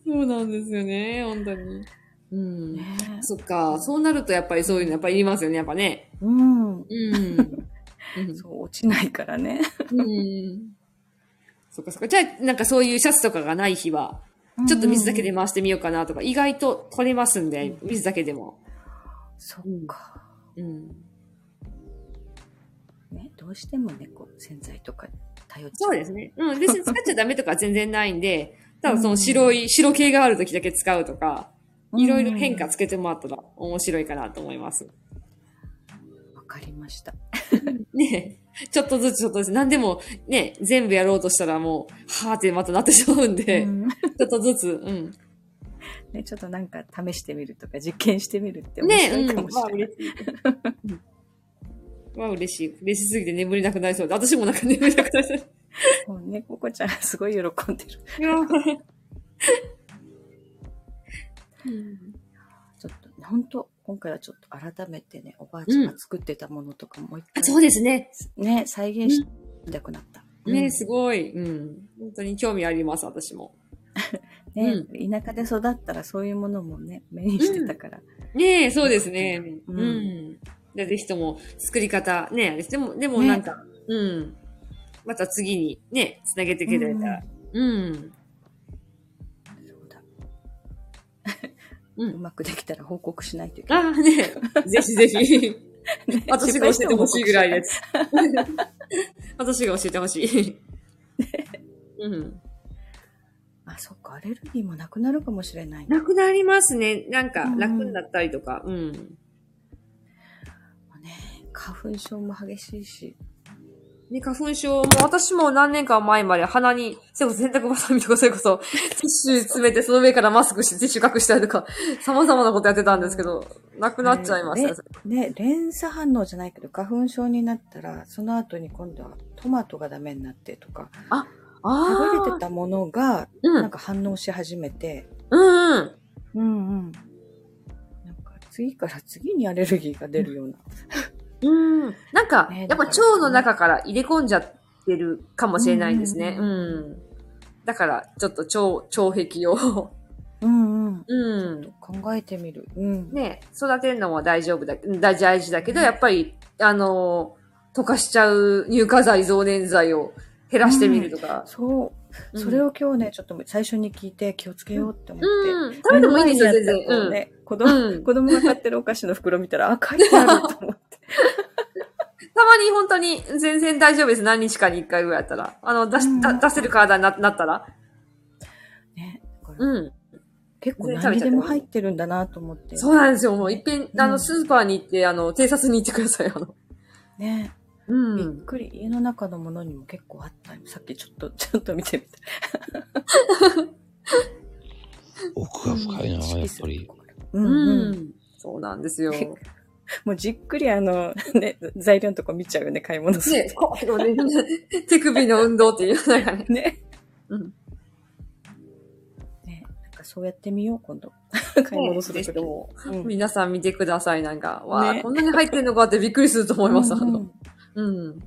[SPEAKER 2] そうなんですよね。本当に。うん。
[SPEAKER 5] ねえ
[SPEAKER 2] そっか。そうなるとやっぱりそういうのやっぱりいりますよね。やっぱね。
[SPEAKER 5] う
[SPEAKER 2] う
[SPEAKER 5] ん。
[SPEAKER 2] ん。 うん
[SPEAKER 5] そう、落ちないからね。
[SPEAKER 2] うん。そっかそっか。じゃあ、なんかそういうシャツとかがない日は、ちょっと水だけで回してみようかなとか、意外と取れますんで、水だけでも。
[SPEAKER 5] そっ
[SPEAKER 2] うん
[SPEAKER 5] か。
[SPEAKER 2] うん。
[SPEAKER 5] ね、どうしてもね、こう、洗剤とかに頼っちゃう。
[SPEAKER 2] そうですね。うん。別に使っちゃダメとか全然ないんで、ただその白い、白系がある時だけ使うとか、いろいろ変化つけてもらったら面白いかなと思います。
[SPEAKER 5] わかりました。
[SPEAKER 2] ねえちょっとずつちょっとずつ、何でもね、全部やろうとしたらもう、はーってまたなってしまうんで、
[SPEAKER 5] うん
[SPEAKER 2] ちょっとずつ、うん。
[SPEAKER 5] ね、ちょっとなんか試してみるとか実験してみるって面
[SPEAKER 2] ねえ
[SPEAKER 5] 白いか
[SPEAKER 2] うん。
[SPEAKER 5] もしれ
[SPEAKER 2] まあ
[SPEAKER 5] ない。
[SPEAKER 2] 嬉しい。うんまあ嬉しい。嬉しすぎて眠れなくなりそうで。私もなんか眠れなくなりそう。
[SPEAKER 5] もうね、ココちゃんす ごい喜んでる。
[SPEAKER 2] いやー
[SPEAKER 5] ちょっと、本当今回はちょっと改めてね、おばあちゃんが作ってたものとかもう一
[SPEAKER 2] あ
[SPEAKER 5] 回、
[SPEAKER 2] そうですね。
[SPEAKER 5] ね、再現しなくなった。
[SPEAKER 2] ね
[SPEAKER 5] うん
[SPEAKER 2] すごい。うん。本当に興味あります、私も。
[SPEAKER 5] ね、田舎で育ったらそういうものもね、目にしてたから。
[SPEAKER 2] ねえ、そうですね。う。
[SPEAKER 5] うんん
[SPEAKER 2] じゃあぜひとも作り方、ねあれです。でも、でもなんか、うん。また次にね、つなげていけたら。うん。
[SPEAKER 5] そうだ
[SPEAKER 2] う。
[SPEAKER 5] うんまくできたら報告しないといけ
[SPEAKER 2] あ
[SPEAKER 5] な
[SPEAKER 2] あ、
[SPEAKER 5] い。
[SPEAKER 2] ねえぜひぜ ひ。
[SPEAKER 5] ね
[SPEAKER 2] 私が教えてほしいぐらいで。
[SPEAKER 5] 失敗
[SPEAKER 2] す。私が教えてほしい。うん。
[SPEAKER 5] しても報告あ、そっか、アレルギーもなくなるかもしれないね。
[SPEAKER 2] なくなりますね。なんか
[SPEAKER 5] う、ん
[SPEAKER 2] 楽になったりとか。うん。
[SPEAKER 5] ね花粉症も激しいし。
[SPEAKER 2] ね、花粉症も、私も何年か前まで鼻に、それこそ洗濯バサミとか、それこそ、ティッシュ詰めて、その上からマスクして、ティッシュ隠したりとか、様々なことやってたんですけど、なくなっちゃいました。
[SPEAKER 5] ね、連鎖反応じゃないけど、花粉症になったら、その後に今度はトマトがダメになってとか、食べれ
[SPEAKER 2] あ
[SPEAKER 5] てたものが、
[SPEAKER 2] う
[SPEAKER 5] なん
[SPEAKER 2] ん。
[SPEAKER 5] か反応し始めて、
[SPEAKER 2] うんうん。
[SPEAKER 5] うんうん。なんか次から次にアレルギーが出るような。
[SPEAKER 2] うん。なんか、
[SPEAKER 5] ね
[SPEAKER 2] やっぱ
[SPEAKER 5] だから
[SPEAKER 2] 腸の中から入れ込んじゃってるかもしれないですね。う。
[SPEAKER 5] うん
[SPEAKER 2] だから、ちょっと腸、腸壁を、
[SPEAKER 5] うんうん。
[SPEAKER 2] うん。
[SPEAKER 5] 考えてみる。うん。
[SPEAKER 2] ね、育てるのは大丈夫だ、うん大大事だけど、
[SPEAKER 5] ね
[SPEAKER 2] やっぱり、あのー、溶かしちゃう乳化剤、増粘剤を減らしてみるとか。
[SPEAKER 5] そうう。
[SPEAKER 2] ん
[SPEAKER 5] それを今日ね、ちょっと最初に聞いて気をつけようって思って。
[SPEAKER 2] うん。食べてもいいんですよ、全然。
[SPEAKER 5] 目の前にあったこうね子供、
[SPEAKER 2] うん。うん。
[SPEAKER 5] 子供が買ってるお菓子の袋見たら、あ、書いてあると 思って。
[SPEAKER 2] たまに本当に全然大丈夫です。何日かに一回ぐらいやったら。あの、出し、
[SPEAKER 5] うん
[SPEAKER 2] だ出せる体にななったら。
[SPEAKER 5] ね。だから
[SPEAKER 2] うん。
[SPEAKER 5] 結構何にでも入ってるんだなと思って。
[SPEAKER 2] そうなんですよ。もう、いっぺん、あ
[SPEAKER 5] う
[SPEAKER 2] の、
[SPEAKER 5] ん
[SPEAKER 2] スーパーに行って、あの、偵察に行ってください。あの、
[SPEAKER 5] ね。
[SPEAKER 2] う
[SPEAKER 5] びっ
[SPEAKER 2] ん。
[SPEAKER 5] くり。家の中のものにも結構あった。さっきちょっと、 ちょっと見てみた。
[SPEAKER 3] 奥が深いな、やっぱり。
[SPEAKER 5] うん
[SPEAKER 2] う
[SPEAKER 5] うん。
[SPEAKER 2] ん。そうなんですよ。ね、
[SPEAKER 5] もうじっくりあの、 ね、材料のとこ見ちゃうよね、買い物すると。
[SPEAKER 2] こうね、手首の運動っていうのがね。
[SPEAKER 5] ね。
[SPEAKER 2] うん。
[SPEAKER 5] ね、なんかそうやってみよう、 今度。買い物す
[SPEAKER 2] ぜ
[SPEAKER 5] る
[SPEAKER 2] ひ
[SPEAKER 5] け
[SPEAKER 2] と
[SPEAKER 5] ど。
[SPEAKER 2] も
[SPEAKER 5] うん
[SPEAKER 2] 皆さん見てください。なんか、わあ、
[SPEAKER 5] ね
[SPEAKER 2] こんなに入ってんのかってびっくりすると思います。あ
[SPEAKER 5] うんう
[SPEAKER 2] の、
[SPEAKER 5] ん
[SPEAKER 2] うん。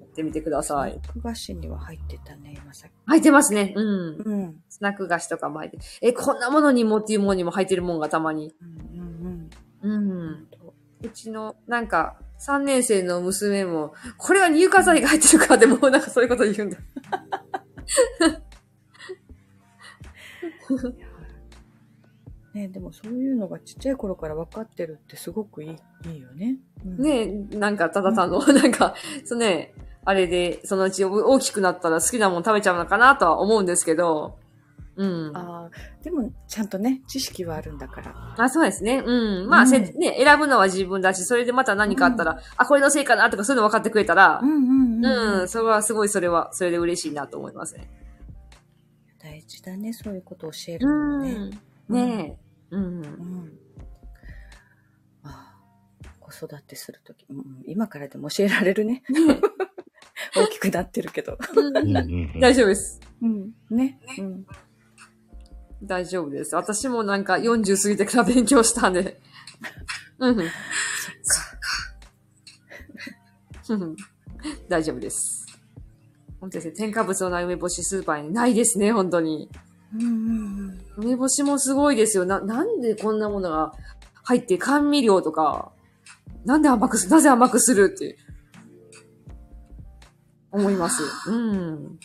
[SPEAKER 2] やってみてください。
[SPEAKER 5] スナック菓子には入ってたね、今さっき。
[SPEAKER 2] 入ってますね。うん。
[SPEAKER 5] うん。うん
[SPEAKER 2] スナック菓子とかも入って。え、こんなものにもっていうものにも入ってるもんがたまに。
[SPEAKER 5] うん
[SPEAKER 2] うん。うちの、なんか、3年生の娘も、これは乳化剤が入ってるからでも、なんかそういうこと言うんだ。
[SPEAKER 5] うん。ね、でもそういうのがちっちゃい頃から分かってるってすごくいいいいよね。うん、
[SPEAKER 2] ねえ、なんか、ただ単の、なんか、そのね、あれで、そのうち大きくなったら好きなもの食べちゃうのかなとは思うんですけど、うん。あ
[SPEAKER 5] ああ、でもちゃんとね、知識はあるんだから。
[SPEAKER 2] そうですね。うん。まあ、せ
[SPEAKER 5] うん
[SPEAKER 2] ね、選ぶのは自分だし、それでまた何かあったら、あ、これのせいかなとかそういうの分かってくれたら、
[SPEAKER 5] んうん
[SPEAKER 2] うん、それはすごい、それは、それで嬉しいなと思いますね。
[SPEAKER 5] 大事だね、そういうことを教える
[SPEAKER 2] う
[SPEAKER 5] のはね。
[SPEAKER 2] ん。ねえ。うん
[SPEAKER 5] うんああ子育てするとき、うんうん今からでも教えられるね。 大きくなってるけど。
[SPEAKER 3] うんうんうん
[SPEAKER 2] 大丈夫です。
[SPEAKER 5] うん、ね、うん。
[SPEAKER 2] 大丈夫です。私もなんか40過ぎてから勉強したんで。うん。そっか。うん。大丈夫です。本当ですね。添加物のない梅干しスーパーにないですね、本当に。
[SPEAKER 5] うんうん
[SPEAKER 2] 梅干しもすごいですよ。な、なんでこんなものが入って甘味料とか、なんで甘くす、なぜ甘くするって、思います。うん。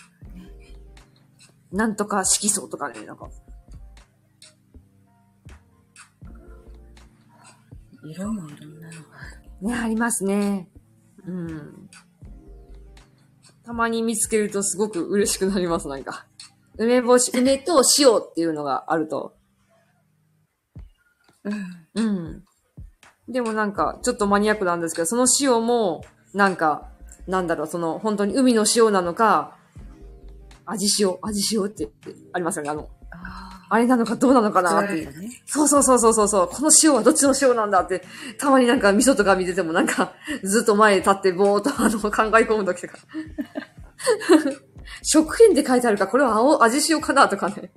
[SPEAKER 2] なんとか色素とかね、なんか。
[SPEAKER 5] うん色もいろんなのがある。
[SPEAKER 2] ね、ありますね。うん。たまに見つけるとすごく嬉しくなります、なんか。梅干し、梅と塩っていうのがあると。
[SPEAKER 5] うん。
[SPEAKER 2] うん。でもなんか、ちょっとマニアックなんですけど、その塩も、なんか、なんだろう、その、本当に海の塩なのか、味塩、味塩ってありますよね。あの、
[SPEAKER 5] あ
[SPEAKER 2] あれなのかどうなのか
[SPEAKER 5] あ。
[SPEAKER 2] なっていう。そうそうそうそうそうそう。この塩はどっちの塩なんだって、たまになんか味噌とか見ててもなんか、 ずっと前に立ってぼーっとあの考え込む時とか。 食品で書いてあるから、これは青、味塩かなとかね。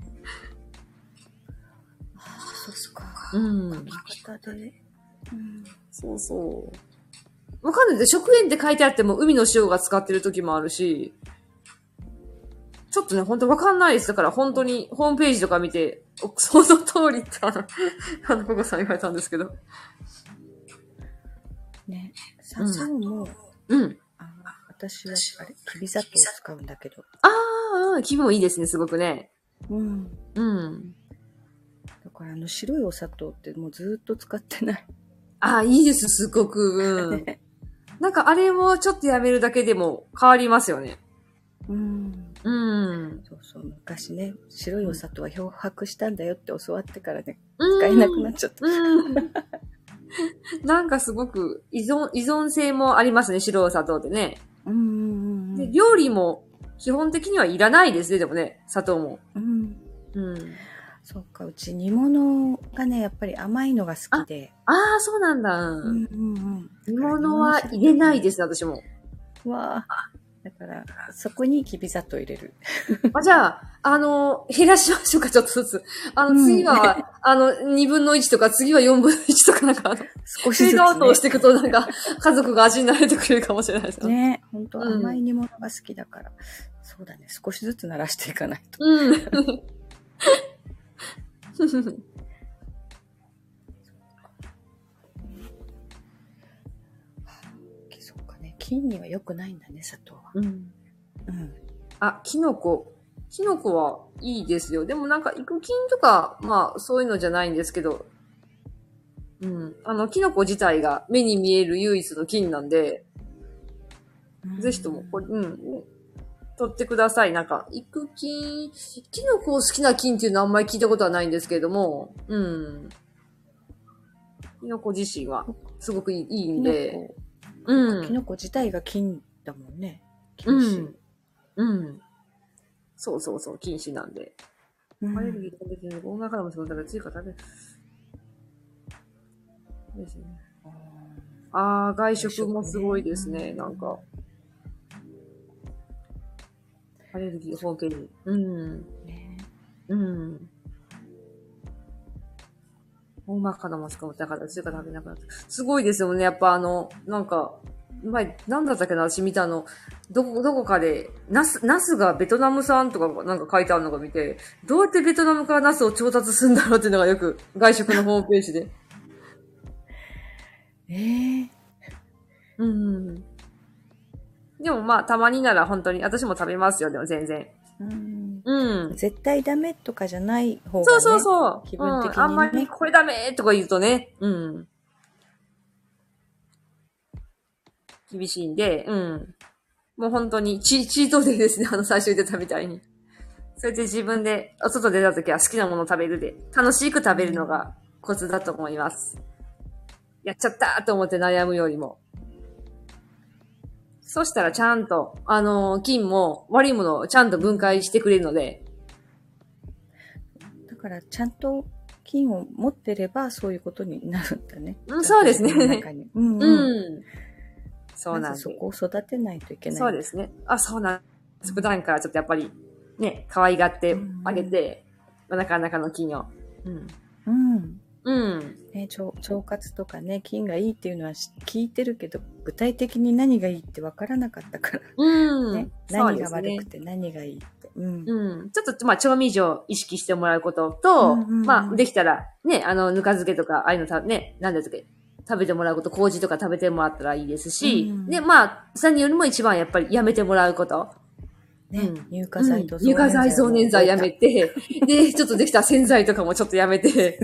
[SPEAKER 5] そうそうか。
[SPEAKER 2] うん。
[SPEAKER 5] 方で。うん。
[SPEAKER 2] そうそう。わかんないで、食塩って書いてあっても海の塩が使ってる時もあるし、ちょっとね、ほんとわかんないです。だから本当にホームページとか見て、おその通りってあの、 あの、ここさん言われたんですけど。
[SPEAKER 5] ね。
[SPEAKER 2] う
[SPEAKER 5] さ、
[SPEAKER 2] ん
[SPEAKER 5] サウも、
[SPEAKER 2] うん。
[SPEAKER 5] あの、私は、あれ、きび砂糖を使うんだけど。
[SPEAKER 2] あーあー、気分もいいですね、すごくね。
[SPEAKER 5] うん。
[SPEAKER 2] うん。
[SPEAKER 5] だから、あの、白いお砂糖ってもうずーっと使ってない。
[SPEAKER 2] ああ、いいです、すごく。うん。なんかあれもちょっとやめるだけでも変わりますよね。
[SPEAKER 5] うん。
[SPEAKER 2] うん。
[SPEAKER 5] そうそう、昔ね、白いお砂糖は漂白したんだよって教わってからね、
[SPEAKER 2] うん
[SPEAKER 5] 使えなくなっちゃった。
[SPEAKER 2] うん。なんかすごく依存、依存性もありますね、白お砂糖ってね。
[SPEAKER 5] うんうんうんう
[SPEAKER 2] で、
[SPEAKER 5] ん。
[SPEAKER 2] 料理も基本的にはいらないですね、でもね、砂糖も。
[SPEAKER 5] うん。
[SPEAKER 2] うん。
[SPEAKER 5] そうか、うち煮物がね、やっぱり甘いのが好きで。
[SPEAKER 2] ああ、そうなんだ。う
[SPEAKER 5] うんんうんうん。
[SPEAKER 2] 煮物は入れないですね、私も。
[SPEAKER 5] わあ。だから、そこにきび砂糖入れる。
[SPEAKER 2] あじゃあ、あの、減らしましょうか、ちょっとずつ。あ
[SPEAKER 5] う
[SPEAKER 2] の、
[SPEAKER 5] ん
[SPEAKER 2] 次は、あの、二分の一とか、次は四分の一とか、なんか、あの、
[SPEAKER 5] 少し
[SPEAKER 2] フェー
[SPEAKER 5] ず
[SPEAKER 2] ドアウトをし
[SPEAKER 5] つ
[SPEAKER 2] ていくと、なんか、家族が味に慣れてくれるかもしれないです
[SPEAKER 5] ね。
[SPEAKER 2] ね。
[SPEAKER 5] ね、本当
[SPEAKER 2] うん
[SPEAKER 5] 甘い煮物が好きだから、そうだね、少しずつ慣らしていかないと。
[SPEAKER 2] うん。
[SPEAKER 5] そうかね、菌には良くないんだね、砂糖は。
[SPEAKER 2] うん。
[SPEAKER 5] うん。
[SPEAKER 2] あ、キノコ。キノコはいいですよ。でもなんか、育菌とか、まあ、そういうのじゃないんですけど、うん。あの、キノコ自体が目に見える唯一の菌なんで、ぜひとも、これ、うん。取ってください。なんか、育菌、キノコを好きな菌っていうのはあんまり聞いたことはないんですけれども、うん。キノコ自身は、すごくいいいいん
[SPEAKER 5] キ
[SPEAKER 2] で、
[SPEAKER 5] ノ
[SPEAKER 2] う
[SPEAKER 5] コ、キ
[SPEAKER 2] ん。
[SPEAKER 5] ノコ自体が菌だもんね。
[SPEAKER 2] う
[SPEAKER 5] 菌種
[SPEAKER 2] ん。うん。そうそうそう、禁止なんで。
[SPEAKER 5] うん
[SPEAKER 2] アレルギーとか別に、この中でもそうだから追加食べる。ですね。あー、外食もすごいですね、なんか。アレルギー方形に。うん。
[SPEAKER 5] ね
[SPEAKER 2] うん。大まかなもしかも、だから中華食べなくなった。すごいですよね、やっぱあの、なんか、前、なんだったっけな、私見たあの、どこ、どこかで、ナス、ナスがベトナム産とかなんか書いてあるのが見て、どうやってベトナムからナスを調達するんだろうっていうのがよく、外食のホームページで。
[SPEAKER 5] えー、
[SPEAKER 2] うん。でもまあ、たまになら本当に、私も食べますよ、でも全然。
[SPEAKER 5] うん。
[SPEAKER 2] うん。
[SPEAKER 5] 絶対ダメとかじゃない方が、ね、
[SPEAKER 2] そうそうそう。
[SPEAKER 5] 気分的にね
[SPEAKER 2] うん。あんまりこれダメとか言うとね、うん。厳しいんで、うん。もう本当にチチートデイですね、あの最初言ってたみたいに。それで自分で、お外出た時は好きなものを食べるで、楽しく食べるのがコツだと思います。やっちゃったと思って悩むよりも。そしたらちゃんと、あの菌も悪いものをちゃんと分解してくれるので、
[SPEAKER 5] だから、ちゃんと菌を持ってれば、そういうことになるんだね。
[SPEAKER 2] うんそうですね
[SPEAKER 5] 自分の中にうん、うん。
[SPEAKER 2] うん。そうなん
[SPEAKER 5] ま
[SPEAKER 2] で
[SPEAKER 5] ず
[SPEAKER 2] す。
[SPEAKER 5] そこを育てないといけない。
[SPEAKER 2] そうですね。あ、そうなんです。普段からちょっとやっぱり、ね、可愛がってあげて、お腹の中の菌を。うん。
[SPEAKER 5] うん。
[SPEAKER 2] うん。
[SPEAKER 5] ね、腸腸活とかね、菌がいいっていうのはし聞いてるけど、具体的に何がいいって分からなかったから
[SPEAKER 2] うん。
[SPEAKER 5] ね。
[SPEAKER 2] そう
[SPEAKER 5] 何
[SPEAKER 2] で
[SPEAKER 5] が
[SPEAKER 2] すね
[SPEAKER 5] 悪くて何がいいって。うん。
[SPEAKER 2] うん。ちょっと、まあ、調味料を意識してもらうことと、
[SPEAKER 5] うんうんうん
[SPEAKER 2] まあ、できたら、ね、あの、ぬか漬けとか、ああいうのた、ね、なんだっけ、食べてもらうこと、麹とか食べてもらったらいいですし、
[SPEAKER 5] うん
[SPEAKER 2] で、まあ、さによりも一番やっぱりやめてもらうこと。
[SPEAKER 5] ね、
[SPEAKER 2] うん
[SPEAKER 5] 乳化剤と
[SPEAKER 2] うん乳化剤、増粘剤やめて、で、ちょっとできたら洗剤とかもちょっとやめて、
[SPEAKER 5] て。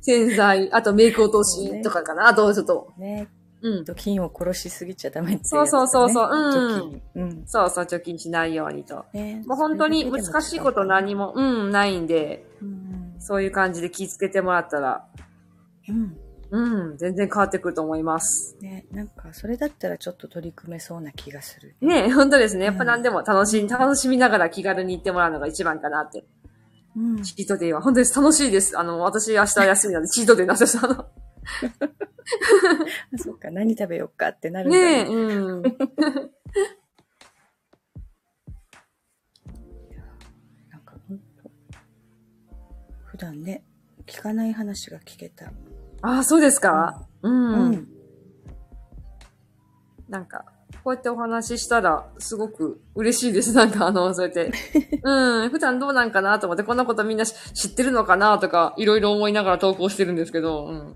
[SPEAKER 2] 洗剤、あとメイク落としとかかな、あとちょっと、
[SPEAKER 5] ね、
[SPEAKER 2] うん。
[SPEAKER 5] と菌を殺しすぎちゃダメってい
[SPEAKER 2] そうそうそうそう。う。
[SPEAKER 5] うんん。うん。
[SPEAKER 2] そうそう、貯金しないようにと。
[SPEAKER 5] ね
[SPEAKER 2] もう本当に難しいこと何も、うん、ないんで、
[SPEAKER 5] うん。
[SPEAKER 2] そういう感じで気つけてもらったら、
[SPEAKER 5] うん。
[SPEAKER 2] うん、全然変わってくると思います。
[SPEAKER 5] ね、なんか、それだったらちょっと取り組めそうな気がする。
[SPEAKER 2] ねえ、本当ですね。やっぱ何でも楽しみ、楽しみながら気軽に行ってもらうのが一番かなって。
[SPEAKER 5] うん。
[SPEAKER 2] チートデイは本当です。楽しいです。あの、私明日休みなんで、チートデイなんです。あの、
[SPEAKER 5] そっか、何食べようかってなるんだろう
[SPEAKER 2] ねえ、うん。
[SPEAKER 5] なんかほんと、普段ね、聞かない話が聞けた。
[SPEAKER 2] ああ、そうですか、
[SPEAKER 5] う
[SPEAKER 2] うん。なんか、こうやってお話ししたら、すごく嬉しいです。 なんか、あの、そうやって。うん、普段どうなんかなと思って、こんなことみんな知ってるのかなとか、いろいろ思いながら投稿してるんですけど、うん。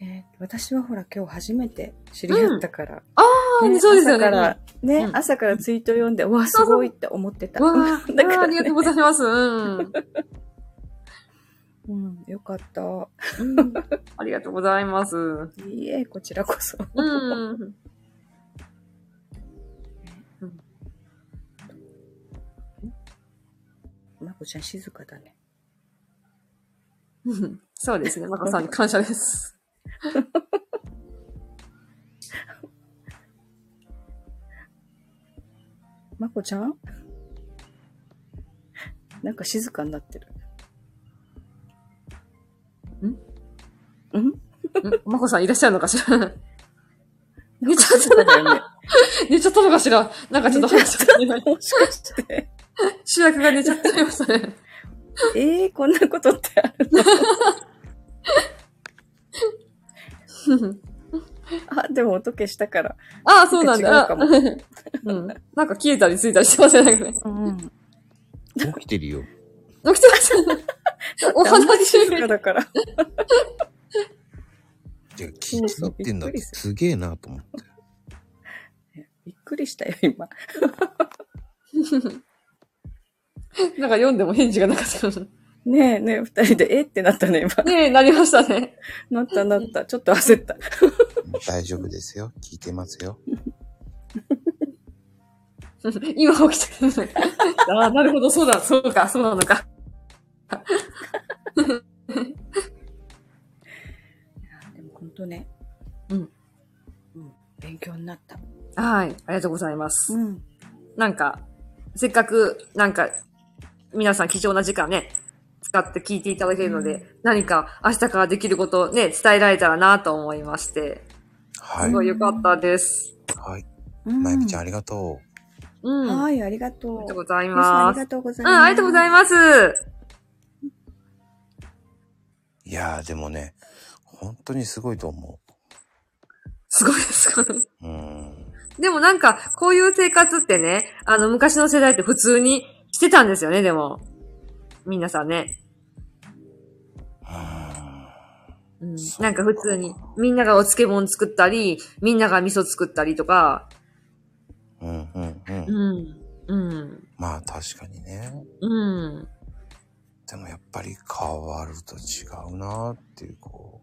[SPEAKER 5] ね私はほら、今日初めて知り合ったから。
[SPEAKER 2] ああ、そうですよ
[SPEAKER 5] 朝から
[SPEAKER 2] ね。、
[SPEAKER 5] ね、
[SPEAKER 2] うん
[SPEAKER 5] 朝からツイート読んで、うわ、すごいって思ってた。
[SPEAKER 2] わあ、
[SPEAKER 5] だからね
[SPEAKER 2] わあありがとうございます。 うん。
[SPEAKER 5] うん、よかった。
[SPEAKER 2] ありがとうございます。う
[SPEAKER 5] いいえ、こちらこそ。
[SPEAKER 2] ん。
[SPEAKER 5] まこちゃん静かだね。
[SPEAKER 2] そうですね。マコさんに感謝です。
[SPEAKER 5] まこちゃんなんか静かになってる。
[SPEAKER 2] ん
[SPEAKER 5] ん
[SPEAKER 2] んマコさんいらっしゃるのかしら 寝ちゃっ
[SPEAKER 5] 静かだよね。
[SPEAKER 2] た、寝ちゃったのかしらなんかちょっと話が 出ない。
[SPEAKER 5] もしかして。
[SPEAKER 2] 主役が寝ちゃってましたね。
[SPEAKER 5] ええー、こんなことってあるの あ、でも音消したから。
[SPEAKER 2] ああ、そうなんだ。
[SPEAKER 5] 違うかも
[SPEAKER 2] あ うん。なんか消えたりついたりしてませんなんかね。
[SPEAKER 5] うん。
[SPEAKER 1] 起きてるよ。
[SPEAKER 2] 起きてます。お話し
[SPEAKER 5] 静かだから。
[SPEAKER 1] いや、気になってんだってすげえなと思って。
[SPEAKER 5] びっくりしたよ、今。
[SPEAKER 2] なんか読んでも返事がなかった。
[SPEAKER 5] ねえねえ、二人で、えってなったね、今。
[SPEAKER 2] ねえ、なりましたね。
[SPEAKER 5] なったなった。ちょっと焦った。
[SPEAKER 1] 大丈夫ですよ。聞いてますよ。
[SPEAKER 2] 今起きてる。ああ、なるほど、そうだ、そうか、そうなのか。
[SPEAKER 5] でも本当ね。
[SPEAKER 2] うん。
[SPEAKER 5] うん。勉強になった。
[SPEAKER 2] はい、ありがとうございます。
[SPEAKER 5] ん。
[SPEAKER 2] なんか、せっかく、なんか、皆さん貴重な時間ね、使って聞いていただけるので、
[SPEAKER 5] うん
[SPEAKER 2] 何か明日からできることをね、伝えられたらなと思いまして、
[SPEAKER 1] は
[SPEAKER 2] す
[SPEAKER 1] い。
[SPEAKER 2] ごい良かったです。
[SPEAKER 1] はい。
[SPEAKER 5] うん
[SPEAKER 1] まゆみちゃんありがとう。
[SPEAKER 2] うん。あ
[SPEAKER 5] はい、ありがとう。
[SPEAKER 2] りがとうござい
[SPEAKER 5] 皆さん
[SPEAKER 2] ま
[SPEAKER 5] あり
[SPEAKER 2] す
[SPEAKER 5] が。とうござい
[SPEAKER 2] うん、
[SPEAKER 5] ます。
[SPEAKER 2] ありがとうござい
[SPEAKER 5] ま
[SPEAKER 2] ます。
[SPEAKER 1] いやー、でもね、本当にすごいと思
[SPEAKER 2] すごいですかね。
[SPEAKER 1] う。うーん。
[SPEAKER 2] でもなんか、こういう生活ってね、あの、昔の世代って普通にしてたんですよね、でも。皆さんね。
[SPEAKER 1] うーん
[SPEAKER 2] うん、なんか普通に、みんながお漬物作ったり、みんなが味噌作ったりとか、
[SPEAKER 1] うんうんう。
[SPEAKER 2] うんん、うん、
[SPEAKER 1] まあ確かにね。
[SPEAKER 2] うん。
[SPEAKER 1] でもやっぱり変わると違うなーっていう、こ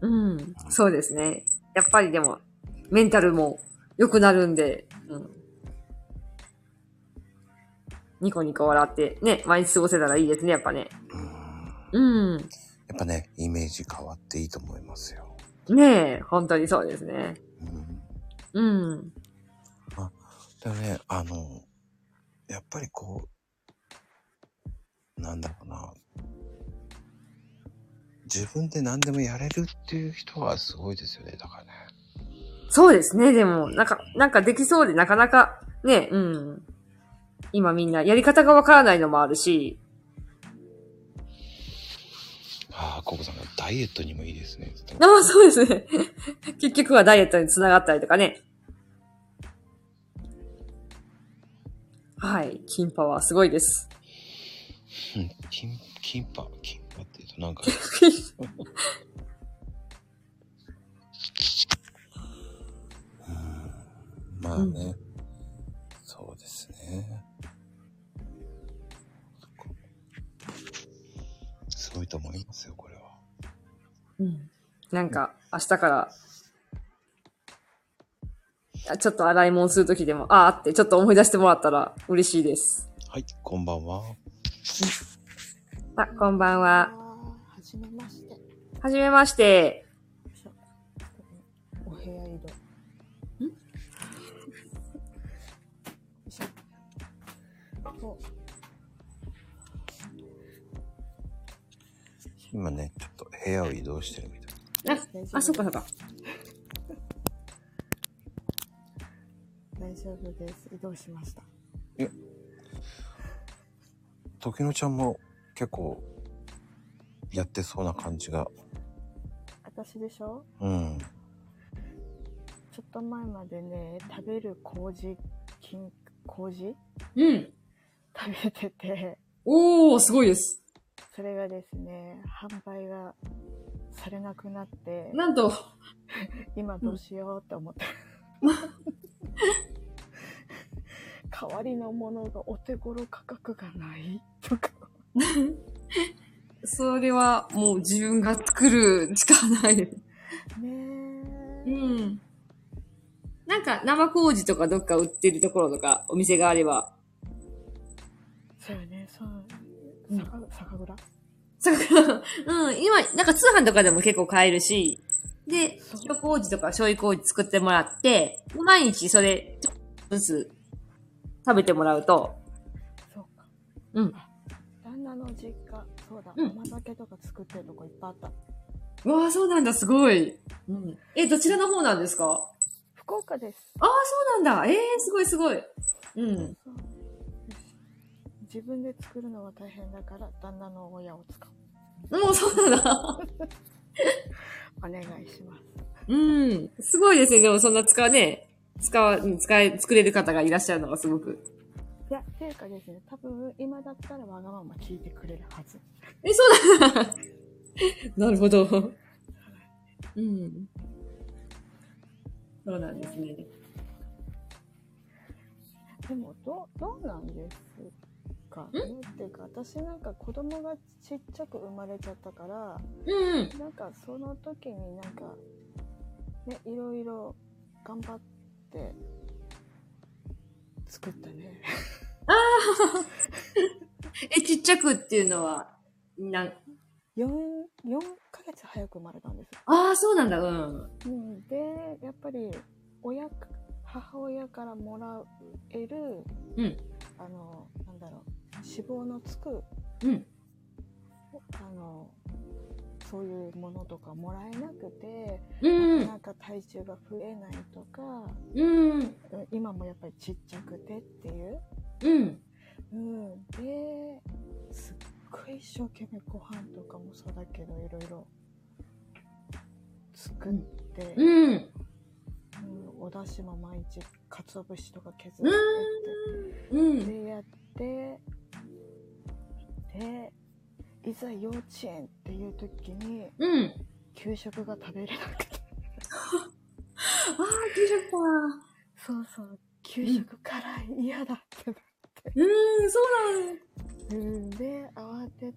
[SPEAKER 2] うん。そうですね。やっぱりでも、メンタルも良くなるんで、うん。ニコニコ笑って、ね、毎日過ごせたらいいですね、やっぱね。
[SPEAKER 1] う。うーん。
[SPEAKER 2] うん。
[SPEAKER 1] やっぱね、イメージ変わっていいと思いますよ。
[SPEAKER 2] ねえ、本当にそうですね。
[SPEAKER 1] うん。
[SPEAKER 2] うん。
[SPEAKER 1] でもね、あの、やっぱりこう、なんだろうな。自分で何でもやれるっていう人はすごいですよね、だからね。
[SPEAKER 2] そうですね、でも、なんか、なんかできそうでなかなか、ね、うん。今みんなやり方がわからないのもあるし、
[SPEAKER 1] ああ、ココさんがダイエットにもいいですね。
[SPEAKER 2] ああ、そうですね。 結局はダイエットにつながったりとかね。はい。キンパはすごいです。
[SPEAKER 1] うん金、金パ、金パって言うとなんか、 うんまあね、そうですね。すごいと思いますよ、これは。
[SPEAKER 2] うん。なんか、明日から、あちょっと洗い物するときでも、ああってちょっと思い出してもらったら嬉しいです。
[SPEAKER 1] はい、こんばんは。
[SPEAKER 2] あ、こんばんは。
[SPEAKER 4] はじめまして。よ
[SPEAKER 2] はじめまして。
[SPEAKER 4] いしょお部屋移動。
[SPEAKER 2] ん
[SPEAKER 4] よいしょお
[SPEAKER 1] 今ね、ちょっと部屋を移動してるみたい。
[SPEAKER 2] あ、そうかそうか。
[SPEAKER 4] 大丈夫です。移動しました。
[SPEAKER 1] 時のちゃんも結構やってそうな感じが。
[SPEAKER 6] 私でしょ
[SPEAKER 1] うん。
[SPEAKER 6] ちょっと前までね、食べる麹、菌、麹
[SPEAKER 2] うん。
[SPEAKER 6] 食べてて、
[SPEAKER 2] おー、すごいです。
[SPEAKER 6] それがですね、販売がされなくなって、
[SPEAKER 2] なんと、
[SPEAKER 6] 今どうしようって思って。 代わりのものがお手頃価格がないとか。
[SPEAKER 2] それはもう自分が作るしかない。
[SPEAKER 6] ね
[SPEAKER 2] う
[SPEAKER 6] え。
[SPEAKER 2] ん。なんか生麹とかどっか売ってるところとかお店があれば。
[SPEAKER 6] そうよね、そう。
[SPEAKER 2] うん
[SPEAKER 6] 酒酒蔵
[SPEAKER 2] そうか。うん。今、なんか通販とかでも結構買えるし。で、塩麹とか醤油麹作ってもらって、毎日それ、ちょっとずつ食べてもらうと。
[SPEAKER 6] そうか。
[SPEAKER 2] うん。
[SPEAKER 6] 旦那の実家、そうだ、
[SPEAKER 2] うん
[SPEAKER 6] 甘酒とか作ってるとこいっぱいあった。
[SPEAKER 2] うわあ、そうなんだ、すごい。うん。え、どちらの方なんですか
[SPEAKER 6] 福岡です。
[SPEAKER 2] ああ、そうなんだ。ええー、すごいすごい。うん。
[SPEAKER 6] そう自分で作るのは大変だから、旦那の親を使う。
[SPEAKER 2] もうそうなん だ。
[SPEAKER 6] お願いします。
[SPEAKER 2] うん。すごいですね。でもそんな使わね、使わ、うん使え、作れる方がいらっしゃるのがすごく。
[SPEAKER 6] いや、ていうかですね、多分、今だったらわがまま聞いてくれるはず。
[SPEAKER 2] え、そうなんだ。なるほど。うん。そうなんですね。
[SPEAKER 6] でも、どう、どうなんですかねっていうか、私なんか子供がちっちゃく生まれちゃったから、
[SPEAKER 2] うん。
[SPEAKER 6] なんかその時になんか、ね、いろいろ頑張って作ったね。
[SPEAKER 2] え、ちっちゃくっていうのは、なん、
[SPEAKER 6] 4、4ヶ月早く生まれたんです。
[SPEAKER 2] ああ、そうなんだ、うん。
[SPEAKER 6] うん、でやっぱり親か母親からもらえる、
[SPEAKER 2] うん
[SPEAKER 6] あのなんだろう脂肪のつく
[SPEAKER 2] うん。
[SPEAKER 6] あのそういうものとかもらえなくて、
[SPEAKER 2] うん。
[SPEAKER 6] なんか体重が増えないとか
[SPEAKER 2] うん。
[SPEAKER 6] うん今もやっぱりちっちゃくてっていう、
[SPEAKER 2] うん。
[SPEAKER 6] うん、ですっごい一生懸命ご飯とかもそうだけどいろいろ作って。
[SPEAKER 2] うん。
[SPEAKER 6] うんお出汁も毎日鰹節とか削っ
[SPEAKER 2] う
[SPEAKER 6] て
[SPEAKER 2] う
[SPEAKER 6] って
[SPEAKER 2] ん。
[SPEAKER 6] でやってでいざ幼稚園っていう時に
[SPEAKER 2] うん。
[SPEAKER 6] 給食が食べれなくて
[SPEAKER 2] ああ、給食か。
[SPEAKER 6] そうそう給食辛い嫌だってな
[SPEAKER 2] うーん、そうなの。
[SPEAKER 6] うんで慌てて、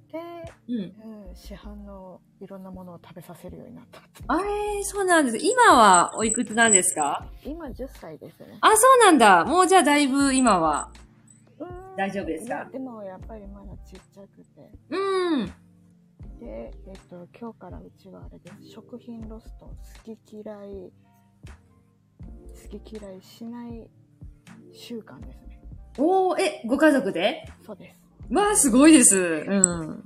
[SPEAKER 2] うん。
[SPEAKER 6] うん、市販のいろんなものを食べさせるようになったって
[SPEAKER 2] あれ、そうなんです。今はおいくつなんですか
[SPEAKER 6] 今10歳ですね
[SPEAKER 2] あ、そうなんだ。もうじゃあだいぶ今は。
[SPEAKER 6] うん
[SPEAKER 2] 大丈夫ですか
[SPEAKER 6] いやでもやっぱりまだちっちゃくて
[SPEAKER 2] うん。
[SPEAKER 6] で、えっと、今日からうちはあれです。食品ロスト、好き嫌い、好き嫌いしない習慣ですね。
[SPEAKER 2] おー、え、ご家族で
[SPEAKER 6] そうです。
[SPEAKER 2] わあ、すごいです。うん。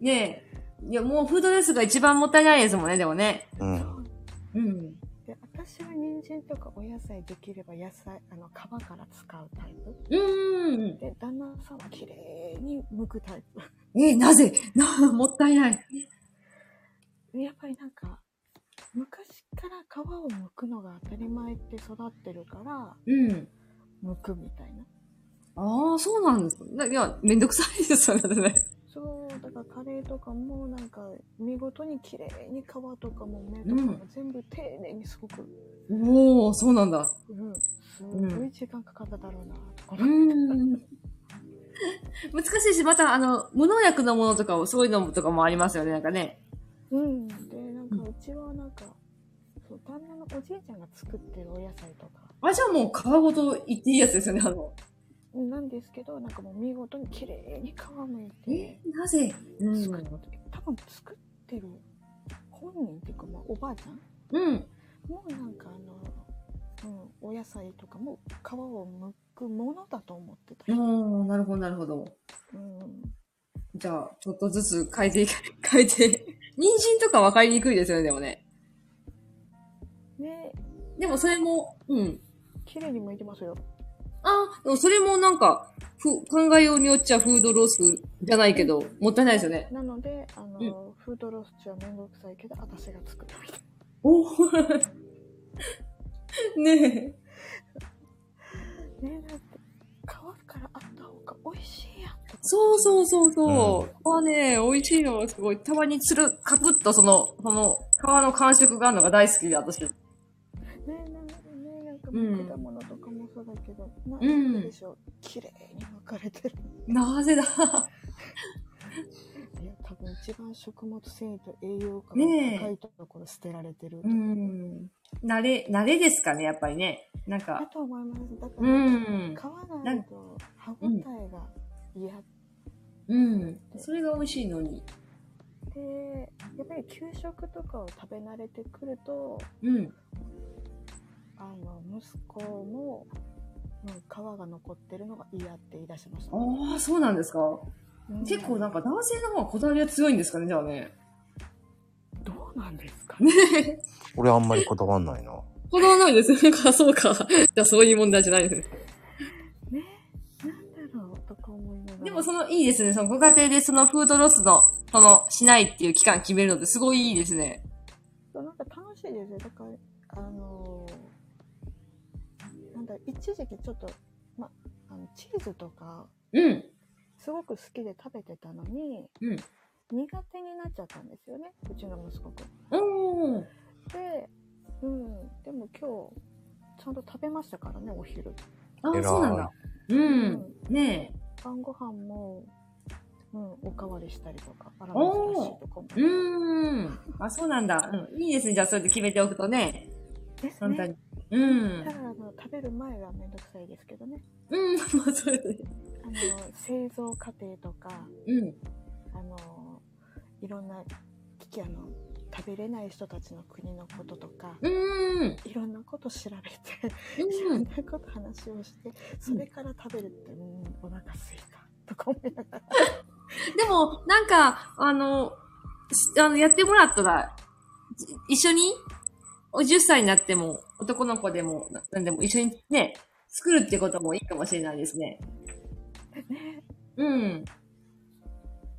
[SPEAKER 2] ねえ。いや、もうフードレスが一番もったいないですもんね、でもね。
[SPEAKER 1] うん。
[SPEAKER 2] うん。
[SPEAKER 6] で、私は人参とかお野菜できれば野菜、あの、皮から使うタイプ。
[SPEAKER 2] うん。
[SPEAKER 6] で、旦那さんは綺麗に剥くタイ
[SPEAKER 2] え、なぜ な、もったいない。
[SPEAKER 6] プ。 でやっぱりなんか、昔から皮を剥くのが当たり前って育ってるから、
[SPEAKER 2] うん。
[SPEAKER 6] 剥くみたいな。
[SPEAKER 2] ああ、そうなんですね。いや、めんどくさいですよね、だってね。
[SPEAKER 6] そう、だからカレーとかもなんか見事に綺麗に皮とかも目とかも全部丁寧にすごく、
[SPEAKER 2] おお、そうなんだ。
[SPEAKER 6] うん、すごい時間かかっただろうなとか、
[SPEAKER 2] うーん。難しいし、また、あの、無農薬のものとかを、そういうのとかもありますよね、なんかね。
[SPEAKER 6] うん、で、なんかうちはなんか、そう、旦那のおじいちゃんが作ってるお野菜とか、
[SPEAKER 2] あ、じゃあもう皮ごといっていいやつですよね、あの。
[SPEAKER 6] なんですけど、なんかもう見事に綺麗に皮むいて、
[SPEAKER 2] なぜう
[SPEAKER 6] 作っ多分作ってる本人っていうか、まあおばあちゃん
[SPEAKER 2] うん。
[SPEAKER 6] もうなんかあの、うん、お野菜とかも皮を剥くものだと思ってた。
[SPEAKER 2] うん、なるほど、なるほど。
[SPEAKER 6] うん。
[SPEAKER 2] じゃあ、ちょっとずつ変えていか、 変えて。人参とか分かりにくいですよね、でもね。
[SPEAKER 6] ね
[SPEAKER 2] でもそれも、うん。
[SPEAKER 6] 綺麗に剥いてますよ。
[SPEAKER 2] あ、でもそれもなんか、ふ、考えようによっちゃフードロスじゃないけど、もったいないですよね。
[SPEAKER 6] なので、あの、フードロスチはめんどくさいけど、私が作るみたい
[SPEAKER 2] お ね
[SPEAKER 6] な。ねだって、皮からあった方が美味しいやんとか。
[SPEAKER 2] そうそうそうそう。ここはね、美味しいの、すごい。たまにつる、カプッとその、その、皮の感触があるのが大好きで、私。
[SPEAKER 6] ねなんかねなんか
[SPEAKER 2] うん
[SPEAKER 6] 果物とかもそうだけど、な
[SPEAKER 2] うん
[SPEAKER 6] なんでしょう。綺麗に剥かれてる。
[SPEAKER 2] なぜだ
[SPEAKER 6] いや、多分一番食物繊維と栄養価が
[SPEAKER 2] ねえ
[SPEAKER 6] 高いところ捨てられてる。
[SPEAKER 2] うん。慣れ、慣れですかね、やっぱりね。なん
[SPEAKER 6] だ
[SPEAKER 2] か。
[SPEAKER 6] と思います。だから、
[SPEAKER 2] うん。
[SPEAKER 6] 皮があると歯応えが嫌
[SPEAKER 2] うん。それが美味しいのに。
[SPEAKER 6] で、やっぱり給食とかを食べ慣れてくると、
[SPEAKER 2] うん。
[SPEAKER 6] あの、息子も、うん、皮が残ってるのが嫌って言い出しました。
[SPEAKER 2] ああ、そうなんですか。
[SPEAKER 6] うん
[SPEAKER 2] 結構なんか男性の方がこだわりが強いんですかね、じゃあね。
[SPEAKER 6] どうなんですか
[SPEAKER 2] ね
[SPEAKER 7] 俺あんまりこだわんないな。
[SPEAKER 2] こだわらないですよ ね。か、そうか。じゃあそういう問題じゃないですね。
[SPEAKER 6] ね。なんだろうとか思いながら。
[SPEAKER 2] でもその、いいですね。そのご家庭でそのフードロスの、その、しないっていう期間決めるのってすごいいいですね。
[SPEAKER 6] そうなんか楽しいですよ。だから、あのーなんだろう、一時期ちょっと、ま、あの、チーズとか、
[SPEAKER 2] うん。
[SPEAKER 6] すごく好きで食べてたのに、
[SPEAKER 2] うん
[SPEAKER 6] 苦手になっちゃったんですよね、うちの息子くん。
[SPEAKER 2] おー。
[SPEAKER 6] で、うん、でも今日、ちゃんと食べましたからね、お昼。
[SPEAKER 2] あ
[SPEAKER 7] 偉
[SPEAKER 2] あ、
[SPEAKER 7] い
[SPEAKER 2] そうなんだ。うん。ね
[SPEAKER 6] 晩ご飯も、うん、おかわりしたりとか、あらめしだしとかも。
[SPEAKER 2] え。うーん。あ、そうなんだ。うん。いいですね。じゃあそうやって決めておくとね。
[SPEAKER 6] です
[SPEAKER 2] 簡単
[SPEAKER 6] ね。
[SPEAKER 2] に。うん
[SPEAKER 6] た。だ、あの、食べる前はめんどくさいですけどね。
[SPEAKER 2] うん。まあそうですね。
[SPEAKER 6] あの、製造過程とか、
[SPEAKER 2] うん。
[SPEAKER 6] あの、いろんな、きあの、食べれない人たちの国のこととか、
[SPEAKER 2] うん。
[SPEAKER 6] いろんなこと調べて、いろ
[SPEAKER 2] うんん。
[SPEAKER 6] なこと話をして、それから食べるって、うん、お腹すいた。とか思いながら。
[SPEAKER 2] でも、なんか、あの、しあの、やってもらったら、じ一緒に、お10歳になっても、男の子でも、ななんでも一緒にね、作るってこともいいかもしれないですね。
[SPEAKER 6] ね
[SPEAKER 2] うん。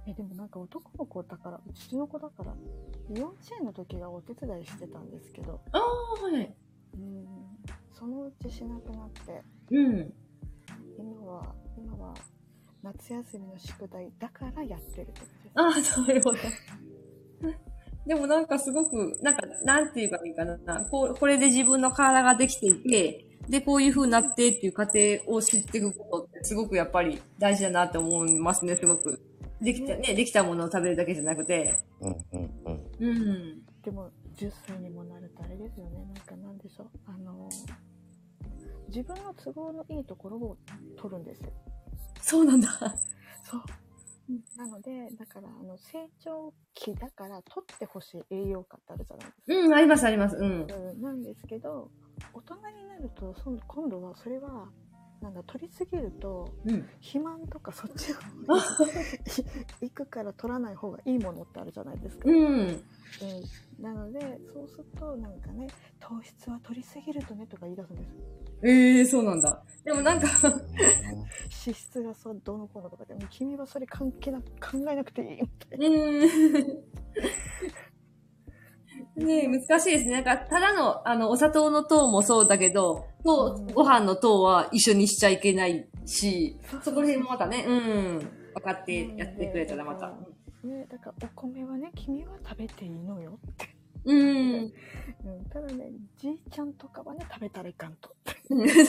[SPEAKER 6] え、でもなんか男の子だから、うちの子だから、幼稚園の時はお手伝いしてたんですけど、
[SPEAKER 2] ああ、はい。
[SPEAKER 6] うん、そのうちしなくなって、
[SPEAKER 2] うん。
[SPEAKER 6] 今は、今は、夏休みの宿題だからやってるって感じです。
[SPEAKER 2] ああ、そういうこと。でもなんかすごく、なんか、なんていうかいいかな。こう、これで自分の体ができていて、で、こういう風になってっていう過程を知っていくことって、すごくやっぱり大事だなって思いますね、すごく。できた、ね、できたものを食べるだけじゃなくて。
[SPEAKER 7] うんうんうん。
[SPEAKER 2] うん。
[SPEAKER 6] でも、10歳にもなるとあれですよね。なんかなんでしょう。あの、自分の都合のいいところを取るんですよ。
[SPEAKER 2] そうなんだ。
[SPEAKER 6] そう。なので、だから、あの、成長期だから取ってほしい栄養価ってあるじゃないですか。
[SPEAKER 2] うん、あります、あります。うん。
[SPEAKER 6] うんなんですけど大人になるとその今度はそれはなんだ取りすぎると
[SPEAKER 2] うん。
[SPEAKER 6] 肥満とかそっちの 方にい行くから取らない方がいいものってあるじゃないですか、
[SPEAKER 2] うん。
[SPEAKER 6] うんなのでそうするとなんかね糖質は取りすぎるとねとか言い出すんです
[SPEAKER 2] ええそうなんだ。でもなんか、
[SPEAKER 6] 脂質がそうどうのこうのとかでもう君はそれ関係なく考えなくていいみたいな
[SPEAKER 2] うん。ねえ、難しいですね。なんか、ただの、あの、お砂糖の糖もそうだけど、糖
[SPEAKER 6] うん
[SPEAKER 2] ご飯の糖は一緒にしちゃいけないし、そこら辺もまたね、うん。分かってやってくれたらまた。
[SPEAKER 6] ねだからお米はね君は食べていいのよって、
[SPEAKER 2] うん。
[SPEAKER 6] うん、ただねじいちゃんとかはね食べたらいかんと
[SPEAKER 2] うん
[SPEAKER 6] そう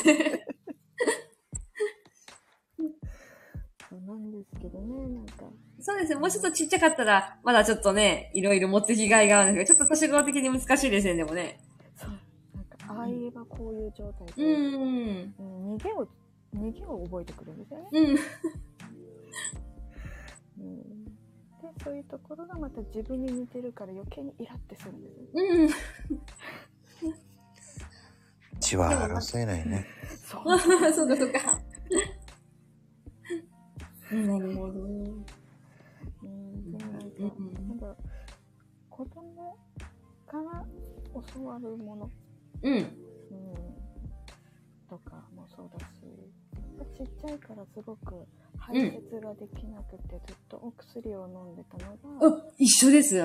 [SPEAKER 6] なんでですけどね、なんか。
[SPEAKER 2] そうですね。もうちょっとちっちゃかったら、まだちょっとね、いろいろ持ってきがいがあるんですけど、ちょっと年頃的に難しいですね、でもね。
[SPEAKER 6] そう。なんか、ああ言えばこういう状態
[SPEAKER 2] う
[SPEAKER 6] で、
[SPEAKER 2] ん。
[SPEAKER 6] うん逃げを、逃げを覚えてくるんですよね。
[SPEAKER 2] うん。
[SPEAKER 6] うん、で、そういうところがまた自分に似てるから余計にイラってするんですよね。
[SPEAKER 2] うん。
[SPEAKER 7] 血は争えないね。
[SPEAKER 6] そう。
[SPEAKER 2] そうか、そうか。なるほど。うん。
[SPEAKER 6] うん、でもなんか、なんだろう子供から教わるもの、
[SPEAKER 2] うん。
[SPEAKER 6] うん、とかもそうだし、ちっちゃいからすごく排泄ができなくて、ずっとお薬を飲んでたのが、
[SPEAKER 2] あ、一緒です。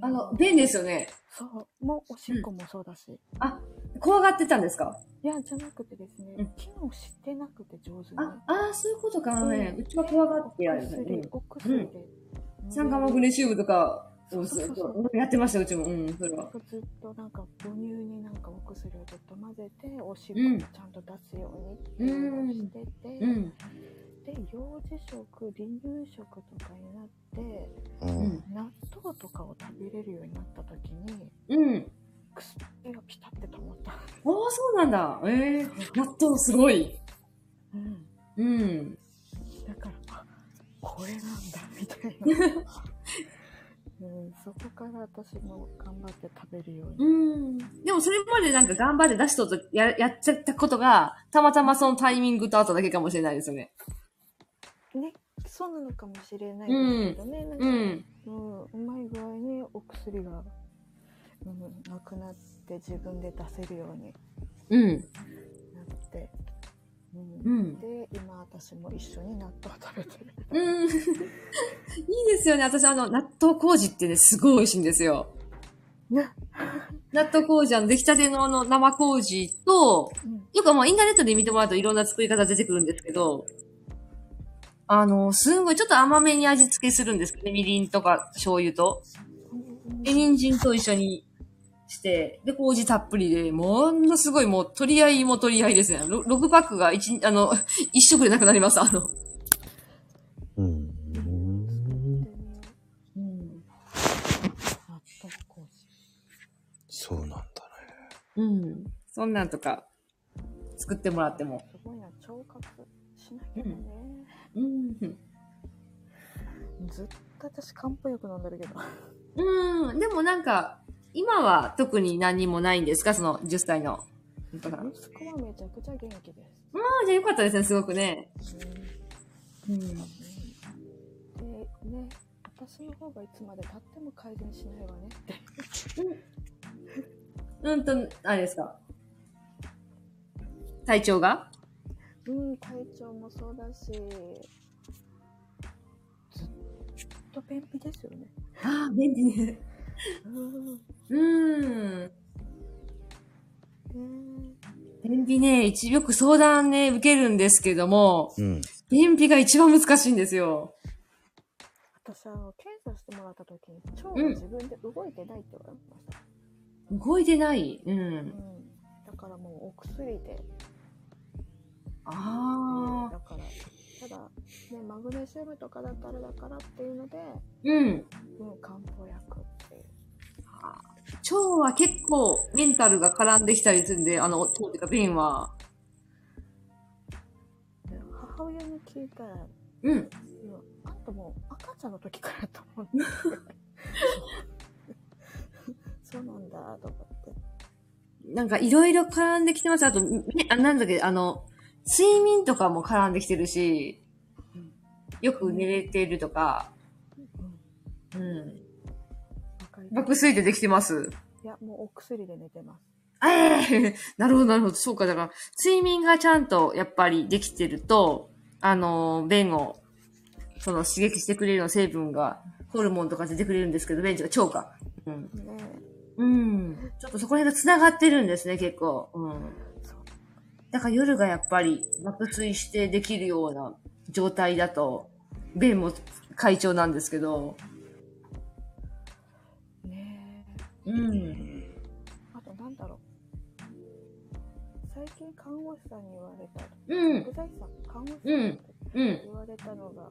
[SPEAKER 2] あの、便利ですよね。
[SPEAKER 6] そう、もうおしっこもそうだし、
[SPEAKER 2] あ、怖がってたんですか
[SPEAKER 6] いや、じゃなくてですね、
[SPEAKER 2] うん
[SPEAKER 6] 機能してなくて上手に。
[SPEAKER 2] あ、あーそういうことか。
[SPEAKER 6] うん
[SPEAKER 2] ねうちは怖がってやるよね。うん
[SPEAKER 6] お薬、お薬で。
[SPEAKER 2] 酸化マグネシウムとか、
[SPEAKER 6] そうそうそう
[SPEAKER 2] うんやってました、うちも。うん、それは。
[SPEAKER 6] ずっとなんか母乳になんかお薬をずっと混ぜておしっこもちゃんと出すようにっていうのをしてて、
[SPEAKER 2] うん。
[SPEAKER 6] で幼児食離乳食とかになって
[SPEAKER 7] うん。
[SPEAKER 6] 納豆とかを食べれるようになった時に
[SPEAKER 2] うん。
[SPEAKER 6] 薬がピタって止まった、
[SPEAKER 2] ああ、そうなんだ。ええ納豆すごい。
[SPEAKER 6] うん、
[SPEAKER 2] うん。
[SPEAKER 6] だからあこれなんだみたい な、うん、そこから私も頑張って食べるように
[SPEAKER 2] うん。でもそれまでなんか頑張って出しとっとややっちゃったことが、たまたまそのタイミングとあっただけかもしれないですよね。
[SPEAKER 6] ね、そうなのかもしれないですけどね、
[SPEAKER 2] う
[SPEAKER 6] なんか、
[SPEAKER 2] ん。
[SPEAKER 6] うん、うまい具合にお薬が、うん、なくなって自分で出せるように
[SPEAKER 2] うん。
[SPEAKER 6] なって、うん
[SPEAKER 2] うん
[SPEAKER 6] で、今私も一緒に納豆を食べてる。
[SPEAKER 2] うん。いいですよね。私あの、納豆麹ってね、すごい美味しいんですよ。
[SPEAKER 6] ね、
[SPEAKER 2] 納豆麹、あの、出来たてのあの、生麹と、
[SPEAKER 6] うん、
[SPEAKER 2] よくもうインターネットで見てもらうといろんな作り方出てくるんですけど、あの、すんごいちょっと甘めに味付けするんですけどね、みりんとか醤油と。で、人参と一緒にして、で、麹たっぷりで、ものすごいもう取り合いも取り合いですね。ろ6パックが一あの、一食でなくなります、あの。
[SPEAKER 7] うん。
[SPEAKER 6] 納豆麹。
[SPEAKER 7] そうなんだね。
[SPEAKER 2] うん。そんなんとか、作ってもらっても。
[SPEAKER 6] すごいな、腸活しなきゃだね。
[SPEAKER 2] うん。
[SPEAKER 6] ずっと私漢方薬飲んでるけど。
[SPEAKER 2] うん。でもなんか、今は特に何もないんですかその10歳の。本当かな
[SPEAKER 6] 息子はめちゃくちゃ元気です。
[SPEAKER 2] あ、じゃあよかったですね、すごくね。うん。
[SPEAKER 6] でね私の方がいつまで経っても改善しないわねって
[SPEAKER 2] うんと、あれですか。体調が
[SPEAKER 6] うん体調もそうだしずっと便秘ですよね
[SPEAKER 2] ああ、便利ね。
[SPEAKER 6] うん
[SPEAKER 2] うーん。
[SPEAKER 6] ね
[SPEAKER 2] 便秘ね、一よく相談ね、受けるんですけども、
[SPEAKER 7] うん。
[SPEAKER 2] 便秘が一番難しいんですよ。
[SPEAKER 6] 私あの検査してもらった時に腸が自分で動いてないって言われました、
[SPEAKER 2] 動いてないうん
[SPEAKER 6] うん。だからもうお薬で、
[SPEAKER 2] ああ。
[SPEAKER 6] だからただ、ね、マグネシウムとかだったらだからっていうので、
[SPEAKER 2] うん。
[SPEAKER 6] うん、漢方薬っていう
[SPEAKER 2] 腸は結構メンタルが絡んできたりするんで、あの、腸っていうか便は。
[SPEAKER 6] で母親に聞いたら
[SPEAKER 2] うん。
[SPEAKER 6] いやあんたもう赤ちゃんの時からと思ってそうなんだと思って
[SPEAKER 2] なんかいろいろ絡んできてます。あと、ね、あなんだっけ、あの、睡眠とかも絡んできてるし、よく寝れてるとか、うん。
[SPEAKER 6] 若い
[SPEAKER 2] 爆睡でできてます。
[SPEAKER 6] いやもうお薬で寝てます
[SPEAKER 2] ええ なるほど、なるほど。そうか、だから、睡眠がちゃんと、やっぱりできてると、あの、便を、その刺激してくれるような成分が、ホルモンとか出てくれるんですけど、便が腸か。うん。
[SPEAKER 6] ね
[SPEAKER 2] うん。ちょっとそこら辺が繋がってるんですね、結構。うん。
[SPEAKER 6] そう
[SPEAKER 2] だから夜がやっぱり爆睡してできるような状態だと、便も快調なんですけど。
[SPEAKER 6] ね
[SPEAKER 2] うん。
[SPEAKER 6] あとなんだろう最近看護師さんに言われた
[SPEAKER 2] うん。
[SPEAKER 6] 薬剤師さん看護師さん、
[SPEAKER 2] うんうん
[SPEAKER 6] 言われたのが、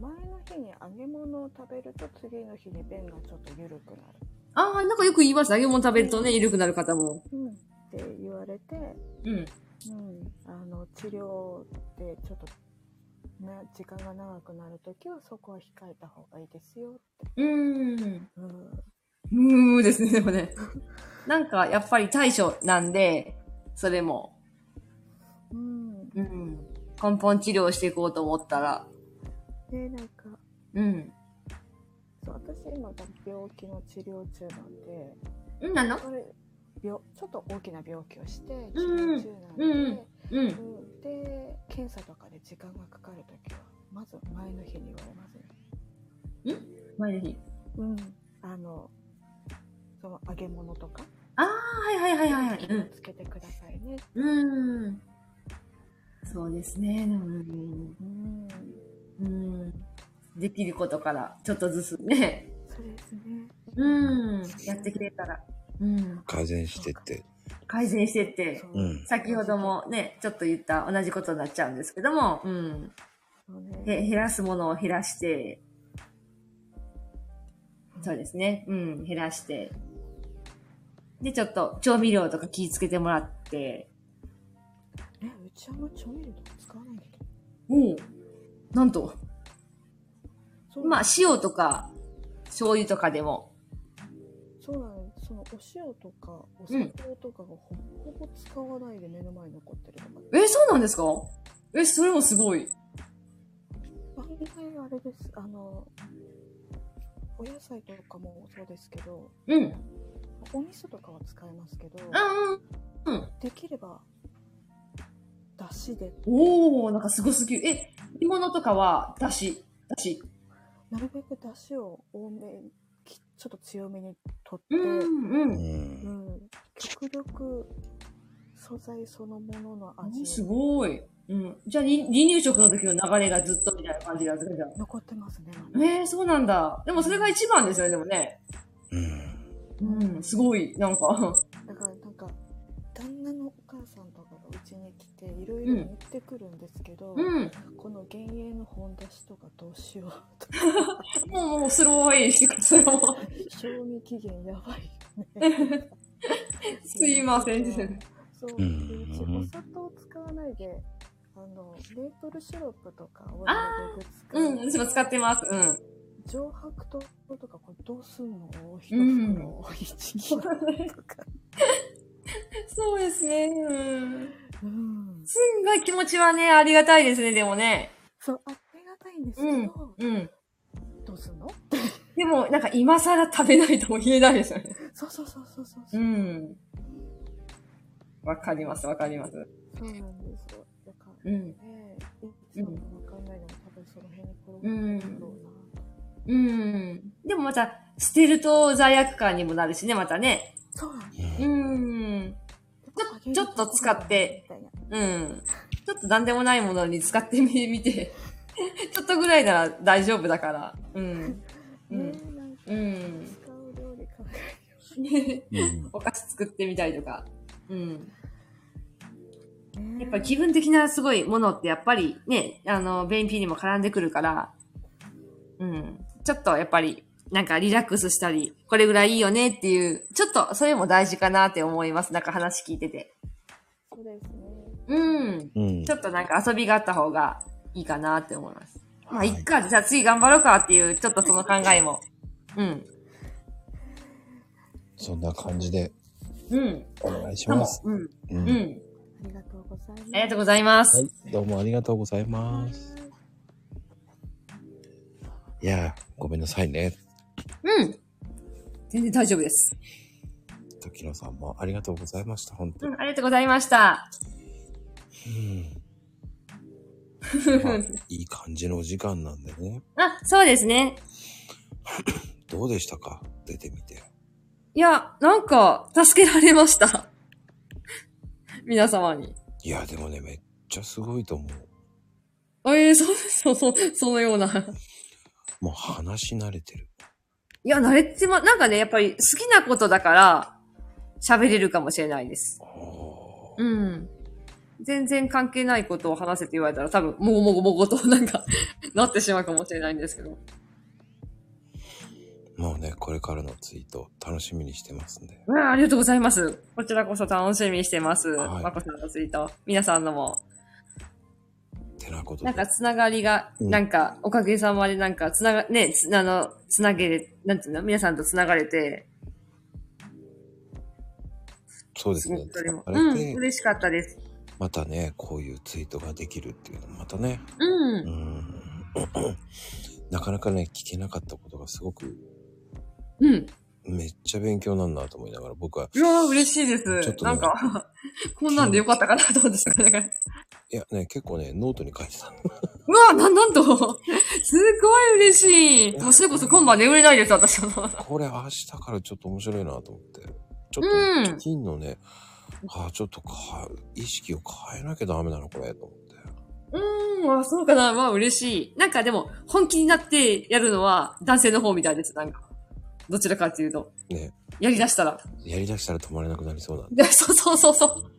[SPEAKER 6] 前の日に揚げ物を食べると次の日に便がちょっと緩くなる
[SPEAKER 2] ああ、なんかよく言います。揚げ物食べるとね、緩くなる方も。
[SPEAKER 6] って言われて、
[SPEAKER 2] うん。
[SPEAKER 6] うん、あの治療でちょっと、ね、時間が長くなるときはそこは控えた方がいいですよって。
[SPEAKER 2] うーん。
[SPEAKER 6] うん
[SPEAKER 2] うーんですね、でもね。なんか、やっぱり対処なんで、それも。
[SPEAKER 6] うん、
[SPEAKER 2] うん。根本治療していこうと思ったら。
[SPEAKER 6] でなんか
[SPEAKER 2] うん。
[SPEAKER 6] そう私今病気の治療中なんで
[SPEAKER 2] うんなの
[SPEAKER 6] それ病ちょっと大きな病気をして治
[SPEAKER 2] うん
[SPEAKER 6] 療中なんで、
[SPEAKER 2] うんうん。
[SPEAKER 6] うんで検査とかで時間がかかるときはまず前の日に言われますね。
[SPEAKER 2] 前の日。
[SPEAKER 6] うん、あのその揚げ物とか
[SPEAKER 2] あはいはいはいはいはい。
[SPEAKER 6] 気をつけてくださいね。
[SPEAKER 2] うん。うん。そうですね、でもうん
[SPEAKER 6] うん、
[SPEAKER 2] うん。できることから、ちょっとずつね。
[SPEAKER 6] そうですね。
[SPEAKER 2] うん。やってくれたら。うん。
[SPEAKER 7] 改善してって。
[SPEAKER 2] 改善してって
[SPEAKER 6] そ。う
[SPEAKER 7] うん。
[SPEAKER 2] 先ほどもね、ちょっと言った同じことになっちゃうんですけども、うん。
[SPEAKER 6] そうね。
[SPEAKER 2] へ減らすものを減らして、そうですね。うん、減らして。で、ちょっと調味料とか気ぃつけてもらって、
[SPEAKER 6] え、うちあんま調味料とか使わないんだけど。
[SPEAKER 2] うん。なんと、
[SPEAKER 6] そう
[SPEAKER 2] まあ、塩とか、醤油とかでも、
[SPEAKER 6] そうなの。そのお塩とかお
[SPEAKER 2] う
[SPEAKER 6] 砂
[SPEAKER 2] ん
[SPEAKER 6] 糖とかがほぼほぼ使わないで目の前に残ってるとか。
[SPEAKER 2] え、そうなんですかえ、それもすごい。
[SPEAKER 6] 案外あれです。あの、お野菜とかもそうですけど、
[SPEAKER 2] うん。うん
[SPEAKER 6] お味噌とかは使えますけど、
[SPEAKER 2] うん。うん。
[SPEAKER 6] できれば、だしで、
[SPEAKER 2] おー、なんかすごすぎる。え、煮物とかは、だし、だし。
[SPEAKER 6] なるべくだしを多め、きちょっと強めに取
[SPEAKER 2] う
[SPEAKER 6] っ
[SPEAKER 2] んう
[SPEAKER 6] て、、
[SPEAKER 2] ん
[SPEAKER 7] う。。
[SPEAKER 6] うんん、極力素材そのものの
[SPEAKER 2] うん
[SPEAKER 6] 味
[SPEAKER 2] す
[SPEAKER 6] を
[SPEAKER 2] ごい。うん。じゃあ、離離乳食の時の流れがずっとみたいな感じなんですかじゃあ。
[SPEAKER 6] 残ってますね。まだ
[SPEAKER 2] ええそうなんだ。でもそれが一番ですよね、でもね。
[SPEAKER 7] うん。
[SPEAKER 2] うん、すごい、なんか。
[SPEAKER 6] だからなんか旦那のお母さんとかがうちに来ていろいろ持ってくるんですけど、
[SPEAKER 2] うん。
[SPEAKER 6] この幻影の本出しとかどうしようとか
[SPEAKER 2] もう、もう、スローインしてください。もう
[SPEAKER 6] 賞味期限やばいよ ね
[SPEAKER 2] すいませんですね。
[SPEAKER 6] そう
[SPEAKER 7] う
[SPEAKER 6] で
[SPEAKER 7] ん
[SPEAKER 6] うちお砂糖使わないであのメープルシロップとかをなるべく使
[SPEAKER 2] う、
[SPEAKER 6] うん
[SPEAKER 2] 私も使ってます。うん。
[SPEAKER 6] 上白糖とかこれどうすんの一袋を一キロ とか、
[SPEAKER 2] そうですね。うん。
[SPEAKER 6] うん、
[SPEAKER 2] すんごい気持ちはね、ありがたいですね、でもね。
[SPEAKER 6] そうありがたいんですけど、
[SPEAKER 2] うん。
[SPEAKER 6] どうすんの
[SPEAKER 2] でも、なんか今更食べないとも言えないですよね。
[SPEAKER 6] そうそうそうそうそうそうう、
[SPEAKER 2] ん。わかります、わかります。
[SPEAKER 6] そうなんですよだから
[SPEAKER 2] うん。
[SPEAKER 6] ねいつもわかんないのに多分その辺に転がってるんだろうな、
[SPEAKER 2] うん。でもまた、捨てると罪悪感にもなるしね、またね。
[SPEAKER 6] そうなんで
[SPEAKER 2] うん。
[SPEAKER 6] す
[SPEAKER 2] ちょっと使って
[SPEAKER 6] みたいな
[SPEAKER 2] うん。ちょっと何でもないものに使ってみみて、 ちょっとぐらいなら大丈夫だから。うん。う
[SPEAKER 6] ね
[SPEAKER 2] ん。
[SPEAKER 6] なんか
[SPEAKER 2] うん。
[SPEAKER 6] 使う料理考え
[SPEAKER 7] うん。
[SPEAKER 2] お菓子作ってみたりとか。うん。
[SPEAKER 6] よう
[SPEAKER 2] やっぱり気分的なすごいものってやっぱりね、あの、便秘にも絡んでくるから、うん。ちょっとやっぱり、なんかリラックスしたり、これぐらいいいよねっていう、ちょっとそれも大事かなって思います。なんか話聞いてて。
[SPEAKER 6] そうですね
[SPEAKER 2] うん。
[SPEAKER 7] うん
[SPEAKER 2] ち。ょっとなんか遊びがあった方がいいかなって思います。まあ、
[SPEAKER 7] はい
[SPEAKER 2] いっか、じゃあ次頑張ろうかっていう、ちょっとその考えも。うん。
[SPEAKER 7] そんな感じで
[SPEAKER 2] うん。
[SPEAKER 7] お願いし
[SPEAKER 2] かも
[SPEAKER 7] ます。。
[SPEAKER 2] うん。
[SPEAKER 7] う。
[SPEAKER 2] うんん。
[SPEAKER 6] ありがとうございます
[SPEAKER 2] ありがとうございます。
[SPEAKER 7] はい。どうもありがとうございます。いやー、ごめんなさいね。
[SPEAKER 2] うん。全然大丈夫です。
[SPEAKER 7] 時野さんもありがとうございました。本当
[SPEAKER 2] う
[SPEAKER 7] に。
[SPEAKER 2] ん、ありがとうございました。
[SPEAKER 7] うんまあいい感じのお時間なんでね。
[SPEAKER 2] あ、そうですね。
[SPEAKER 7] どうでしたか出てみて。
[SPEAKER 2] いや、なんか、助けられました。 皆様に。
[SPEAKER 7] いや、でもね、めっちゃすごいと思う。
[SPEAKER 2] ええそう、そう、そう、そのような。
[SPEAKER 7] もう話し慣れてる。
[SPEAKER 2] いや、慣れてま、なんかね、やっぱり好きなことだから、喋れるかもしれないです。
[SPEAKER 7] おー
[SPEAKER 2] うん。全然関係ないことを話せって言われたら多分、もごもごもごとな んか、なってしまうかもしれないんですけど。
[SPEAKER 1] もうね、これからのツイート楽しみにしてますんで。
[SPEAKER 2] うわありがとうございます。こちらこそ楽しみにしてます。
[SPEAKER 1] はい
[SPEAKER 2] まこさんのツイート。皆さんのも。
[SPEAKER 1] てなことで。
[SPEAKER 2] なんかつながりが、
[SPEAKER 1] うん
[SPEAKER 2] なんか、おかげさまでなんか、つなが、ね、つ、あの、つなげれ、なんていうの皆さんとつながれて、
[SPEAKER 1] そうです
[SPEAKER 2] すご
[SPEAKER 1] ね
[SPEAKER 2] く。それも。
[SPEAKER 1] あ
[SPEAKER 2] う
[SPEAKER 1] れ
[SPEAKER 2] ん、
[SPEAKER 1] で、
[SPEAKER 2] 嬉しかったです。
[SPEAKER 1] またね、こういうツイートができるっていうのもまたね、
[SPEAKER 2] う。
[SPEAKER 1] うんん。 なかなかね、聞けなかったことがすごく、
[SPEAKER 2] うん。
[SPEAKER 1] めっちゃ勉強なんなと思いながら、僕は、
[SPEAKER 2] うわー嬉しいです。
[SPEAKER 1] ちょっとね
[SPEAKER 2] なんか、 こんなんでよかったかなと思ってたから。
[SPEAKER 1] いやね、結構ね、ノートに書いてたの。
[SPEAKER 2] うわ、な、なんと、 すごい嬉しい。もうそれこそ今晩眠れないです、私は。
[SPEAKER 1] これ明日からちょっと面白いなと思って。ちょっと、
[SPEAKER 2] うん
[SPEAKER 1] 金のね、ああ、ちょっとか、意識を変えなきゃダメなの、これ、と思って。
[SPEAKER 2] うーん、あ、そうかな。まあ嬉しい。なんかでも、本気になってやるのは男性の方みたいです、なんか。どちらかっていうと。
[SPEAKER 1] ね。
[SPEAKER 2] やり出したら。
[SPEAKER 1] やりだしたら止まれなくなりそうなんで。
[SPEAKER 2] でそうそうそうそう。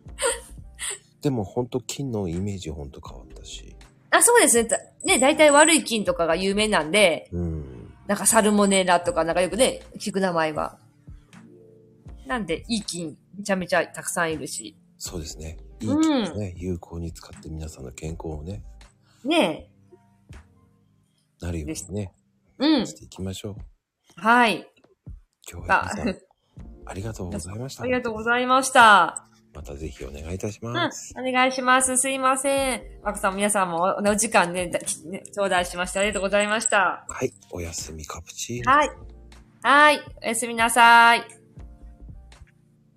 [SPEAKER 1] でも、ほんと、金のイメージほんと変わったし。
[SPEAKER 2] あ、そうですね。たね、大体悪い菌とかが有名なんで、
[SPEAKER 1] うん。
[SPEAKER 2] なんかサルモネラとかなんかよくね、聞く名前は。なんで、いい菌、めちゃめちゃたくさんいるし。
[SPEAKER 1] そうですね。いい
[SPEAKER 2] うん
[SPEAKER 1] 金をね、有効に使って皆さんの健康をね、
[SPEAKER 2] ね
[SPEAKER 1] なるようにね、
[SPEAKER 2] え。うん
[SPEAKER 1] し。ていきましょう。
[SPEAKER 2] はい。
[SPEAKER 1] 今日は皆さん、ありがとうございました。
[SPEAKER 2] ありがとうございました。
[SPEAKER 1] またぜひお願いいたし
[SPEAKER 2] う
[SPEAKER 1] ます。
[SPEAKER 2] ん、お願いします。すいません。マクさん、皆さんもおお時間ね、だきね頂戴しましてありがとうございました。
[SPEAKER 1] はい、おやすみカプチーノ。
[SPEAKER 2] はい。はい。おやすみなさい。